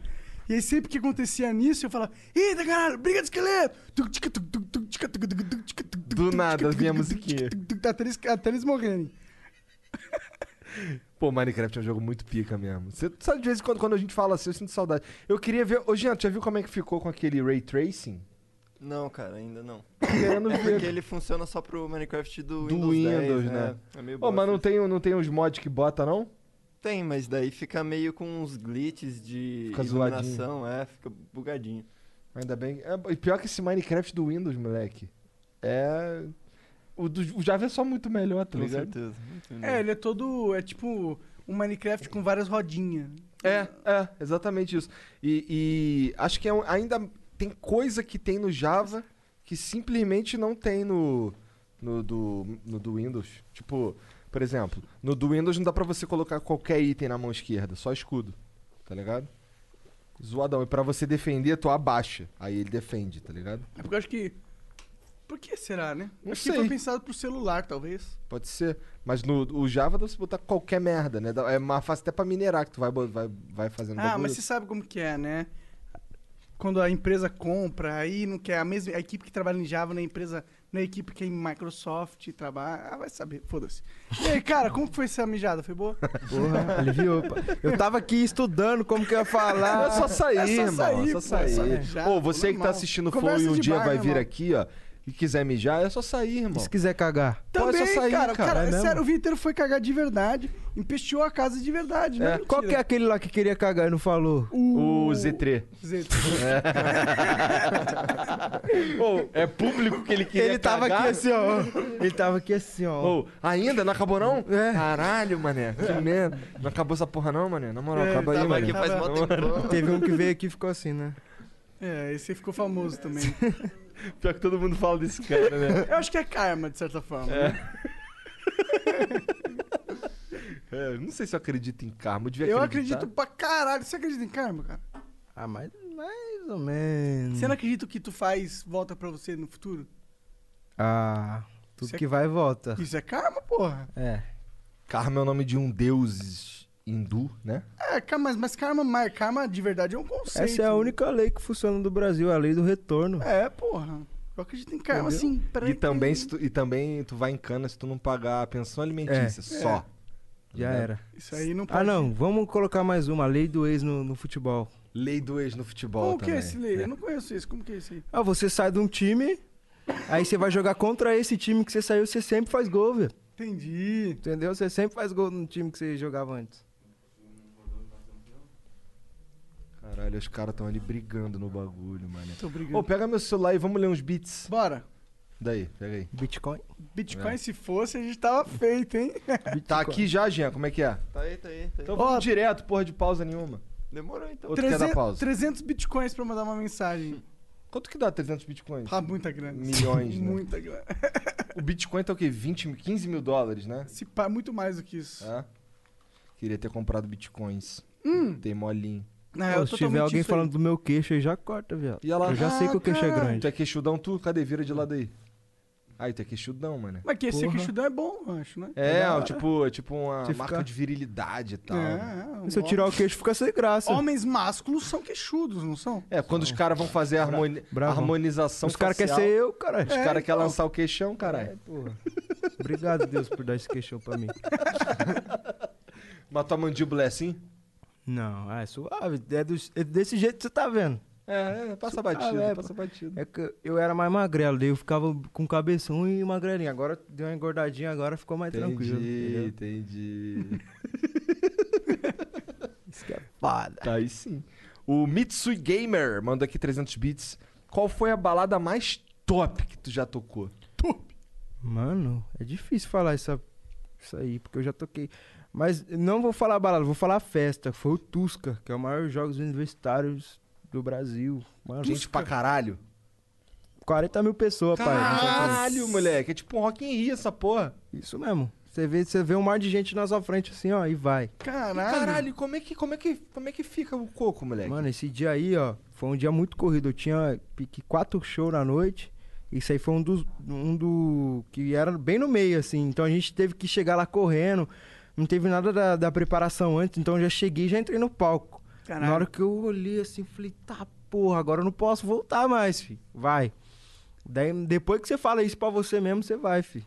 E aí sempre que acontecia nisso, eu falava, eita caralho, briga de esqueleto! Tu, tica, tu, du, du, tica, tu, du, du, du, tica, tu, du,
Do
du,
nada,
tica, tu,
vinha a
du, du, tica,
musiquinha.
tu, du, du, Até eles, até eles morrerem.
Pô, Minecraft é um jogo muito pica mesmo. Você sabe de vez em quando, quando a gente fala assim, eu sinto saudade. Eu queria ver. Ô, Jean, tu já viu como é que ficou com aquele ray tracing?
Não, cara, ainda não.
Tô Querendo
É
ver.
porque ele funciona só pro Minecraft do,
Do
Windows,
Windows,
10,
né?
É, é meio
Ô, mas
bosta.
não tem, não tem uns mods que bota, não?
Tem, mas daí fica meio com uns glitches de
Fica
iluminação, é, fica bugadinho.
Ainda bem. É, e pior que esse Minecraft do Windows, moleque. É. O, do, o Java é só muito melhor, tá
com
ligado?
certeza. Muito
É,
melhor.
ele é todo. É tipo um Minecraft com várias rodinhas.
É, é, exatamente isso. E, e acho que é um- ainda tem coisa que tem no Java que simplesmente não tem no, no, do, no do Windows. Tipo, por exemplo, no do Windows não dá pra você colocar qualquer item na mão esquerda, só escudo, tá ligado? Zoadão. E pra você defender, tu abaixa. Aí ele defende, tá ligado?
É porque eu acho que. Por que será, né?
Não
acho
sei.
que foi pensado pro celular, talvez.
Pode ser. Mas no o Java dá pra você botar qualquer merda, né? Dá- É mais fácil até pra minerar, que tu vai, bo- vai, vai fazendo
ah,
É um bagulho.
mas você sabe como que é, né? Quando a empresa compra, aí não quer a mesma. A equipe que trabalha em Java na empresa na equipe que é em Microsoft trabalha. Ah, vai saber, foda-se. E aí, cara, como que foi essa mijada? Foi boa?
Porra, aliviou. pá. Eu tava aqui estudando como que eu ia falar.
É só sair,
É só
irmão.
sair,
É só
pô,
sair.
só mijar,
Ô, você que tá
normal.
assistindo o Flow
Conversa
e um
de
dia
bar,
vai vir
irmão.
aqui, ó, e quiser mijar, é só sair, irmão.
E se quiser cagar?
Pô,
Também,
é só sair,
cara.
cara,
Cara,
é
é
mesmo.
sério, o Vinteiro foi cagar de verdade, empesteou a casa de verdade, né?
É, Qual que é aquele lá que queria cagar e não falou?
O Z3. Ô, é público que ele queria
Ele tava
cagar?
aqui assim, ó. Ele tava aqui assim, ó.
Ô, ainda? Não acabou não?
É.
Caralho, mané. Que merda. Não acabou essa porra não, mané? Na moral,
É,
acaba aí,
Tava
mané.
aqui Tá, faz mó tempão.
Teve um que veio aqui e ficou assim, né?
É, esse aí ficou famoso também.
*laughs* Pior que todo mundo fala desse cara, né?
Eu acho que é karma, de certa forma. né?
É, não sei se eu acredito em karma. Eu, devia
Eu
acreditar.
acredito pra caralho. Você acredita em karma, cara?
Ah, mas mais ou menos.
Você não acredita que tu faz volta pra você no futuro?
Ah, tudo
Você-
que vai e volta.
Isso é karma, porra.
É.
Karma é o nome de um deus hindu, né?
É, karma- mas, mas karma, mas karma de verdade é um conceito.
Essa é a única lei que funciona no Brasil, a lei do retorno.
É, porra. Eu acredito em karma,
Entendeu?
assim. pra-
E também, se tu, e também tu vai em cana se tu não pagar a pensão alimentícia,
É.
só.
Já era.
Isso aí não pode...
Ah, não, vamos colocar mais uma, a lei do ex no, no futebol.
Lei do ex no futebol
Como que
também.
é esse lei? Eu não conheço esse. Como que é esse aí?
Ah, você sai de um time, aí você vai jogar contra esse time que você saiu, você sempre faz gol, velho.
Entendi.
Entendeu? Você sempre faz gol no time que você jogava antes.
Caralho, os caras tão ali brigando no bagulho, mané.
Tô brigando.
Ô, pega meu celular e vamos ler uns beats.
Bora.
Daí, pega aí.
Bitcoin.
Bitcoin, se fosse, a gente tava feito, hein?
Tá aqui já, Jean, como é que é?
Tá aí, tá aí, tá aí.
Então vamos direto, porra de pausa nenhuma.
Demorou então.
Ou tu quer dar pausa?
300 bitcoins pra mandar uma mensagem.
Quanto que dá 300 bitcoins?
Ah, muita grana.
Milhões, né?
Muita grana.
O bitcoin tá o quê? 20, mil- 15 mil dólares, né?
Se pá, muito mais do que isso.
É. Queria ter comprado bitcoins. Tem molinho.
Na
Pô,
real,
se tiver
É, totalmente
alguém
isso aí.
falando do meu queixo aí, já corta, viado.
E ela-
Eu já sei que o queixo é
Ah,
grande.
Tu é queixudão, tu? Cadê? Vira de lado aí. Aí, tu é queixudão, mano.
Mas que esse
Porra.
queixudão é bom, eu acho, né?
É, ó, tipo, é tipo uma
Você
marca
fica-
de virilidade e tal. né?
É,
Se eu tirar o queixo, fica sem graça.
Homens másculos são queixudos, não são?
É, quando os caras vão fazer a harmoni-
Bravo.
harmonização
Os caras querem
facial,
ser eu, caralho.
É.
Os caras querem lançar o queixão, caralho.
Porra. Obrigado, Deus, por dar esse queixão pra mim.
Mas tua mandíbula é assim?
Não, é suave. É, do- é desse jeito que você tá vendo.
É, é passa
Suave,
batido,
é,
passa
pô.
batido.
É que eu era mais magrelo, daí eu ficava com cabeção e magrelinho. Agora deu uma engordadinha, agora ficou mais tranquilo.
Entendi,
entendeu?
*laughs* entendi.
Isso que é foda.
Tá aí sim. O Mitsui Gamer manda aqui 300 bits. Qual foi a balada mais top que tu já tocou?
Mano, é difícil falar essa, isso aí, porque eu já toquei. Mas não vou falar balada, vou falar festa. Foi o Tusca, que é o maior jogos universitários do Brasil. Mano,
Gente pra caralho.
40 mil pessoas, pai. em São Paulo.
Caralho, moleque. É tipo um Rock in Rio essa porra.
Isso mesmo. Você vê, você vê um mar de gente na sua frente assim, ó, e vai.
Caralho.
Caralho, como é que, como é que, como é que fica o coco, moleque?
Mano, esse dia aí, ó, foi um dia muito corrido. Eu tinha pique quatro shows na noite. Isso aí foi um dos. Um do. que era bem no meio, assim. Então a gente teve que chegar lá correndo. Não teve nada da, da preparação antes, então eu já cheguei e já entrei no palco.
Caralho.
Na hora que eu olhei assim, falei, tá porra, agora eu não posso voltar mais, fi. Vai. Daí, depois que você fala isso pra você mesmo, você vai, fi.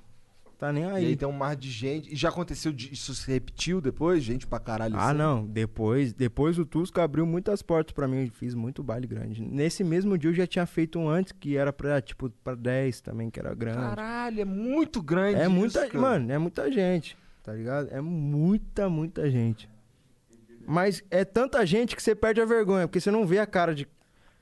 Tá nem
E aí tem um mar de gente. E já aconteceu, de- isso se repetiu depois? Gente pra caralho.
Ah,
assim?
não. Depois, depois o Tusca abriu muitas portas pra mim. Eu fiz muito baile grande. Nesse mesmo dia eu já tinha feito um antes que era pra, tipo, pra 10 também, que era grande.
Caralho, é muito grande.
é
isso,
muita,
cara.
mano, é muita gente, tá ligado? É muita, muita gente. Mas é tanta gente que você perde a vergonha, porque você não vê a cara de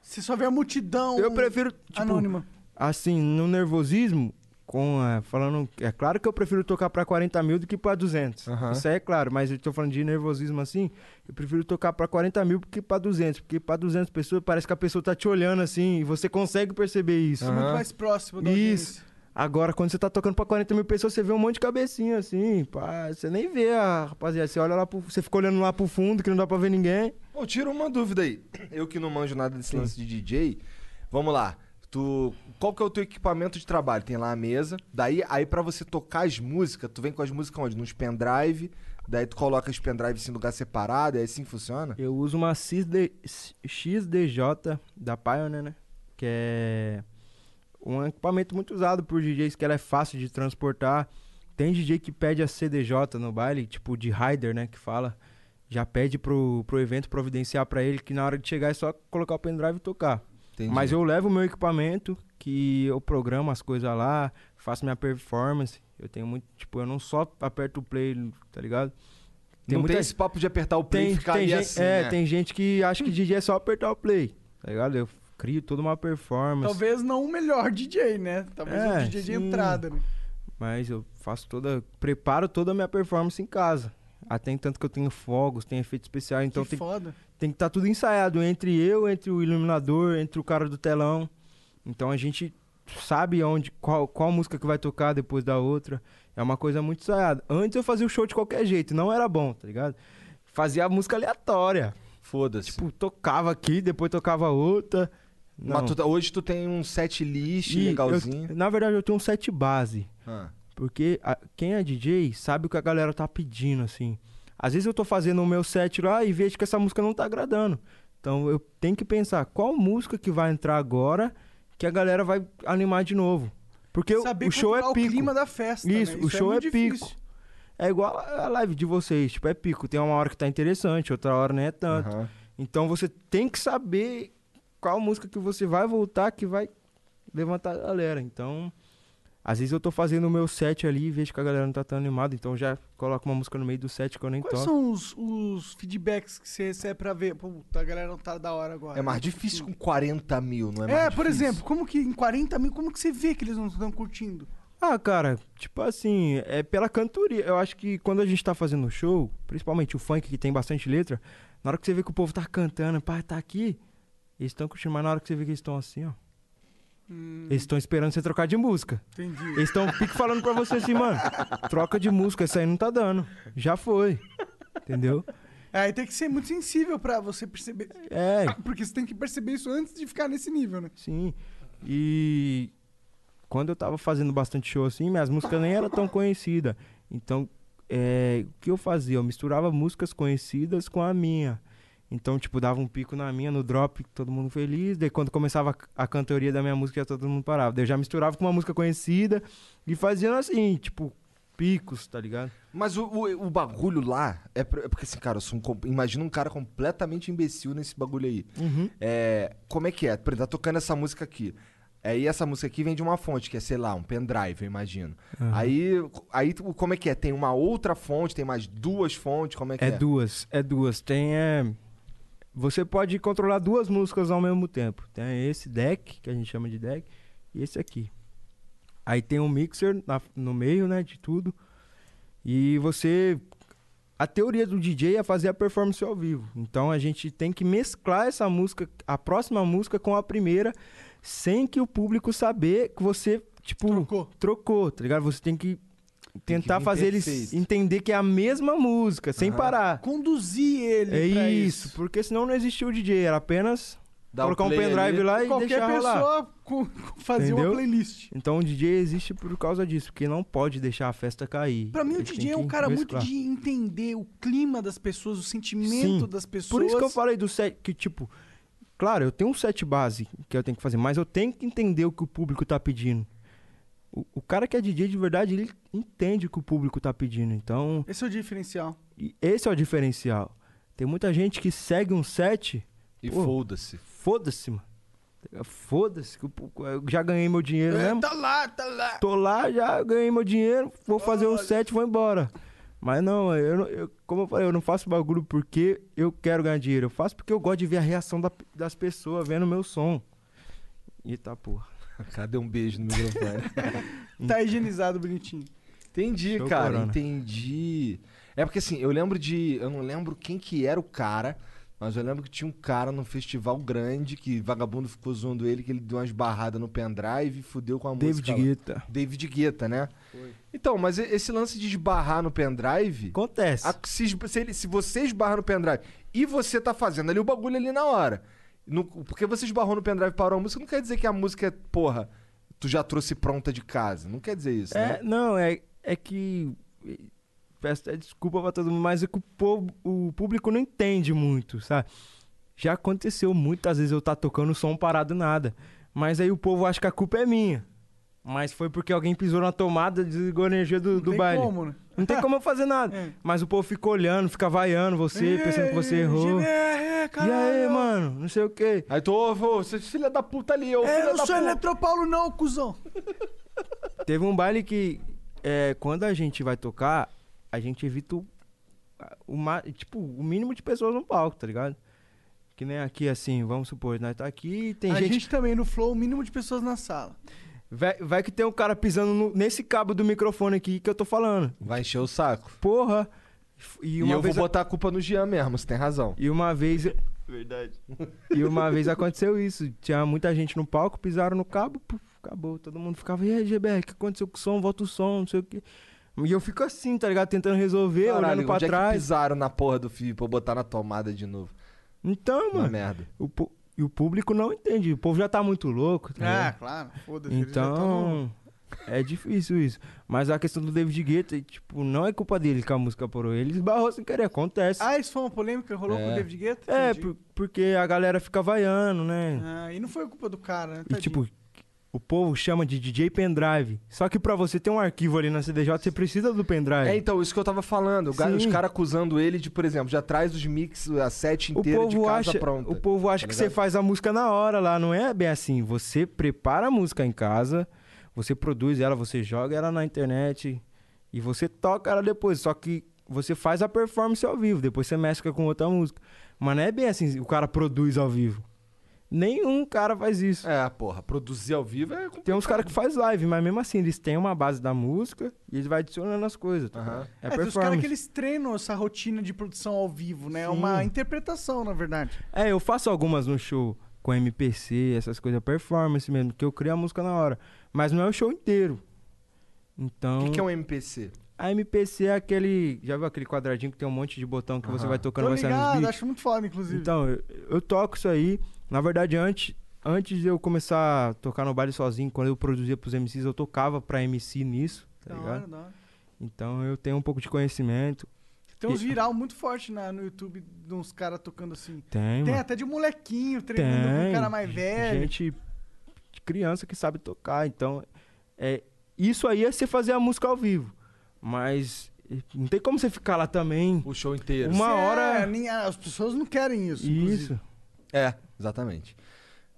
Você só vê a multidão
Eu prefiro tipo,
anônima.
assim, no nervosismo, com a- falando. É claro que eu prefiro tocar pra 40 mil do que pra 200.
Aham.
Isso aí é claro, mas eu tô falando de nervosismo assim. Eu prefiro tocar pra 40 mil do que pra 200. Porque pra 200 pessoas parece que a pessoa tá te olhando assim e você consegue perceber isso.
Aham.
é Muito mais próximo da
Isso.
audiência.
Agora, quando você tá tocando pra 40 mil pessoas, você vê um monte de cabecinha assim. Pá, você nem vê a rapaziada. Você olha lá pro, Você fica olhando lá pro fundo que não dá pra ver ninguém.
Pô, tira uma dúvida aí. *clears throat* Eu que não manjo nada desse lance de DJ. Vamos lá. Tu, qual que é o teu equipamento de trabalho? Tem lá a mesa. Daí, aí para você tocar as músicas, tu vem com as músicas onde? Nos pendrive. Daí tu coloca os pendrives em lugar separado, é assim que funciona?
Eu uso uma XD, XDJ da Pioneer, né? Que é um equipamento muito usado por DJs que ela é fácil de transportar. Tem DJ que pede a CDJ no baile, tipo de rider, né, que fala. Já pede pro, pro evento providenciar pra ele que na hora de chegar é só colocar o pendrive e tocar.
Entendi.
Mas eu levo o meu equipamento, que eu programo as coisas lá, faço minha performance. Eu tenho muito, tipo, eu não só aperto o play, tá ligado?
Não tem esse papo de apertar o play e ficar ali
gente,
assim,
É,
né?
tem gente que acha que DJ é só apertar o play, tá ligado? Eu crio toda uma performance.
Talvez não o melhor DJ, né? Talvez
É,
o DJ de
sim.
entrada, né?
Mas eu faço toda. Preparo toda a minha performance em casa. Até tanto que eu tenho fogos, tenho efeito especial, então
que
tem,
foda.
tem que estar tudo ensaiado entre eu, entre o iluminador, entre o cara do telão. Então a gente sabe onde, qual, qual música que vai tocar depois da outra. É uma coisa muito ensaiada. Antes eu fazia o show de qualquer jeito, não era bom, tá ligado? Fazia a música aleatória.
Foda-se.
Tipo, tocava aqui, depois tocava outra. Não.
Mas tu tá- hoje tu tem um set list
E eu-
legalzinho.
na verdade, eu tenho um set base.
Ah.
Porque a- quem é DJ sabe o que a galera tá pedindo, assim. Às vezes eu tô fazendo o meu set lá e vejo que essa música não tá agradando. Então eu tenho que pensar qual música que vai entrar agora que a galera vai animar de novo. Porque o-
Saber
o show é
controlar o
pico.
clima da festa, né?
Isso,
Isso
o
é
show é,
muito
pico.
difícil.
É igual a a live de vocês, tipo, é pico. Tem uma hora que tá interessante, outra hora não é tanto.
Aham.
Então você tem que saber qual música que você vai voltar que vai levantar a galera. Então, às vezes eu tô fazendo o meu set ali e vejo que a galera não tá tão animada, então já coloco uma música no meio do set que eu nem
Quais
toco.
são os, os feedbacks que você recebe pra ver? Puta, a galera não tá da hora agora.
É mais difícil com 40 mil, não é mais
É, por
difícil?
exemplo, como que em 40 mil, como que você vê que eles não estão curtindo?
Ah, cara, tipo assim, é pela cantoria. Eu acho que quando a gente tá fazendo show, principalmente o funk que tem bastante letra, na hora que você vê que o povo tá cantando, pá, tá aqui, eles estão curtindo, mas na hora que você vê que eles estão assim, ó. Eles estão esperando você trocar de música.
Entendi.
Eles estão pique falando pra você assim, mano, troca de música, isso aí não tá dando. Já foi. Entendeu?
É, Aí tem que ser muito sensível pra você perceber. Ah,
É.
Porque você tem que perceber isso antes de ficar nesse nível, né?
Sim. E quando eu tava fazendo bastante show assim, minhas músicas nem eram tão conhecidas. Então, é, o que eu fazia? Eu misturava músicas conhecidas com a minha. Então, tipo, dava um pico na minha, no drop, todo mundo feliz. Daí, quando começava a, a cantoria da minha música, já todo mundo parava. Daí, eu já misturava com uma música conhecida e fazia assim, tipo, picos, tá ligado?
Mas o, o, o bagulho lá é, pro- é porque assim, cara, eu sou um com- imagina um cara completamente imbecil nesse bagulho aí. É, como é que é? Por exemplo, tá tocando essa música aqui. Aí essa música aqui vem de uma fonte, que é, sei lá, um pendrive, eu imagino. Aí, aí tu- como é que é? Tem uma outra fonte, tem mais duas fontes, como é que é?
É duas, é duas. Tem é... Você pode controlar duas músicas ao mesmo tempo. Tem esse deck, que a gente chama de deck, e esse aqui. Aí tem um mixer na- no meio, né, de tudo. E você... A teoria do DJ é fazer a performance ao vivo. Então a gente tem que mesclar essa música, a próxima música com a primeira, sem que o público saber que você, tipo,
Trocou.
trocou, tá ligado? Você tem que
Tem que
tentar
vir
fazer eles
perfeito.
entender que é a mesma música, sem parar.
Conduzir ele
É
pra
isso, porque senão não existia o DJ, era apenas
Dá o
colocar um
play
pendrive
ali.
lá e
Qualquer
deixar rolar.
pessoa com- com- fazer uma
Entendeu?
playlist.
Então o DJ existe por causa disso, porque não pode deixar a festa cair.
Pra mim, o
Eles têm
DJ é um
que
cara muito
mesclar.
de entender o clima das pessoas, o sentimento
Sim.
das pessoas.
Por isso que eu falei do set, que tipo, claro, eu tenho um set base que eu tenho que fazer, mas eu tenho que entender o que o público tá pedindo. O, o cara que é DJ de verdade, ele entende o que o público tá pedindo. Então,
Esse é o diferencial.
e esse é o diferencial. Tem muita gente que segue um set
E
Pô.
foda-se. *laughs*
Foda-se, mano. Foda-se, que eu eu já ganhei meu dinheiro mesmo.
tá lá, tá lá.
Tô lá, já ganhei meu dinheiro, vou fazer o set, vou embora. Mas não, eu, não- eu- como eu falei, eu não faço bagulho porque eu quero ganhar dinheiro. Eu faço porque eu gosto de ver a reação da- das pessoas vendo o meu som. Eita porra.
Cadê um beijo no microfone?
Hum.
Tá higienizado bonitinho.
Entendi,
Show
cara,
Corona.
entendi. É porque assim, eu lembro de. Eu não lembro quem que era o cara, mas eu lembro que tinha um cara num festival grande que vagabundo ficou zoando ele, que ele deu umas barradas no pendrive e fudeu com a
David
música. lá.
Guetta.
David Guetta, né? Então, mas e- esse lance de esbarrar no pendrive.
Acontece.
a- se, esba- se, ele- se você esbarra no pendrive e você tá fazendo ali o bagulho ali na hora. no- porque você esbarrou no pendrive e parou a música, não quer dizer que a música é, porra, tu já trouxe pronta de casa. Não quer dizer isso, né?
É, não, é, é que. Peço até desculpa pra todo mundo, mas é que o, povo, o público não entende muito, sabe? Já aconteceu muitas vezes eu tá tocando som parado nada. Mas aí o povo acha que a culpa é minha. Mas foi porque alguém pisou na tomada, desligou a energia do, do
tem
baile.
como, É. né?
Não tem como
*laughs*
eu fazer nada. Mas o povo fica olhando, fica vaiando você, pensando que você errou. E aí, mano, não sei o quê.
Aí tu, ô, vô, você é filha da puta ali, ô,
É,
filha
eu
da
sou
puta.
Eletropaulo não, cuzão.
Teve um baile que, é, quando a gente vai tocar, a gente evita o, o ma- tipo, o mínimo de pessoas no palco, tá ligado? Que nem aqui, assim, vamos supor, nós tá aqui e tem
a gente...
gente
também, no flow, o mínimo de pessoas na sala.
Vai, vai que tem um cara pisando no- nesse cabo do microfone aqui que eu tô falando.
Vai encher o saco.
Porra!
E,
é- E, uma
eu vou
vez é- a-
botar a culpa no Jean mesmo, você tem razão.
e uma vez
Verdade.
e uma vez aconteceu isso. Tinha muita gente no palco, pisaram no cabo, puf, acabou. Todo mundo ficava, e aí, GBR, o que aconteceu com o som? Volta o som, não sei o quê. E eu fico assim, tá ligado? Tentando resolver, olhando pra
onde é que
trás.
pisaram na porra do fio pra eu botar na tomada de novo.
Então,
Uma
mano,
merda.
o, pu- e o público não entende. O povo já tá muito louco, tá ligado?
Ah, claro. Foda-se. tá eles já tão no-
Então, é difícil isso. Mas a questão do David Guetta, tipo, não é culpa dele que a música parou. Ele esbarrou sem querer, acontece.
Ah, isso foi uma polêmica que rolou com o David Guetta?
é,
Entendi.
por- porque a galera fica vaiando, né?
Ah, e não foi culpa do cara, né?
e
Tadinho.
tipo, o povo chama de DJ pendrive. Só que pra você ter um arquivo ali na CDJ, você precisa do pendrive.
É, então, isso que eu tava falando. o ga-
Sim.
Os caras acusando ele de, por exemplo, já traz os mix, a set
o
inteira de
povo,
casa
acha,
pronta.
o povo acha
tá
que você
ligado?
faz a música na hora lá, não é bem assim. Você prepara a música em casa, você produz ela, você joga ela na internet e você toca ela depois. Só que você faz a performance ao vivo, depois você mescla com outra música. Mas não é bem assim, o cara produz ao vivo. Nenhum cara faz isso.
É, porra, produzir ao vivo é complicado.
Tem uns caras que faz live, mas mesmo assim, eles têm uma base da música e eles vão adicionando as coisas. tá
Aham.
ligado? É,
É, tem os caras
performance.
que eles treinam essa rotina de produção ao vivo, né? É
Sim.
uma interpretação, na verdade.
É, eu faço algumas no show com MPC, essas coisas, performance mesmo, que eu crio a música na hora. Mas não é o show inteiro. Então.
O que, que é um MPC?
A MPC é aquele. Já viu aquele quadradinho que tem um monte de botão que você
Aham.
vai tocando,
Tô
vai saindo os
ligado,
beats?
acho muito foda, inclusive.
Então, eu, eu toco isso aí. Na verdade, antes, antes de eu começar a tocar no baile sozinho, quando eu produzia pros MCs, eu tocava pra MC nisso, tá
da
ligado?
hora, da hora.
Então eu tenho um pouco de conhecimento.
Tem uns
E-
viral muito forte na- no YouTube de uns caras tocando assim.
Tem,
Tem
mano.
até de molequinho treinando com um
Tem.
cara mais velho.
gente de criança que sabe tocar. Então, é, isso aí é você fazer a música ao vivo. Mas eh, não tem como você ficar lá também.
O show inteiro.
Uma
É,
hora.
nem- as pessoas não querem isso. inclusive.
Isso.
É, exatamente.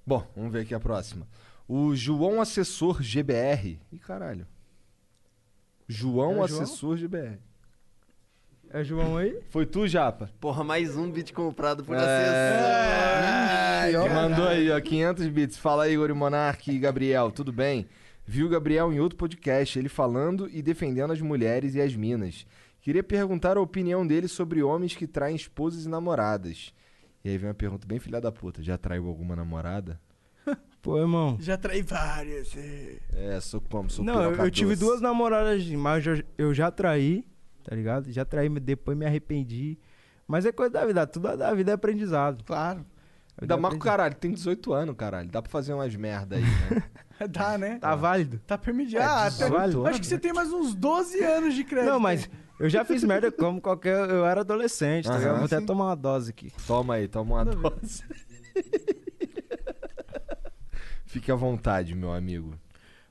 Bom, vamos ver aqui a próxima. O João Assessor GBR. Ih, caralho. João
É o João?
Assessor GBR.
É João aí?
Foi tu, Japa?
Porra, mais um beat comprado por
É.
acessão.
Que mandou aí, ó, 500 bits. Fala aí, Igor e Monark e Gabriel, tudo bem? Vi o Gabriel em outro podcast, ele falando e defendendo as mulheres e as minas. Queria perguntar a opinião dele sobre homens que traem esposas e namoradas. E aí vem uma pergunta bem filha da puta, já traiu alguma namorada?
Pô, irmão.
Já traí várias. é.
É, sou como, sou
não, eu,
piroca
eu tive
doce.
duas namoradas, mas eu, já- eu já traí, tá ligado? Já traí, mas depois me arrependi. Mas é coisa da vida, tudo da vida é aprendizado.
Claro.
A
Ainda
vida é
mais com o
aprendizado.
caralho, tem 18 anos, caralho. Dá pra fazer umas merda aí,
*laughs*
né?
Dá, né?
Tá válido?
Tá permitido. Ah, até-
Vale.
acho que você tem mais uns 12 anos de crédito.
Não, mas eu já fiz merda como qualquer. Eu era adolescente, tá
Aham.
ligado? Vou até tomar uma dose aqui.
toma aí, toma uma dose. *laughs* Fique à vontade, meu amigo.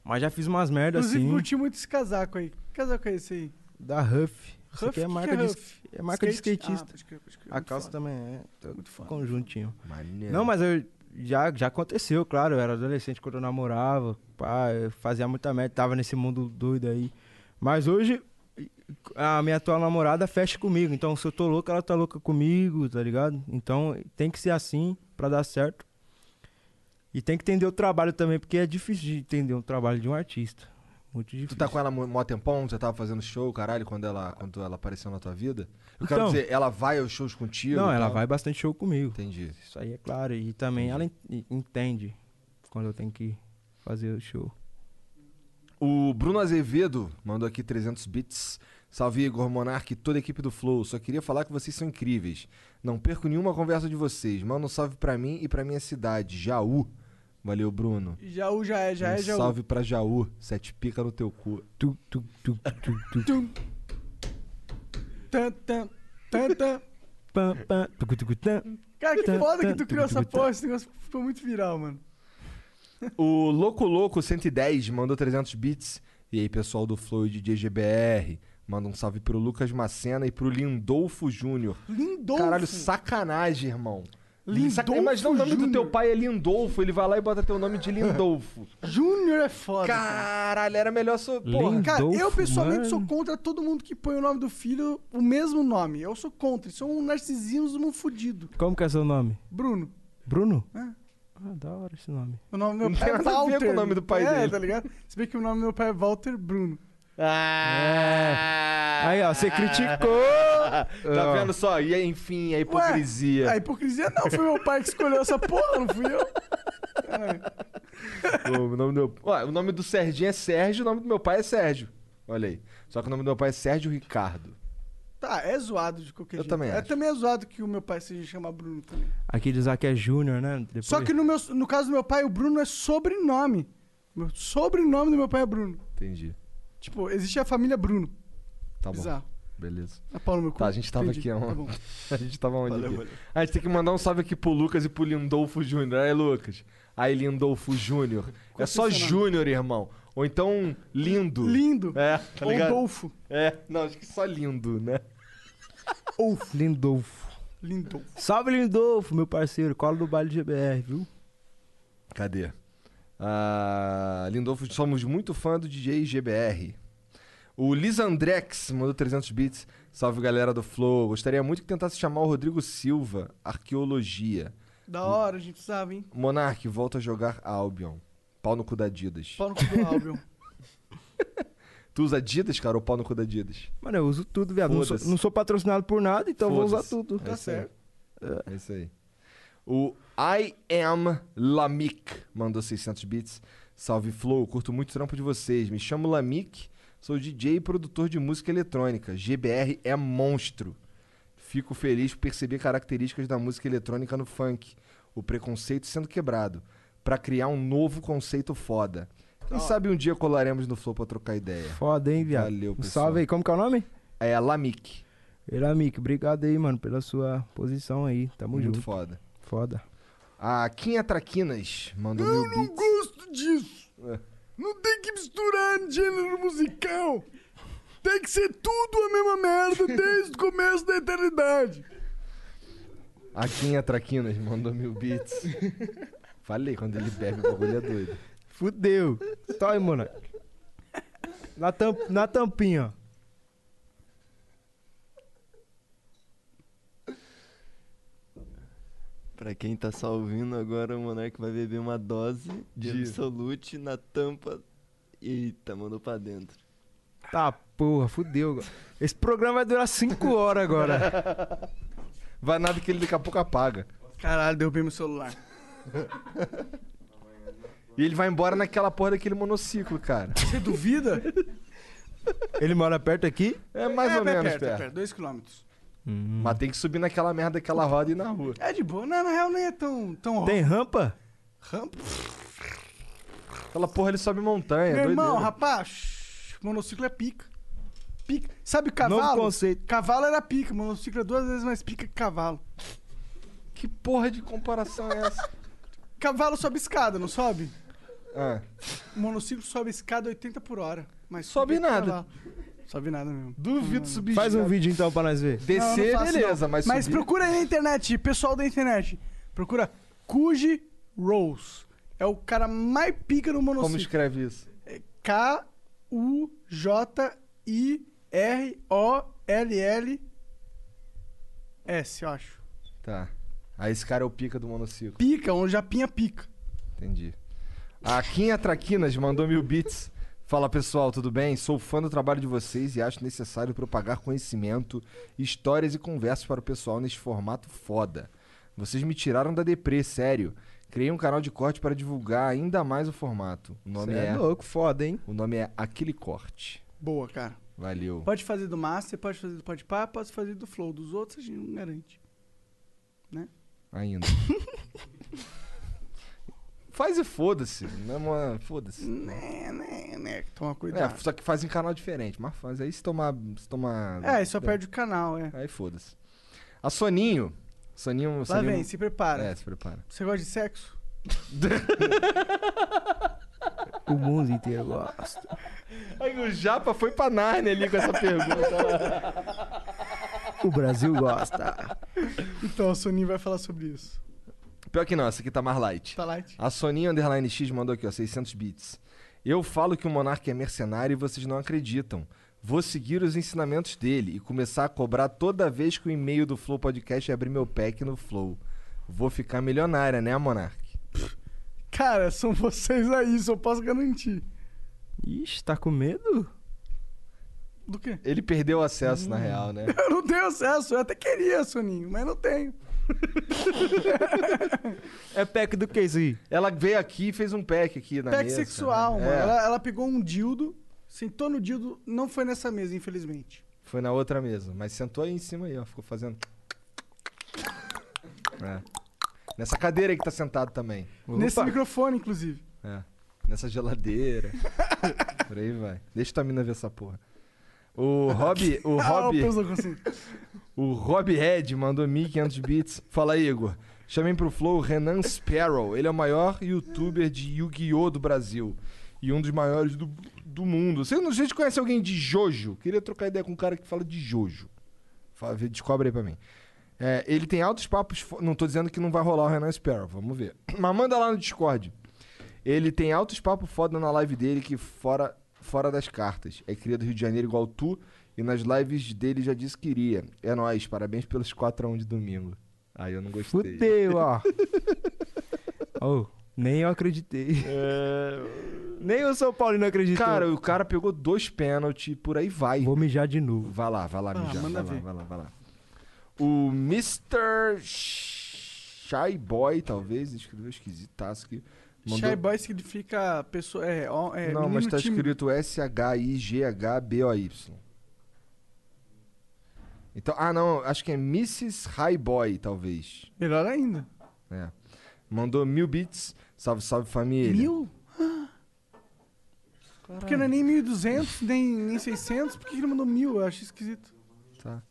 Mas já fiz umas merdas
Inclusive,
assim.
curti muito esse casaco aí. Que casaco é esse aí?
Da Huff. Isso
Huff?
aqui
Que
é
que
marca,
é
de,
Huff?
é marca de
Skate? Ah,
skatista.
pode crer, pode crer.
a
Muito
calça
foda.
também é. tá É.
Muito foda.
Conjuntinho.
Maneiro.
Não, mas eu já, já aconteceu, claro. Eu era adolescente quando eu namorava. Pá, eu fazia muita merda, tava nesse mundo doido aí. Mas hoje, a minha atual namorada fecha comigo. Então, se eu tô louco, ela tá louca comigo, tá ligado? Então, tem que ser assim pra dar certo. E tem que entender o trabalho também, porque é difícil de entender o trabalho de um artista. Muito difícil.
Tu tá com ela mo- mó tempão? Você tava fazendo show, caralho, quando ela, quando ela apareceu na tua vida? Eu quero
Então.
dizer, ela vai aos shows contigo?
Não,
e
ela
tal?
vai bastante show comigo.
Entendi.
Isso aí é claro. E também ela en- entende quando eu tenho que fazer o show.
O Bruno Azevedo mandou aqui 300 bits. Salve Igor, Monark e toda a equipe do Flow. Só queria falar que vocês são incríveis. Não perco nenhuma conversa de vocês. Manda um salve pra mim e pra minha cidade, Jaú. Valeu,
tá-
Bruno.
Jaú já é, já
um
é, Jaú.
salve pra Jaú. Sete pica no teu cu.
Tu, tu, tu, tu, tu.
Tum. Tan, tan, tan, tan.
Pam, pam, tucu, tucu, tam.
Cara, que
Tan,
foda
tan,
que tu
tucu,
criou essa
tucu,
porra. Esse negócio ficou muito viral, mano.
O Loco Loco 110 mandou 300 bits. E aí, pessoal do Flow de DGBR. Manda um salve pro Lucas Macena e pro Lindolfo Júnior.
Lindolfo?
Caralho, sacanagem, irmão.
Lindolfo
Saca- Imagina o nome do teu
Júnior.
pai é Lindolfo, ele vai lá e bota teu nome de Lindolfo.
Júnior é
*laughs*
foda.
Caralho, era melhor só.
Porra, cara, eu
Lindolfo,
pessoalmente
mano.
sou contra todo mundo que põe o nome do filho o mesmo nome. Eu sou contra. Isso é um narcisismo fudido.
Como que é seu nome?
Bruno.
Bruno?
É.
Ah, da hora esse nome.
O nome do meu
Não
pai
tem
é
nada a ver
Walter.
com o nome do pai
é,
dele.
tá ligado? Se bem que o nome do meu pai é Walter Bruno.
Ah.
É. Aí, ó, você criticou.
*laughs* Tá vendo só? E aí, enfim, a hipocrisia.
Ué, a hipocrisia não, foi meu pai que escolheu essa porra, não fui eu. Caralho.
O nome do, Ué, o nome do Serginho é Sérgio, o nome do meu pai é Sérgio. Olha aí. Só que o nome do meu pai é Sérgio Ricardo.
Tá, é zoado de qualquer
Eu
jeito.
também
é
acho.
também é zoado que o meu pai se chama Bruno também.
Aqui diz lá que é Júnior, né? Depois-
Só que no, meu, no caso do meu pai, o Bruno é sobrenome. Meu sobrenome do meu pai é Bruno.
Entendi.
Tipo, existe a família Bruno.
Tá bom.
Bizarro.
Beleza.
É pau no meu cu.
Tá, a gente tava
Entendi.
aqui
Tá
ontem.
bom.
*laughs* a gente tava onde
Valeu,
aqui?
valeu.
A gente tem que mandar um salve aqui pro Lucas e pro Lindolfo Júnior. Aí, Lucas. Aí, Lindolfo Júnior. É só Júnior, irmão. Ou então, lindo.
Lindo.
É, tá
Ou
ligado?
Dolfo.
É, não, acho que só lindo, né?
Lindolfo.
Lindolfo.
Salve, Lindolfo, meu parceiro. Cola do baile GBR, viu?
Cadê? Ah, Lindolfo, somos muito fã do DJ GBR. O Lisandrex mandou 300 bits. Salve galera do Flow. Gostaria muito que tentasse chamar o Rodrigo Silva, arqueologia.
Da hora, a gente sabe, hein?
Monark, volta a jogar Albion. Pau no cu da Adidas.
Pau no cu do Albion.
Tu usa Adidas, cara, ou pau no cu da Adidas?
Mano, eu uso tudo, viado. Não sou,
Foda-se.
não sou patrocinado por nada, então vou usar
Foda-se.
tudo.
É isso aí. É isso aí. O I am Lamik mandou 600 bits. Salve Flow, curto muito o trampo de vocês. Me chamo Lamik, sou DJ e produtor de música eletrônica. GBR é monstro. Fico feliz por perceber características da música eletrônica no funk. O preconceito sendo quebrado. Pra criar um novo conceito foda. Quem sabe um dia colaremos no Flow pra trocar ideia.
Foda, hein, viado?
Valeu,
Um
pessoal.
Salve aí, como que é o nome?
É Lamik.
Eramic, obrigado aí, mano, pela sua posição aí. Tamo
Muito
junto.
foda.
Foda.
A Quinha Traquinas mandou mil bits.
gosto disso.
É.
Não tem que misturar gênero musical. Tem que ser tudo a mesma merda desde o começo da eternidade.
A Quinha Traquinas mandou mil bits. Falei, quando ele bebe, o bagulho é doido.
Fudeu. Tá aí, mano. Na, tam, na tampinha, ó.
Pra quem tá só ouvindo agora, o Monark vai beber uma dose de
De-
Absolute na tampa. Eita, mandou pra dentro.
Tá, porra, fudeu. Esse programa vai durar 5 horas agora.
Vai nada que ele daqui a pouco apaga.
Caralho, derrubei meu celular.
E ele vai embora naquela porra daquele monociclo, cara.
Você duvida?
Ele mora perto aqui?
É mais ou
é, é
menos
perto,
perto.
é perto, 2km.
Mas tem que subir naquela merda daquela roda e ir na rua.
É de boa. Não, na real nem é tão, tão
Tem rampa?
rampa.
Aquela porra ele sobe montanha,
Meu
doido.
irmão, rapaz, monociclo é pica. Pica. Sabe cavalo?
Novo conceito.
Cavalo era pica, monociclo é duas vezes mais pica que cavalo.
Que porra de comparação é essa?
Cavalo sobe escada, não sobe?
*laughs* Ah,
Monociclo sobe escada 80 por hora. Mas
Sobe
subir
nada.
cavalo. Sobe nada mesmo.
duvido subir
Faz um
escada.
vídeo então pra nós ver.
Não,
Descer,
não faço,
beleza,
não.
mas, subir...
procura aí na internet, pessoal da internet. Procura Kuji Rose. É o cara mais pica no
Como
monociclo.
escreve isso?
K-U-J-I-R-O-L-L-S, eu acho.
Tá. Aí esse cara é o pica do monociclo.
Pica, um japinha pica.
Entendi. A Quinha Traquinas mandou mil bits. Fala pessoal, tudo bem? Sou fã do trabalho de vocês e acho necessário propagar conhecimento, histórias e conversas para o pessoal neste formato foda. Vocês me tiraram da deprê, sério. Criei um canal de corte para divulgar ainda mais o formato. O nome
Cê
é,
é louco, foda, hein?
o nome é Aquele Corte.
Boa, cara.
Valeu.
Pode fazer do Master, pode fazer do Podpah, pode fazer do Flow. Dos outros a gente não garante.
Ainda. *laughs* Faz e foda-se. Não é uma- Foda-se.
Né, né, né. Toma
É,
cuidado.
só que faz em canal diferente, mas faz. Aí se tomar. Se tomar
É, e só perde o canal, é.
Aí foda-se. A Soninho. Soninho.
Lá
Soninho
vem, se prepara.
É, se prepara.
Você gosta de sexo?
O mundo inteiro gosta.
Aí o Japa foi pra Nárnia ali *laughs* com essa pergunta.
O Brasil gosta.
Então a Sony vai falar sobre isso.
Pior que não, essa aqui tá mais light.
Tá light.
A Soninha Underline X mandou aqui, ó, 600 bits. Eu falo que o Monark é mercenário e vocês não acreditam. Vou seguir os ensinamentos dele e começar a cobrar toda vez que o e-mail do Flow Podcast abrir meu pack no Flow. Vou ficar milionária, né, Monark?
Cara, são vocês aí, isso eu posso garantir.
Ixi, tá com medo?
Do quê?
Ele perdeu o acesso,
Hum.
na real, né?
Eu não tenho acesso, eu até queria, Soninho, mas não tenho.
É pack do que isso aí? Ela veio aqui e fez um pack aqui na
Pack
mesa,
sexual,
né?
mano.
É,
Ela, ela pegou um dildo, sentou no dildo, não foi nessa mesa, infelizmente.
Foi na outra mesa, mas sentou aí em cima aí, ó. Ficou fazendo... É. Nessa cadeira aí que tá sentado também.
Nesse microfone, inclusive.
É. Nessa geladeira. Por aí vai. Deixa tua mina ver essa porra. O Rob. O
Ah,
Rob.
o peso não consigo.
o Rob Red mandou 1.500 bits. Fala, Igor. Chamem pro Flow o Renan Sparrow. Ele é o maior youtuber de Yu-Gi-Oh! do Brasil. E um dos maiores do, do mundo. Você não sei se conhece alguém de Jojo. Queria trocar ideia com um cara que fala de Jojo. Fala, vê, descobre aí pra mim. É, ele tem altos papos. fo- Não tô dizendo que não vai rolar o Renan Sparrow, vamos ver. *clears throat* Mas manda lá no Discord. Ele tem altos papos foda na live dele que fora, fora das cartas. É cria do Rio de Janeiro igual tu. E nas lives dele já disse que iria. É nóis, parabéns pelos 4x1 de domingo. Aí eu não gostei.
Fudeu, ó. oh, nem eu acreditei. Nem o São Paulo não acreditou.
É. Cara, o cara pegou dois pênaltis, por aí vai.
Vou mijar de novo.
Vai lá, vai lá,
Ah,
mijar.
manda
vai lá,
ver.
vai lá, vai lá. O Mr. Shy Boy, talvez, escreveu esquisitaço aqui. *laughs* Mandou-
Shy boy significa pessoa. É, ó, é
não,
menino
mas tá
tímido.
escrito S-H-I-G-H-B-O-Y. Então, ah, não, acho que é Mrs. High Boy, talvez.
Melhor ainda.
É. Mandou mil bits. Salve, salve família.
Mil? Porque não é nem 1200, nem, nem 600. Por que que ele mandou mil? Eu acho esquisito.
Tá.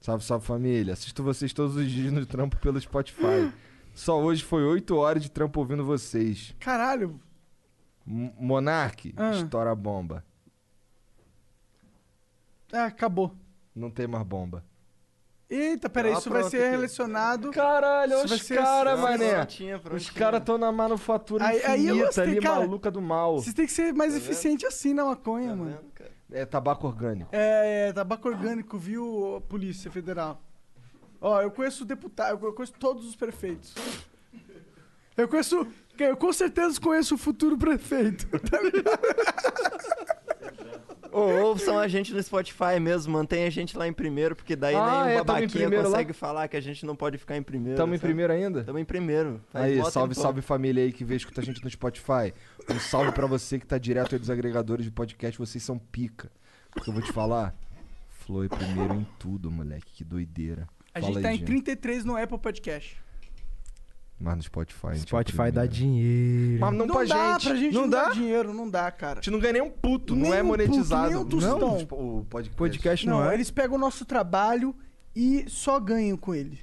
Salve, salve família. Assisto vocês todos os dias no trampo pelo Spotify. Só hoje foi 8 horas de trampo ouvindo vocês.
Caralho.
M- Monark,
Ah.
estoura a bomba.
Ah, acabou.
Não tem mais bomba.
Eita, peraí,
Ah,
isso vai
pronto,
ser
aqui.
relacionado.
Caralho,
Isso
olha
vai
os
ser
caras,
assim,
mané.
prontinha,
Os
prontinha.
caras estão na manufatura
Aí- aí eu
infinita
gostei,
ali,
cara.
maluca do mal.
Vocês têm que ser
Tá
mais eficiente assim na maconha,
Tá
mano.
vendo, cara?
É tabaco orgânico.
É, é, tabaco orgânico, viu, Polícia Federal? Ó, eu conheço deputado, eu conheço todos os prefeitos. Eu conheço. Eu com certeza conheço o futuro prefeito. *laughs* Tá
Ô, ouçam a gente no Spotify mesmo, mantém a gente lá em primeiro, porque daí
Ah, é,
nem o
tamo em
babaquinha
primeiro lá?
consegue falar que a gente não pode ficar em primeiro.
Tamo em
sabe?
primeiro ainda?
Tamo em primeiro.
É,
Faz
Aí,
mó
salve,
tempão.
salve família aí que vê e escuta a gente no Spotify. Um salve pra você que tá direto aí dos agregadores de podcast, vocês são pica. Porque eu vou te falar, Flow é primeiro em tudo, moleque, que doideira.
A
Fala
gente
aí,
tá em
Jean.
33 no Apple Podcast.
Mas no Spotify, a gente é o
Spotify dá
primeiro.
dinheiro.
Mas não, pra,
dá
gente.
pra gente,
Não,
não,
dá?
dá dinheiro, não dá, cara.
A gente não ganha nem um puto, não
Nem
é
um puto,
monetizado.
nem um tostão.
Não, tipo, o podcast.
Podcast não,
Não,
é.
eles pegam o nosso trabalho e só ganham com ele.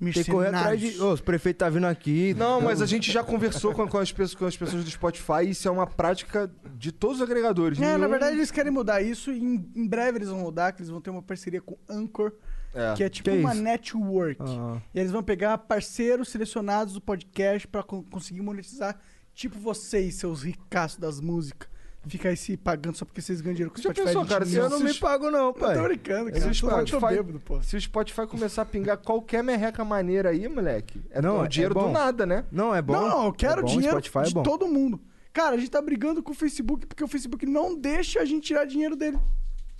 Tem que correr atrás de. Ô, os prefeitos tá vindo aqui.
Não, mas a gente já conversou com, com as pessoas, com as pessoas do Spotify e isso é uma prática de todos os agregadores.
É, na
Nenhum-
verdade eles querem mudar isso e em, em breve eles vão mudar, que eles vão ter uma parceria com Anchor,
É.
que é tipo
Que
uma
isso?
network.
Ah,
E eles vão pegar parceiros selecionados do podcast pra co- conseguir monetizar, tipo vocês, seus ricaços das músicas. Ficar aí se pagando só porque vocês ganham dinheiro com o
Já
Spotify. é
pensou,
de
cara, se
mil.
eu não me pago, é não,
Eu tô
pai.
brincando,
Se o
cara. Eu tô muito
Spotify-
bêbado, pô.
Se o Spotify começar a pingar qualquer merreca maneira aí, moleque, é
Não,
não,
é
dinheiro
bom.
do nada, né?
Não, é bom.
não, não, eu quero
é bom,
dinheiro
Spotify é
de
bom.
todo mundo. Cara, a gente tá brigando com o Facebook porque o Facebook não deixa a gente tirar dinheiro dele.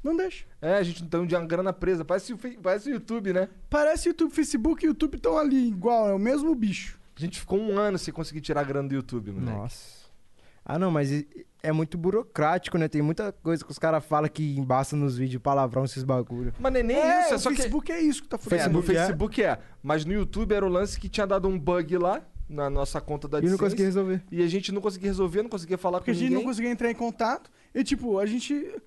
Não deixa.
É, a gente não tem uma grana presa. Parece o, Fe- parece o YouTube, né?
Parece YouTube, Facebook e YouTube estão ali, igual, é o mesmo bicho.
A gente ficou um ano sem conseguir tirar a grana do YouTube, moleque.
Nossa. Ah, não, mas e- é muito burocrático, né? Tem muita coisa que os caras falam que embaça nos vídeos palavrão, esses bagulho.
Mas não é nem isso, é
o
só
Facebook é isso que tá
que. É,
fazendo.
no
Facebook é.
Facebook é. Mas no YouTube era o lance que tinha dado um bug lá na nossa conta da
E eu não
AdSense,
consegui resolver.
E a gente não conseguia resolver, não conseguia falar
Porque a
com
gente
ninguém.
não conseguia entrar em contato. E tipo, a gente.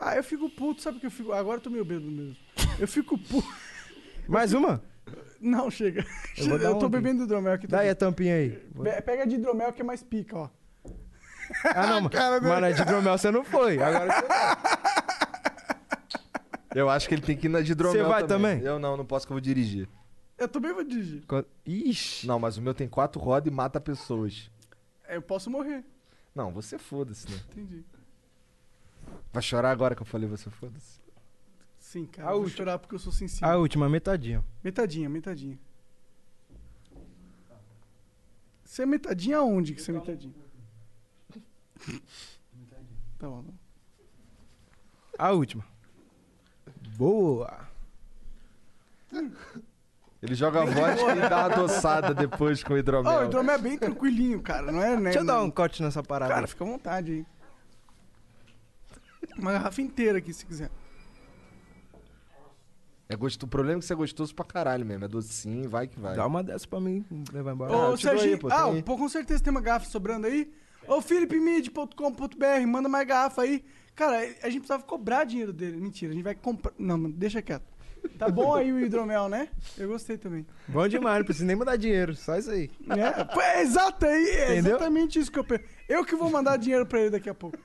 Ah, eu fico puto, *laughs* sabe o que eu fico. Agora eu tô meio bêbado mesmo. Eu fico puto.
Mais uma?
Não, chega.
Eu
Eu,
vou dar
tô
um-
bebendo hidromel aqui.
Dá aí
também.
a tampinha aí.
Pe- Pega de hidromel que é mais pica, ó.
Ah, não, mano, de hidromel você não foi. Agora você
Eu acho que ele tem que ir na de hidromel
Você vai também?
Eu não, não posso que eu vou dirigir.
Eu também vou dirigir.
Co-
Ixi.
Não, mas o meu tem quatro rodas e mata pessoas.
Eu posso morrer.
Não, você foda-se, né?
Entendi.
Vai chorar agora que eu falei você foda-se?
Sim, cara.
A
eu vou
última.
chorar porque eu sou sensível.
A última, metadinha.
Metadinha, metadinha. Você é metadinha aonde que você é metadinha? Tá bom.
A última. Boa.
Ele
*laughs*
joga a vodka e dá uma adoçada depois com o hidromel.
Ó, o hidromel é bem tranquilinho, cara. Não é, né?
Deixa eu dar
não-
um corte nessa parada.
Cara,
aí.
fica à vontade aí. Uma garrafa inteira aqui, se quiser.
É gosto... O problema é que você é gostoso pra caralho mesmo. É docinho, vai que vai.
Dá um- uma dessa pra mim levar embora.
Ah, eu
Ô,
te dou aí,
Serginho,
pô, tem
ah,
aí.
pô, com certeza tem uma garrafa sobrando aí. Ô, philipmid.com.br, manda mais garrafa aí. Cara, a gente precisava cobrar dinheiro dele. Mentira, a gente vai comprar. Não, mano, deixa quieto. Tá bom aí o hidromel, né? Eu gostei também.
Bom demais, não precisa nem mandar dinheiro. Só isso aí.
Né? Pô, É, exato aí, é
Entendeu?
exatamente isso que eu penso. Eu que vou mandar dinheiro pra ele daqui a pouco.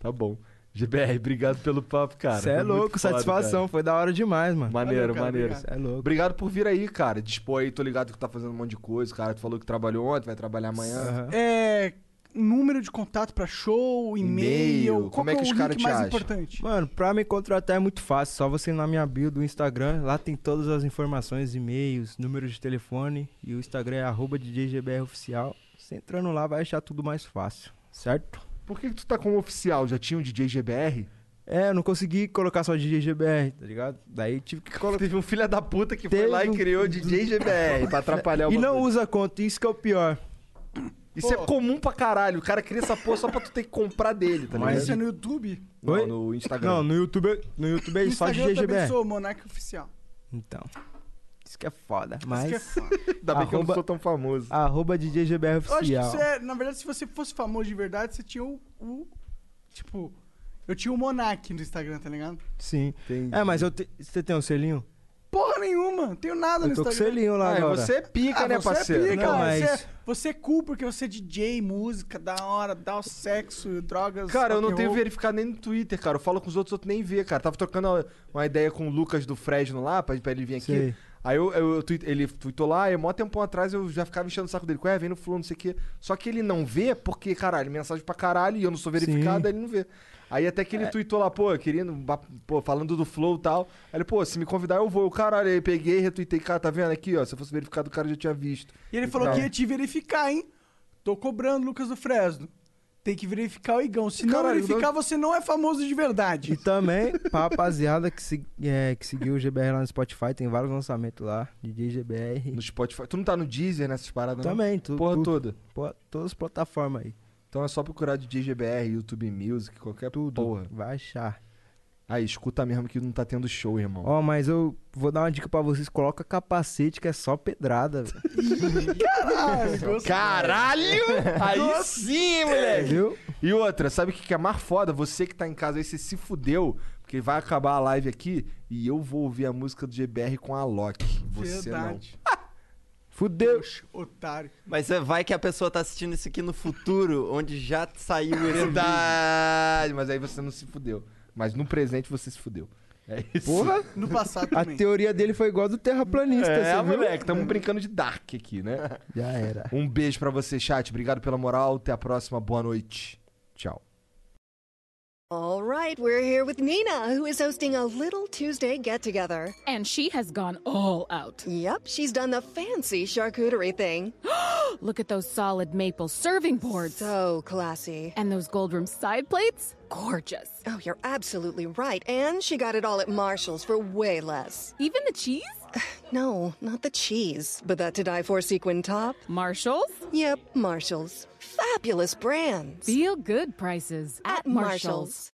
Tá bom. GBR, obrigado pelo papo, cara.
Você é
Foi muito
louco,
foda,
satisfação. Foi da hora demais, mano.
cara. Maneiro,
Valeu, cara,
maneiro.
Você é louco.
Obrigado por vir aí, cara. Dispor aí, tô ligado que tá fazendo um monte de coisa, cara. Tu falou que trabalhou ontem, vai trabalhar amanhã.
Aham.
É. Número de contato pra show,
E-mail,
e-mail. qual
como é que
o
os
link
caras te
mais
acham?
importante?
Mano, pra me contratar é muito fácil. Só você ir na minha bio do Instagram. Lá tem todas as informações, e-mails, número de telefone. E o Instagram é arroba DJGBROficial. Você entrando lá vai achar tudo mais fácil, certo?
Por que, que tu tá como oficial? Já tinha um DJ GBR?
É, eu não consegui colocar só DJGBR, tá ligado? Daí tive que colocar.
Teve um filho da puta que
Teve
foi lá e
um-
criou DJ GBR pra atrapalhar o
E não
bagulho.
usa conta, isso que é o pior.
Isso é comum pra caralho. O cara cria essa porra só pra tu ter que comprar dele, tá
Mas-
ligado?
Isso é no YouTube?
Não,
Oi?
no Instagram.
Não, no YouTube, no YouTube é
No
só
Instagram eu também
DJGBR.
sou monarca oficial.
Então. Isso que é foda.
Isso
Mas.
que é *laughs* foda.
Ainda bem que eu não
Arroba-
sou tão famoso.
Arroba DJGBR
Eu acho que
Oficial.
isso é, na verdade, se você fosse famoso de verdade, você tinha o. o- tipo, eu tinha o Monark no Instagram, tá ligado?
Sim.
Entendi.
É, mas eu te- você tem um selinho?
Porra nenhuma, tenho nada no
Eu tô com
Instagram.
selinho lá
Ah,
agora.
você é pica,
Ah,
né,
você
parceiro?
É pica,
Não,
você,
mas-
é, você é cool porque você é DJ, música, da hora, dá o sexo, drogas.
Cara, eu não
rock and
tenho
roll.
verificado nem no Twitter, cara. Eu falo com os outros, os outros nem vê, cara. Tava trocando uma- uma ideia com o Lucas do Fresno lá, pra, pra ele vir aqui.
Sei.
Aí eu, eu- eu tweet- ele tweetou lá, e mó tempão atrás eu já ficava enchendo o saco dele. Ué, vem no Flow, não sei o quê. Só que ele não vê porque, caralho, mensagem pra caralho, e eu não sou verificado,
Sim.
aí ele não vê. Aí até que ele tweetou lá, pô, querendo, ba- pô, falando do Flow e tal. Aí ele, pô, se me convidar eu vou. Eu, caralho, aí peguei, retuitei, cara, tá vendo aqui, ó. Se eu fosse verificado, o cara já tinha visto.
E ele falou
Não.
que ia te verificar, hein? Tô cobrando, Lucas do Fresno. Tem que verificar o Igão. Se não
Caralho,
verificar, você não é famoso de verdade.
E também, pra rapaziada que, se- é, que seguiu o GBR lá no Spotify, tem vários lançamentos lá. DJ GBR.
No Spotify. Tu não tá no Deezer nessas paradas, não?
Também, tudo.
Porra
tudo,
toda.
Né? porra, todas as plataformas aí.
Então é só procurar DJ GBR, YouTube Music, qualquer
Tudo.
porra.
Vai achar.
Aí, escuta mesmo que não tá tendo show, irmão.
Ó, mas eu vou dar uma dica pra vocês. Coloca capacete que é só pedrada, *laughs* velho.
Caralho! *laughs* Aí sim, moleque!
viu?
E outra, sabe o que que é mais foda? Você que tá em casa aí, você se fudeu, porque vai acabar a live aqui e eu vou ouvir a música do GBR com a Loki. Você
verdade.
Fudeu.
Oxe, otário.
Mas é, vai que a pessoa tá assistindo isso aqui no futuro, onde já saiu
não.
esse vídeo.
Verdade! Mas aí você não se fudeu. Mas no presente você se fudeu. É isso.
Porra,
No passado
a
também.
teoria dele foi igual a do terraplanista,
É,
você viu?
moleque, tamo brincando de Dark aqui, né?
Já era.
Um beijo pra você, chat. Obrigado pela moral. Até a próxima. Boa noite. Tchau.
All right, we're here with Nina, who is hosting a little Tuesday get together.
And she has gone all out.
Yep, she's done the fancy charcuterie thing.
Look at those solid maple serving boards.
So classy.
And those gold room side plates? Gorgeous.
Oh, you're absolutely right. And she got it all at Marshall's for way less.
Even the cheese?
*sighs* No, not the cheese, but that to die for sequin top.
Marshall's?
Yep, Marshall's. Fabulous brands.
Feel good prices
At Marshall's.